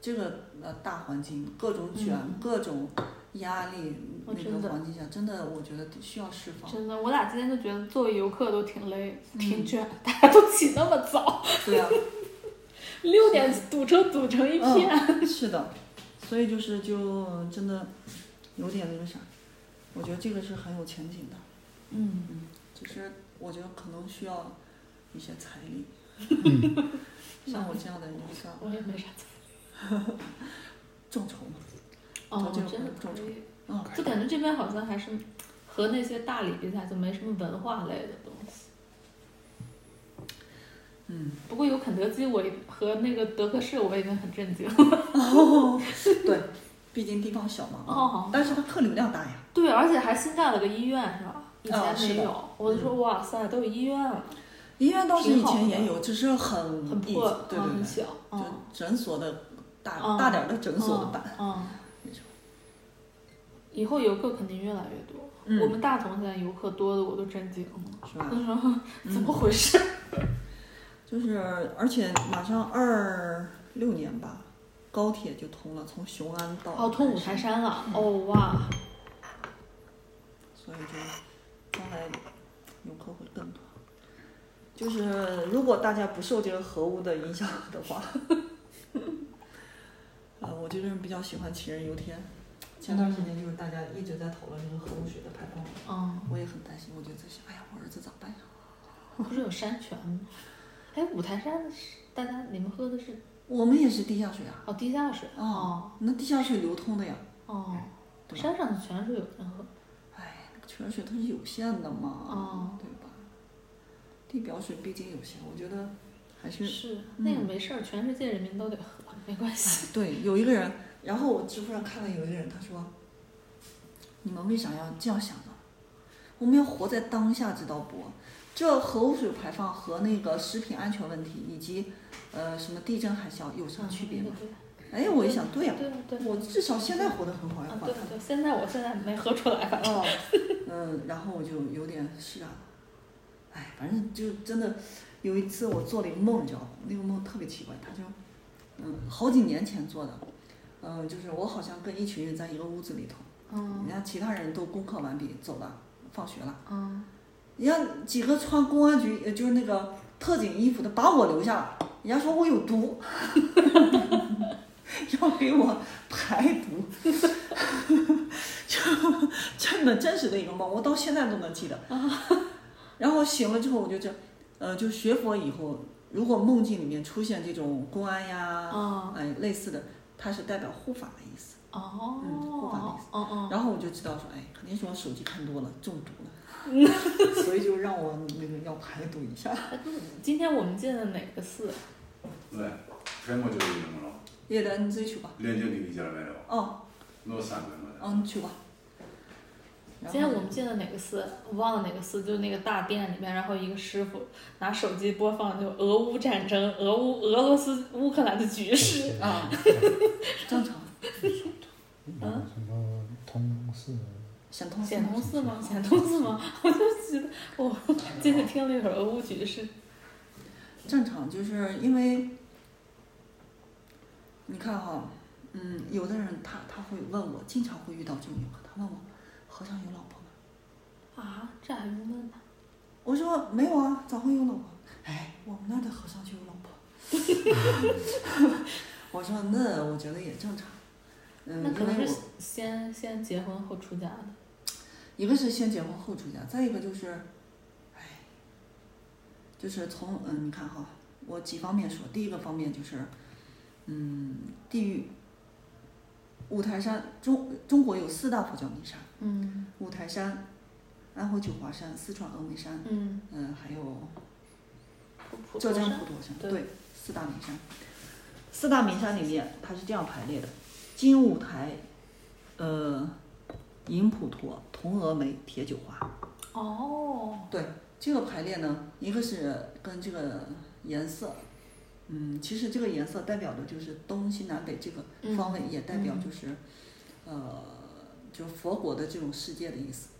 Speaker 4: 这个呃大环境，各种卷，
Speaker 5: 嗯
Speaker 4: 各种压力
Speaker 5: 哦
Speaker 4: 那
Speaker 5: 真
Speaker 4: 个
Speaker 5: 的
Speaker 4: 环境下，真的我觉得需要释放。
Speaker 5: 真的，我俩今天就觉得作为游客都挺累、
Speaker 4: 嗯
Speaker 5: 挺卷，大家都起那么早，
Speaker 4: 对啊呀、
Speaker 5: 六点堵车堵成一 片。
Speaker 4: 是的，所以就是就真的有点那个啥，我觉得这个是很有前景的，
Speaker 5: 嗯
Speaker 4: 只是我觉得可能需要一些财力，
Speaker 5: 嗯
Speaker 4: 像我这样的人算
Speaker 5: 我也没啥钱。
Speaker 4: 众筹嘛，
Speaker 5: 哦，
Speaker 4: 这个
Speaker 5: 真的
Speaker 4: 众
Speaker 5: 可
Speaker 4: 筹
Speaker 5: 以。
Speaker 4: 嗯，
Speaker 5: 就感觉这边好像还是和那些大理比起来，就没什么文化类的东西。
Speaker 4: 嗯，
Speaker 5: 不过有肯德基，我也和那个德克士，我已经很震惊了。
Speaker 4: 嗯对，毕竟地方小嘛，嗯
Speaker 5: 哦
Speaker 4: 但是它客流量大呀，
Speaker 5: 对，而且还新盖了个医院，哦是吧？嗯以
Speaker 4: 啊
Speaker 5: 前
Speaker 4: 是
Speaker 5: 没
Speaker 4: 的
Speaker 5: 有，我就说哇塞，都有医院了，
Speaker 4: 医院倒是以
Speaker 5: 挺好
Speaker 4: 前也
Speaker 5: 的
Speaker 4: 有，只是很
Speaker 5: 很
Speaker 4: 以
Speaker 5: 破，
Speaker 4: 对
Speaker 5: 啊
Speaker 4: 对
Speaker 5: 很
Speaker 4: 对，
Speaker 5: 小，
Speaker 4: 就
Speaker 5: 嗯，
Speaker 4: 诊所的大、
Speaker 5: 嗯
Speaker 4: 大点儿的诊所的
Speaker 5: 嗯
Speaker 4: 版，
Speaker 5: 嗯
Speaker 4: 那种。
Speaker 5: 以后游客肯定越来越多，
Speaker 4: 嗯
Speaker 5: 我们大同现在游客多的我都震惊了，
Speaker 4: 是吧
Speaker 5: 我？就说
Speaker 4: 嗯
Speaker 5: 怎么回事？
Speaker 4: 就就是而且马上二六年吧，高铁就通了，从雄安到
Speaker 5: 哦，通五台山了，哦哇，
Speaker 4: 所以就将来游客会更多。就是如果大家不受这个核污的影响的话， 啊，我这个人比较喜欢杞人忧天。前段时间就是大家一直在讨论这个核污水的排放问题，
Speaker 5: 嗯，
Speaker 4: 我也很担心，我就在想，哎呀，我儿子咋办呀？
Speaker 5: 不是有山泉吗？哎，五台山是大家你们喝的是
Speaker 4: 我们也是地下水啊，
Speaker 5: 哦地下水哦
Speaker 4: 哦，那地下水流通的呀，
Speaker 5: 哦，
Speaker 4: 哎对吧
Speaker 5: 山上的泉水有人喝，
Speaker 4: 哎，那个泉水它是有限的嘛，
Speaker 5: 哦
Speaker 4: 对吧？地表水毕竟有限，我觉得还是嗯
Speaker 5: 是那个没事儿，全世界人民都得喝，没关系。
Speaker 4: 对，有一个人，然后我知乎上看到有一个人，他说：“你们为啥要这样想呢？我们要活在当下，知道不？这核污水排放和那个食品安全问题以及呃什么地震海啸有啥 区别吗？”哎，我一想，对呀、
Speaker 5: 嗯对对对
Speaker 4: 我至少现在活得很好呀
Speaker 5: 啊，
Speaker 4: 管
Speaker 5: 对
Speaker 4: 他
Speaker 5: 对，现在我现在没喝出来，反正
Speaker 4: 哦，嗯，然后我就有点释然了。哎，反正就真的有一次我做了一个梦，你知道吗？那个梦特别奇怪，他就嗯好几年前做的，嗯，就是我好像跟一群人在一个屋子里头，
Speaker 5: 嗯
Speaker 4: 人家其他人都功课完毕走了，放学了，
Speaker 5: 嗯，
Speaker 4: 人家几个穿公安局呃就是那个特警衣服的把我留下了，人家说我有毒， 要给我排毒，就真的真实的一个梦，我到现在都能记得。然后醒了之后，我就这，呃，就学佛以后，如果梦境里面出现这种公安呀，
Speaker 5: 哦
Speaker 4: 哎类似的，它是代表护法的意思。
Speaker 5: 哦，
Speaker 4: 嗯护发的意
Speaker 5: 哦
Speaker 4: 思
Speaker 5: 哦，
Speaker 4: 然后我就知道说，哎，肯定是我手机看多了中毒 了，所以就让我那个要排毒一下。
Speaker 5: 嗯今天我们进了哪个寺？
Speaker 2: 来，开幕就已经了，
Speaker 4: 叶丹，你自己去吧。
Speaker 2: 连接第一家来了，
Speaker 4: 哦，
Speaker 2: 那三个嘛，
Speaker 4: 哦，你去吧。然
Speaker 5: 今
Speaker 4: 后
Speaker 5: 天我们进了哪个寺？我忘了哪个寺，就是那个大殿里面，然后一个师傅拿手机播放就俄乌战争、俄乌俄罗斯乌克兰的局势。
Speaker 4: 啊，正常，
Speaker 5: 嗯
Speaker 1: 什么通寺？
Speaker 4: 想通
Speaker 5: 显通寺吗？显通寺吗？我就觉得我进去听了一会儿俄乌局势。
Speaker 4: 正常，就是因为你看哈、嗯，有的人他他会问我，经常会遇到这种游客，他问我和尚有老婆吗？
Speaker 5: 啊，这还用问呢？
Speaker 4: 我说没有啊，咋会有老婆？哎，我们那儿的和尚就有老婆。 我说那我觉得也正常，嗯，
Speaker 5: 那可
Speaker 4: 因
Speaker 5: 能
Speaker 4: 为
Speaker 5: 是
Speaker 4: 我
Speaker 5: 先先结婚后出家的。
Speaker 4: 一个是先结婚后出家，再一个就是，哎，就是从嗯，你看哈，我几方面说，第一个方面就是，嗯，地域，五台山中中国有四大佛教名山，
Speaker 5: 嗯
Speaker 4: 五台山、安徽九华山、四川峨眉山，
Speaker 5: 嗯，
Speaker 4: 嗯，还有
Speaker 5: 普普
Speaker 4: 浙
Speaker 5: 通
Speaker 4: 江
Speaker 5: 山
Speaker 4: 普陀山，
Speaker 5: 对
Speaker 4: 对，四大名山。四大名山里面，它是这样排列的：金五台，呃，银普陀、铜峨眉、铁九华。
Speaker 5: 哦，
Speaker 4: 对这个排列呢，一个是跟这个颜色，嗯，其实这个颜色代表的就是东西南北这个方位，也代表就是，呃，就佛国的这种世界的意思。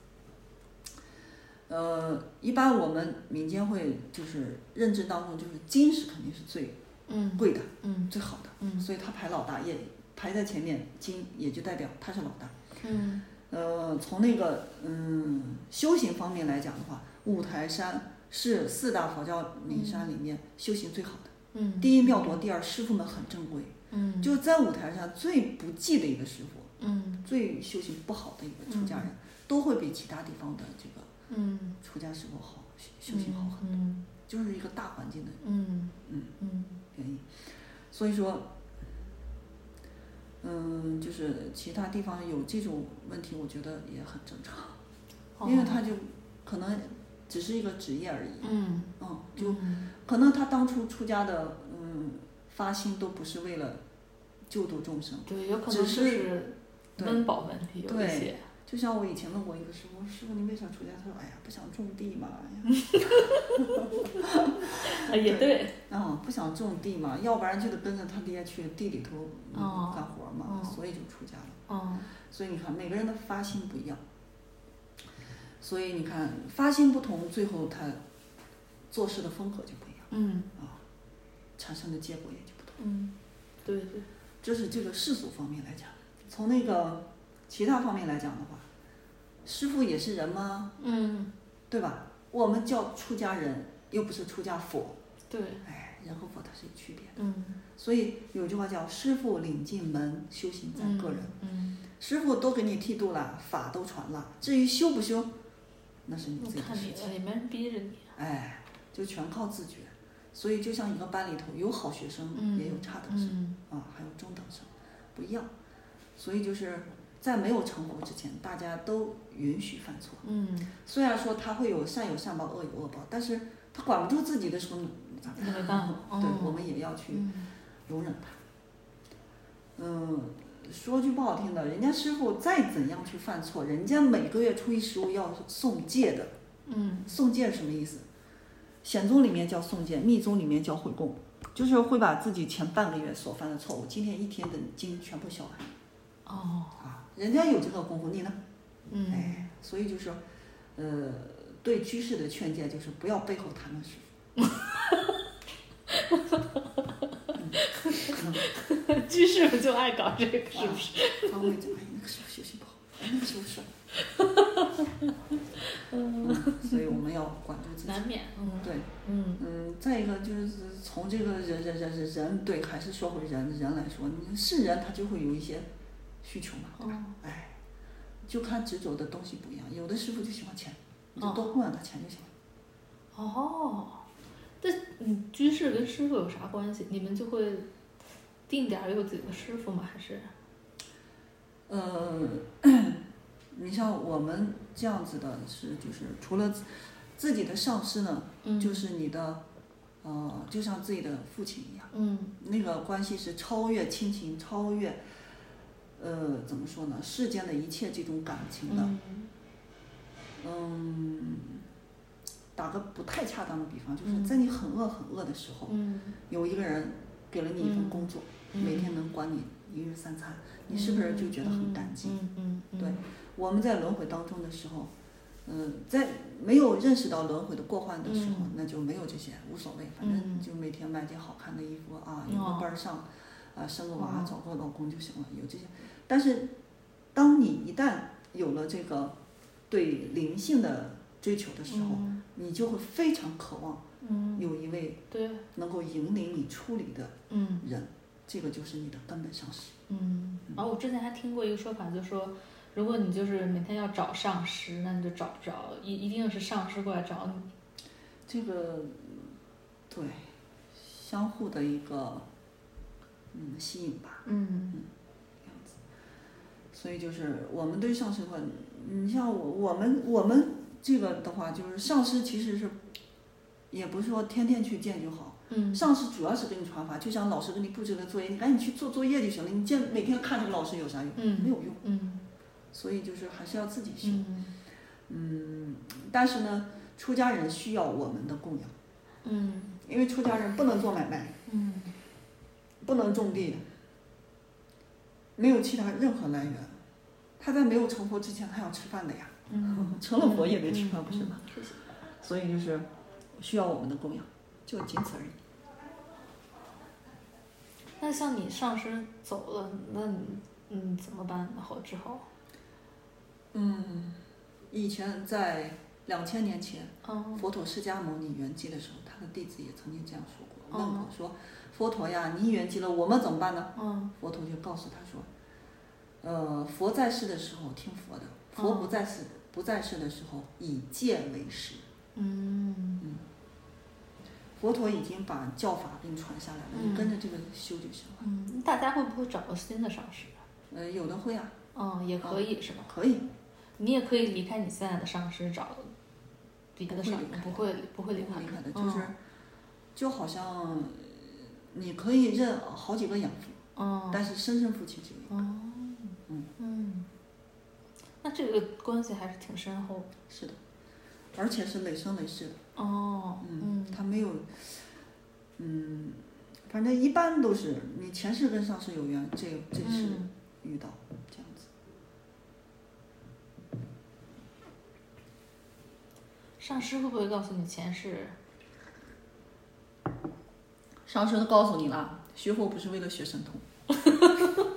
Speaker 4: 呃，一般我们民间会就是认知当中，就是金是肯定是最
Speaker 5: 嗯
Speaker 4: 贵的、
Speaker 5: 嗯
Speaker 4: 最好的，
Speaker 5: 嗯
Speaker 4: 所以它排老大也排在前面，金也就代表它是老大。
Speaker 5: 嗯
Speaker 4: 呃，从那个嗯修行方面来讲的话，五台山是四大佛教名山里面修行最好的。
Speaker 5: 嗯
Speaker 4: 第一妙多，第二师傅们很正规，
Speaker 5: 嗯
Speaker 4: 就在五台山最不济的一个师傅，
Speaker 5: 嗯
Speaker 4: 最修行不好的一个出家人，都会比其他地方的这个
Speaker 5: 嗯
Speaker 4: 出家师傅好修修行好很，
Speaker 5: 嗯
Speaker 4: 就是一个大环境的
Speaker 5: 嗯
Speaker 4: 嗯
Speaker 5: 嗯
Speaker 4: 原因。所以说，嗯，就是其他地方有这种问题，我觉得也很正常。
Speaker 5: 哦
Speaker 4: 因为他就可能只是一个职业而已，
Speaker 5: 嗯
Speaker 4: 嗯，就
Speaker 5: 就
Speaker 4: 可能他当初出家的，嗯，发心都不是为了救度众生。
Speaker 5: 对，有可能
Speaker 4: 只
Speaker 5: 就是是
Speaker 4: 对
Speaker 5: 温饱问题有一
Speaker 4: 对
Speaker 5: 些。
Speaker 4: 就像我以前问过一个师傅，师傅你为啥出家？他说，哎呀，不想种地嘛，哎呀，
Speaker 5: 啊，也对，
Speaker 4: 嗯，不想种地嘛，要不然就得跟着他爹去地里头、嗯
Speaker 5: 哦
Speaker 4: 干活嘛，
Speaker 5: 哦
Speaker 4: 所以就出家了。
Speaker 5: 嗯
Speaker 4: 所以你看，每个人的发心不一样，所以你看发心不同，最后他做事的风格就不一样。
Speaker 5: 嗯
Speaker 4: 啊，产生的结果也就不同。
Speaker 5: 嗯，对对，
Speaker 4: 这是这个世俗方面来讲，从那个其他方面来讲的话，师傅也是人吗？
Speaker 5: 嗯，
Speaker 4: 对吧？我们叫出家人，又不是出家佛，
Speaker 5: 对，
Speaker 4: 哎，人和佛它是有区别的。
Speaker 5: 嗯，
Speaker 4: 所以有句话叫“师傅领进门，修行在个人”
Speaker 5: 嗯，
Speaker 4: 师傅都给你剃度了，法都传了，至于修不修，那是你
Speaker 5: 那
Speaker 4: 自己的
Speaker 5: 嗯看
Speaker 4: 事
Speaker 5: 你
Speaker 4: 情
Speaker 5: 了，。也没人逼着你。
Speaker 4: 哎，就全靠自觉。所以就像一个班里头有好学生，
Speaker 5: 嗯
Speaker 4: 也有差等生、
Speaker 5: 嗯
Speaker 4: 啊，还有中等生，不一样。所以就是在没有成果之前，大家都允许犯错。
Speaker 5: 嗯，
Speaker 4: 虽然说他会有善有善报，恶有恶报，但是他管不住自己的时候，你咋
Speaker 5: 那
Speaker 4: 办？
Speaker 5: 没办法。
Speaker 4: 对
Speaker 5: 嗯，
Speaker 4: 我们也要去
Speaker 5: 嗯
Speaker 4: 容忍他。嗯，说句不好听的，人家师傅再怎样去犯错，人家每个月初一十五要送戒的，
Speaker 5: 嗯
Speaker 4: 送戒是什么意思？显宗里面叫送戒，密宗里面叫悔供，就是会把自己前半个月所犯的错误，今天一天的经全部消完
Speaker 5: 哦
Speaker 4: 啊。人家有这个功夫，你呢？
Speaker 5: 嗯
Speaker 4: 哎，所以就是，呃，对居士的劝诫就是不要背后谈论师
Speaker 5: 居士不就爱搞这个
Speaker 4: 傅，
Speaker 5: 是不是？
Speaker 4: 是？他会讲，哎，那个时候学习不好，哎，那个时候 帅，嗯，所以我们要管住自己。
Speaker 5: 难免。嗯
Speaker 4: 对，
Speaker 5: 嗯
Speaker 4: 嗯，再一个就是从这个人人人人人对，还是说回人人来说，你是人他就会有一些需求嘛，对吧？
Speaker 5: 哦
Speaker 4: 哎，就看执着的东西不一样，有的师傅就喜欢钱，你就
Speaker 5: 哦
Speaker 4: 多供养他钱就行了。
Speaker 5: 哦，这嗯，居士跟师傅有啥关系？你们就会定点儿有几个师傅吗？还是
Speaker 4: 呃，你像我们这样子的是，就是除了自自己的上师呢，
Speaker 5: 嗯
Speaker 4: 就是你的，呃，就像自己的父亲一样，
Speaker 5: 嗯
Speaker 4: 那个关系是超越亲情，超越，呃，怎么说呢，世间的一切这种感情的。
Speaker 5: 嗯
Speaker 4: 嗯，打个不太恰当的比方，就是
Speaker 5: 嗯
Speaker 4: 在你很饿很饿的时候，
Speaker 5: 嗯
Speaker 4: 有一个人给了你一份工作，
Speaker 5: 嗯
Speaker 4: 每天能管你一日三餐，你是不是就觉得很感激？
Speaker 5: 嗯嗯嗯，
Speaker 4: 对，我们在轮回当中的时候，嗯、在没有认识到轮回的过患的时候，
Speaker 5: 嗯
Speaker 4: 那就没有这些，无所谓，反正
Speaker 5: 嗯
Speaker 4: 就每天买件好看的衣服啊，有
Speaker 5: 哦
Speaker 4: 个班儿上，啊，生个娃，
Speaker 5: 哦
Speaker 4: 找个老公就行了，有这些。但是，当你一旦有了这个对灵性的追求的时候，
Speaker 5: 嗯
Speaker 4: 你就会非常渴望
Speaker 5: 嗯，
Speaker 4: 有一位
Speaker 5: 对，
Speaker 4: 能够引领你出离的
Speaker 5: 嗯
Speaker 4: 人，这个就是你的根本上师。
Speaker 5: 嗯。然后我之前还听过一个说法，就说如果你就是每天要找上师，那你就找不着，一一定是上师过来找你。
Speaker 4: 这个对相互的一个嗯吸引吧，
Speaker 5: 嗯
Speaker 4: 所以就是我们对上师的话，你像我我们我们这个的话，就是上师其实是也不是说天天去见就好，
Speaker 5: 嗯
Speaker 4: 上师主要是给你传法，就像老师给你布置的作业，你赶紧去做作业就行了，你见每天看这个老师有啥用？没
Speaker 5: 嗯
Speaker 4: 有用，
Speaker 5: 嗯
Speaker 4: 所以就是还是要自己修。
Speaker 5: 嗯
Speaker 4: 嗯，但是呢，出家人需要我们的供养，
Speaker 5: 嗯
Speaker 4: 因为出家人不能做买卖。
Speaker 5: 嗯
Speaker 4: 不能种地，没有其他任何来源。他在没有成佛之前，他要吃饭的呀，嗯
Speaker 5: 嗯，
Speaker 4: 成了佛也得吃饭，不是吗？
Speaker 5: 谢谢。
Speaker 4: 所以就是需要我们的供养，就仅此而已。
Speaker 5: 那像你上师走了，那你嗯怎么办？然后之后，
Speaker 4: 嗯，以前在两千年前，
Speaker 5: 嗯
Speaker 4: 佛陀释迦牟尼圆寂的时候，他的弟子也曾经这样说过，
Speaker 5: 哦
Speaker 4: 问我说：“佛陀呀，你圆寂了，我们怎么办呢
Speaker 5: 嗯？”
Speaker 4: 佛陀就告诉他说：“呃，佛在世的时候听佛的，
Speaker 5: 嗯
Speaker 4: 佛不在世、不在世的时候以戒为师。”
Speaker 5: 嗯
Speaker 4: 佛陀已经把教法给你传下来了，
Speaker 5: 嗯
Speaker 4: 你跟着这个修就行了。
Speaker 5: 嗯，大家会不会找到新的上师啊？
Speaker 4: 呃，有的会啊，
Speaker 5: 嗯，也可以是吧？
Speaker 4: 可以，
Speaker 5: 你也可以离开你现在的上司找别的上司，
Speaker 4: 不
Speaker 5: 不会不会离
Speaker 4: 不
Speaker 5: 开
Speaker 4: 会离开的，
Speaker 5: 嗯
Speaker 4: 就是、就好像呃你可以认好几个养父，
Speaker 6: 哦
Speaker 5: 嗯
Speaker 4: 但是生身父亲只有一个。
Speaker 5: 哦
Speaker 4: 嗯
Speaker 5: 嗯，那这个关系还是挺深厚的
Speaker 4: 是的，而且是累生累世的。
Speaker 5: 哦
Speaker 4: 嗯，他没有，嗯，反正一般都是你前世跟上世有缘，这这世
Speaker 5: 嗯
Speaker 4: 遇到这样子。
Speaker 5: 上师会不会告诉你前世
Speaker 4: 上次都告诉你了，学佛不是为了学神通。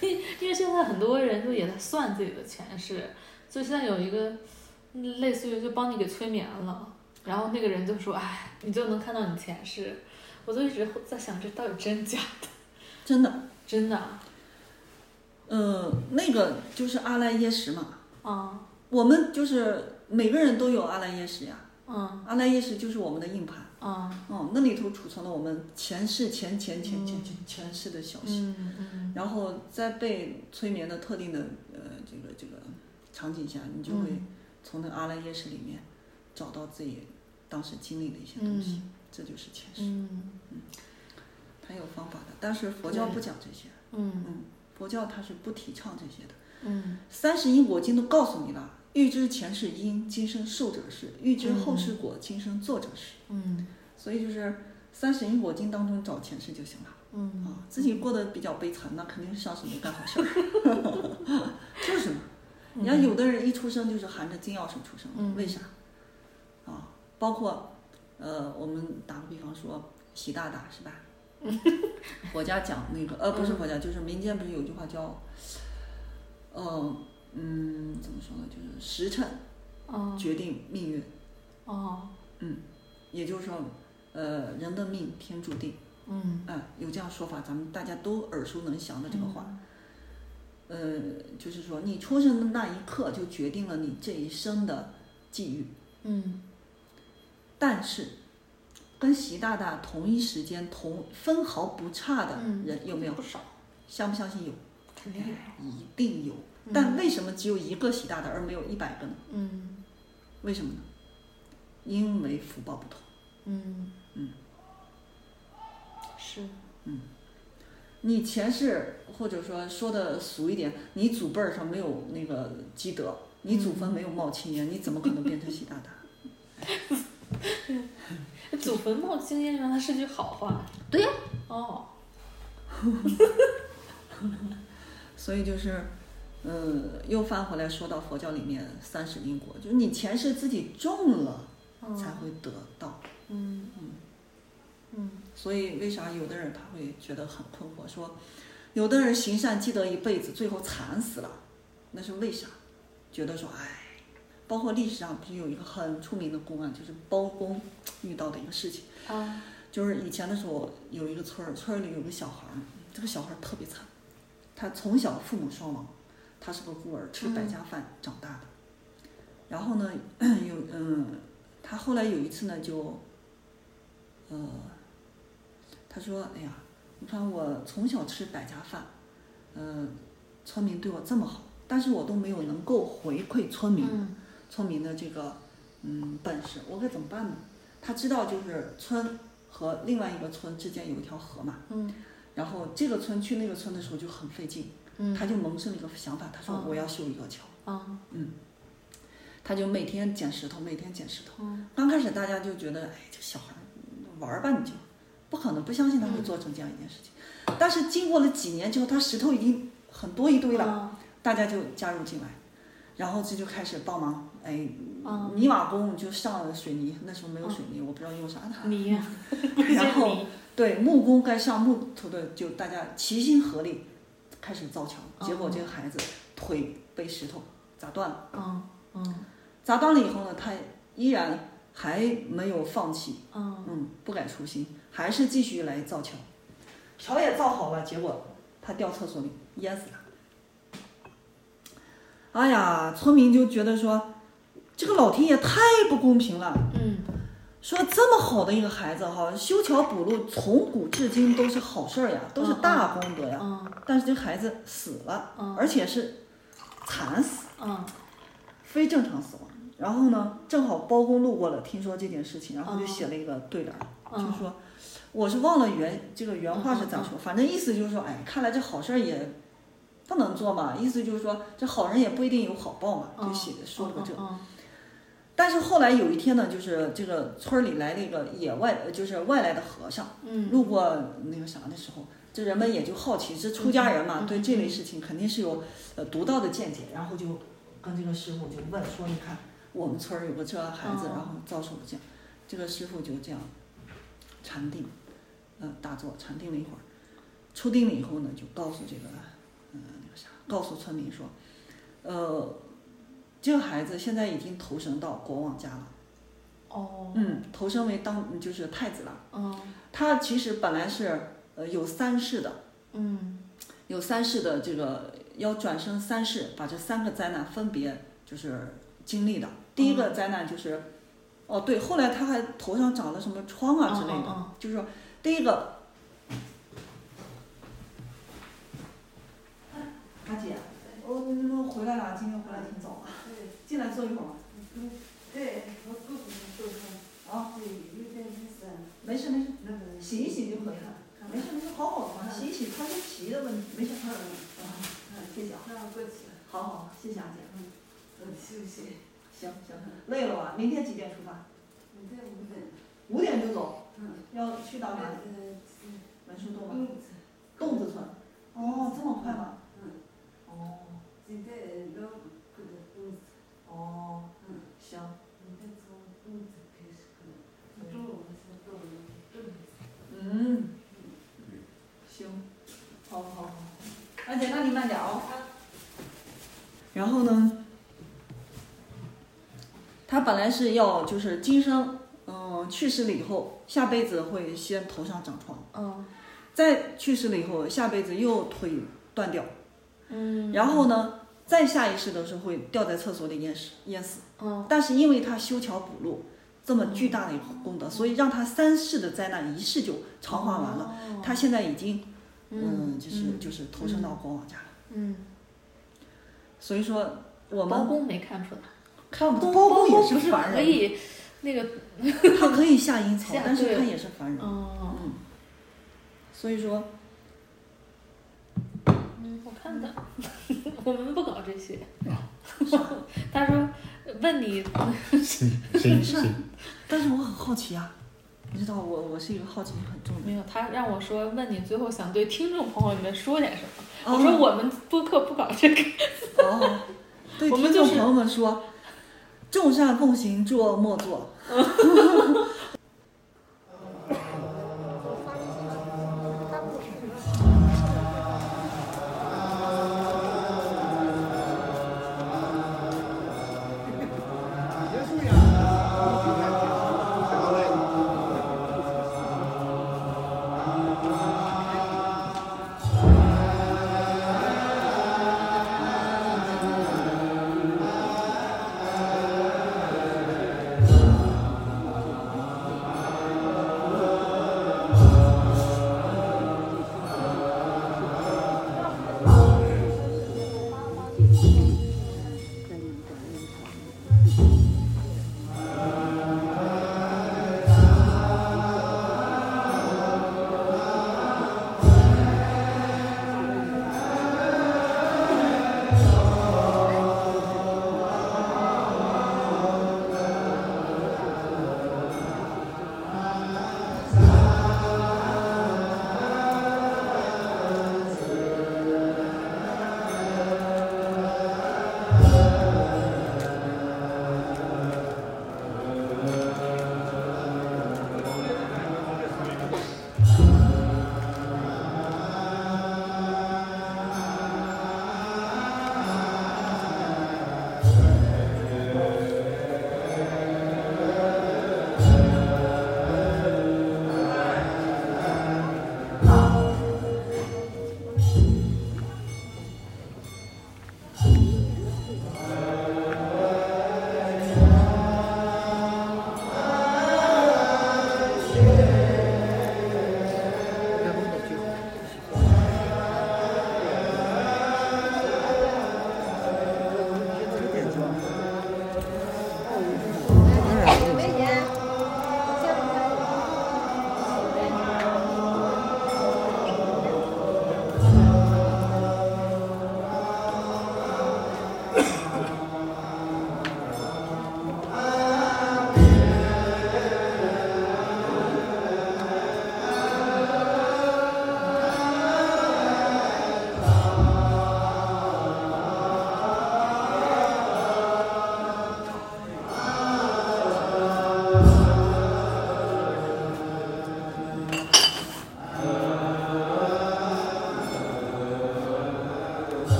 Speaker 6: 因为现在很多人就也在算自己的前世，就现在有一个嗯类似于就帮你给催眠了，然后那个人就说：“哎，你就能看到你前世。”我就一直在想，这到底真假？
Speaker 4: 真的，
Speaker 6: 真的啊？
Speaker 4: 嗯，那个就是阿赖耶识嘛，
Speaker 6: 嗯
Speaker 4: 我们就是每个人都有阿赖耶识呀，
Speaker 6: 嗯
Speaker 4: 阿赖耶识就是我们的硬盘，
Speaker 6: 嗯
Speaker 4: 哦，那里头储存了我们前世前前前前前前世的消息。
Speaker 6: 嗯嗯
Speaker 4: 然后在被催眠的特定的呃这个这个场景下，你就会从那个阿赖耶识里面找到自己当时经历的一些东西，这就是前世，
Speaker 6: 嗯
Speaker 4: 它有方法的。但是佛教不讲这些，
Speaker 6: 嗯
Speaker 4: 佛教它是不提倡这些的。
Speaker 6: 嗯
Speaker 4: 三十因果经都告诉你了，欲知前世因，今生受者是；欲知后世果，今生作者是。
Speaker 6: 嗯
Speaker 4: 所以就是三十因果经当中找前世就行了。
Speaker 6: 嗯
Speaker 4: 啊，自己过得比较悲惨，那肯定是上次没干好事儿， 就是嘛。你看，有的人一出生就是含着金钥匙出生的，
Speaker 6: 嗯
Speaker 4: 为啥？啊，包括呃，我们打个比方说，习大大是吧？佛家讲那个，呃，不是佛家，就是民间不是有句话叫，呃，嗯，怎么说呢？就是时辰
Speaker 6: 哦
Speaker 4: 决定命运，
Speaker 6: 哦
Speaker 4: 也就是说，呃，人的命天注定。
Speaker 6: 嗯
Speaker 4: 嗯，有这样说法，咱们大家都耳熟能详的这个话。呃，就是说你出生的那一刻就决定了你这一生的际遇，
Speaker 6: 嗯
Speaker 4: 但是跟习大大同一时间同分毫不差的
Speaker 6: 嗯
Speaker 4: 人、有没有？
Speaker 6: 不少，哎
Speaker 4: 相不相信有？
Speaker 6: 肯定有。
Speaker 4: 一定有。但为什么只有一个习大大而没有一百个呢？
Speaker 6: 嗯
Speaker 4: 为什么呢？因为福报不同。
Speaker 6: 嗯是
Speaker 4: 你前世或者说说的俗一点，你祖辈儿上没有那个积德，你
Speaker 6: 嗯
Speaker 4: 祖坟没有冒青烟，你怎么可能变成习大大？
Speaker 6: 祖坟冒青烟，原来是句好话。
Speaker 4: 对呀
Speaker 6: 哦，
Speaker 4: 所以就是，嗯，又翻回来说到佛教里面三世因果，就是你前世自己种了
Speaker 5: 嗯
Speaker 4: 才会得到。
Speaker 6: 嗯嗯
Speaker 4: 所以为啥有的人他会觉得很困惑，说有的人行善积德一辈子，最后惨死了，那是为啥？觉得说，哎，包括历史上不是有一个很出名的公案，就是包公遇到的一个事情。
Speaker 6: 啊
Speaker 4: 就是以前的时候，有一个村儿，村儿里有个小孩儿，这个小孩儿特别惨，他从小父母双亡，他是个孤儿，吃百家饭长大的。然后呢， 有嗯，他后来有一次呢，就，呃，他说：“哎呀，你看我从小吃百家饭，呃，村民对我这么好，但是我都没有能够回馈村民。
Speaker 6: 嗯
Speaker 4: 村民的这个嗯本事，我该怎么办呢？他知道就是村和另外一个村之间有一条河嘛，
Speaker 6: 嗯
Speaker 4: 然后这个村去那个村的时候就很费劲，
Speaker 6: 嗯
Speaker 4: 他就萌生了一个想法，他说
Speaker 6: 哦
Speaker 4: 我要修一个桥，
Speaker 6: 啊
Speaker 4: 他就每天捡石头，每天捡石头。
Speaker 6: 嗯
Speaker 4: 刚开始大家就觉得，哎，这小孩儿嗯玩儿吧，你就不可能不相信他会
Speaker 6: 嗯
Speaker 4: 做成这样一件事情。但是经过了几年之后，他石头已经很多一堆了，
Speaker 6: 了
Speaker 4: 大家就加入进来，然后这就开始帮忙，哎，
Speaker 6: 啊
Speaker 4: 泥瓦工就上了水泥，那时候没有水泥，我不知道用啥的。
Speaker 6: 你，
Speaker 4: 然后
Speaker 6: 你
Speaker 4: 对，木工该上木头的，就大家齐心合力开始造桥。结果这个孩子腿被石头砸断了，
Speaker 6: 嗯嗯
Speaker 4: 砸断了以后呢，他依然还没有放弃，
Speaker 6: 嗯
Speaker 4: 嗯，不改初心，还是继续来造桥。桥也造好了，结果他掉厕所里淹死了。哎呀，村民就觉得说，这个老天爷太不公平了。
Speaker 6: 嗯
Speaker 4: 说这么好的一个孩子哈，修桥补路从古至今都是好事儿呀，都是大功德呀。
Speaker 6: 嗯
Speaker 4: 但是这孩子死了，
Speaker 6: 嗯
Speaker 4: 而且是惨死，
Speaker 6: 嗯
Speaker 4: 非正常死亡。然后呢，正好包公路过了，听说这件事情，然后就
Speaker 6: 嗯
Speaker 4: 写了一个对联儿，
Speaker 6: 嗯
Speaker 4: 就是说，我是忘了原这个原话是咋说，反正意思就是说，哎，看来这好事儿也不能做嘛，意思就是说这好人也不一定有好报嘛，就写的说了个这。
Speaker 6: 嗯
Speaker 4: 但是后来有一天呢，就是这个村儿里来了一个野外，呃就是外来的和尚，
Speaker 6: 嗯
Speaker 4: 路过那个啥的时候，这人们也就好奇，这出家人嘛，对这类事情肯定是有呃独到的见解，然后就跟这个师傅就问说，你看我们村儿有个这孩子，
Speaker 6: 哦
Speaker 4: 然后遭受了这样，这个师傅就这样禅定，呃，打坐禅定了一会儿，出定了以后呢，就告诉这个，嗯、那个啥，告诉村民说，呃，这个孩子现在已经投生到国王家了，
Speaker 5: 哦，
Speaker 4: 嗯，投生为当就是太子了。
Speaker 5: 嗯
Speaker 4: 他其实本来是呃有三世的，
Speaker 5: 嗯
Speaker 4: 有三世的这个要转生三世，把这三个灾难分别就是经历的。第一个
Speaker 5: 嗯
Speaker 4: 灾难就是，哦对，后来他还头上长了什么疮啊之类的，
Speaker 5: 嗯嗯
Speaker 4: 就是说第一个，阿姐，啊我你们回来了，今天回来挺早啊，进来坐一会儿吧。啊，没事没事，洗一洗就可以了。啊没事没事，好好的嘛，洗一洗，它是皮的问题，没事。嗯，谢谢啊，好好，谢谢啊阿姐。行行，累了吧？明天几点出发？五点就走。
Speaker 8: 嗯。
Speaker 4: 要去到哪里？文殊洞吗？洞子村。哦，这么快吗？哦哦，行。嗯。行。好好好。阿姐，那你慢点哦。然后呢？他本来是要就是今生，嗯，去世了以后，下辈子会先头上长疮，
Speaker 5: 嗯
Speaker 4: 再去世了以后，下辈子又腿断掉，
Speaker 5: 嗯，
Speaker 4: 然后呢，再下一世的时候会掉在厕所里淹死淹死。
Speaker 5: 嗯
Speaker 4: 但是因为他修桥补路，这么巨大的一个功德，所以让他三世的灾难一世就偿还完了。
Speaker 5: 了
Speaker 4: 他现在已经，
Speaker 5: 哦嗯
Speaker 4: 嗯，就是就是投生到国王家了。
Speaker 5: 嗯，
Speaker 4: 所以说我
Speaker 5: 包
Speaker 4: 们
Speaker 5: 公没看出来，
Speaker 4: 看不到
Speaker 5: 包
Speaker 4: 包公也
Speaker 5: 不是
Speaker 4: 凡
Speaker 5: 可
Speaker 4: 人，
Speaker 5: 以那个
Speaker 4: 他可以下阴曹
Speaker 5: 下，
Speaker 4: 但是
Speaker 5: 对
Speaker 4: 他也是凡人。
Speaker 5: 哦，
Speaker 4: 嗯，所以说，
Speaker 5: 嗯，我看 的，我们不搞这些。 他说问你
Speaker 9: 行行，
Speaker 4: 但是我很好奇啊，你知道我我是一个好奇心很重的人。
Speaker 5: 没有，他让我说问你最后想对听众朋友们说点什么。
Speaker 4: 哦
Speaker 5: 我说我们播客不搞这个，
Speaker 4: 哦，对
Speaker 5: 我们
Speaker 4: 听
Speaker 5: 就
Speaker 4: 众
Speaker 5: 是
Speaker 4: 朋友们说，众善奉行，诸恶莫作。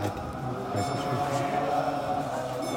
Speaker 2: 还还是去。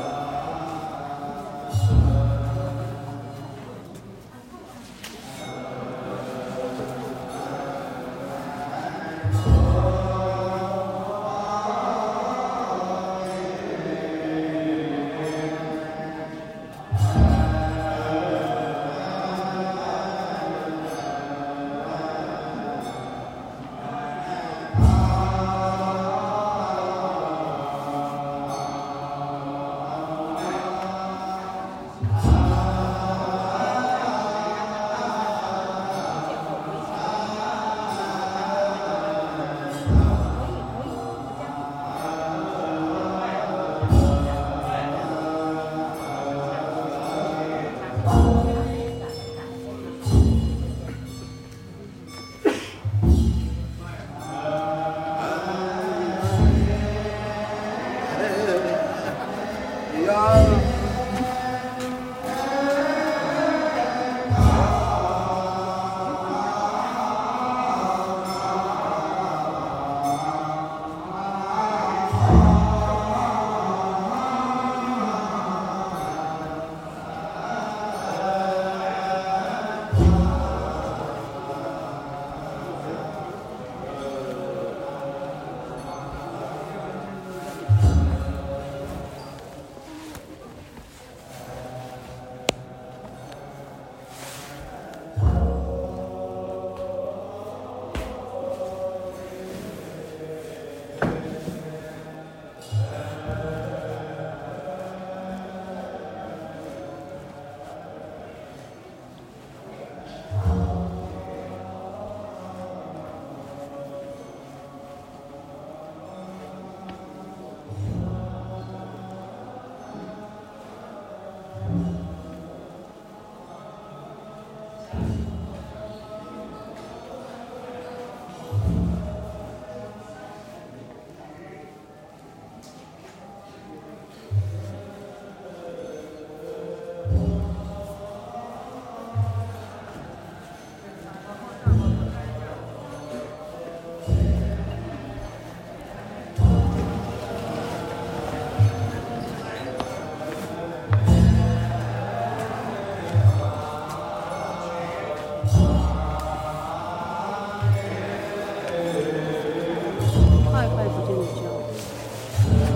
Speaker 10: 快快不就你交。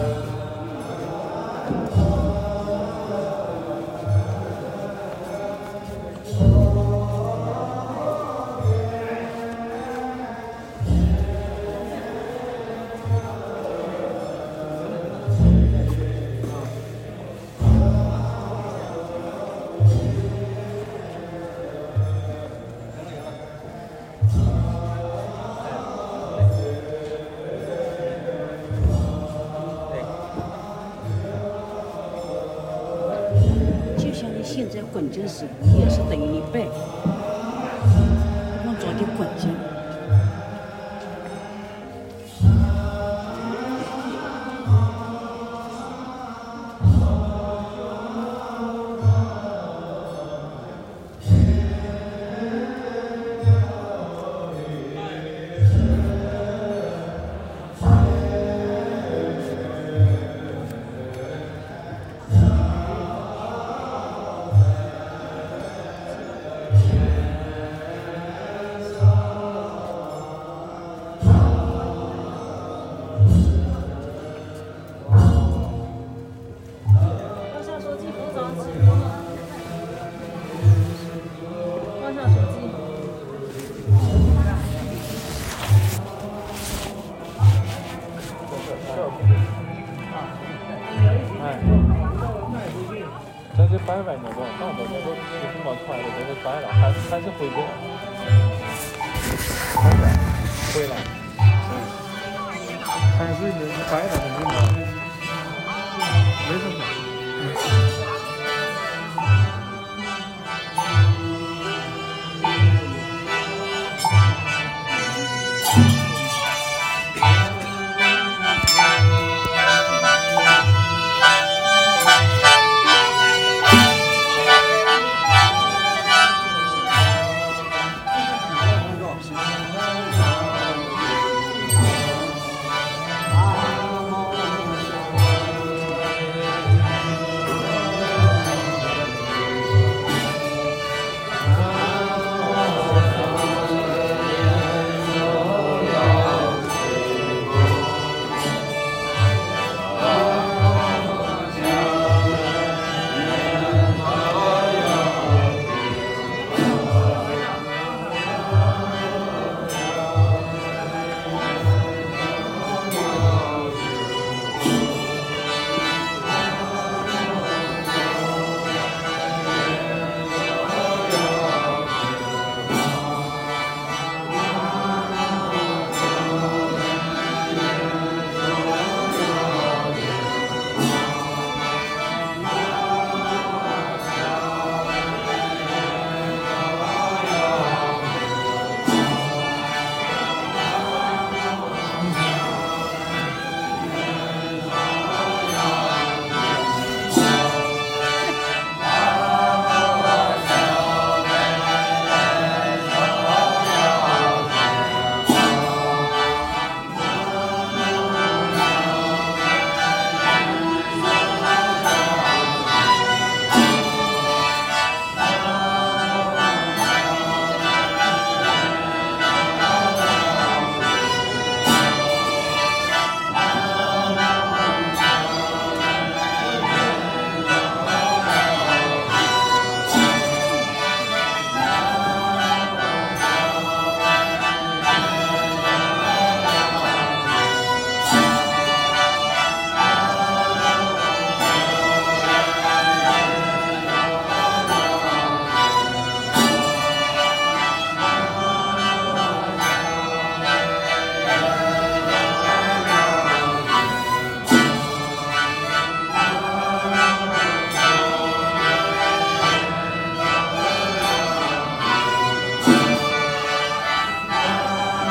Speaker 10: 就像你现在滚进死，也是等于你背，往左就滚进。
Speaker 11: 关上手机，不着急。关上手机。
Speaker 1: 哎，咱这摆摆呢，往上头，那都是什么出来的？咱这摆了，还还是回归，回来，还是你摆了肯定的，没什么。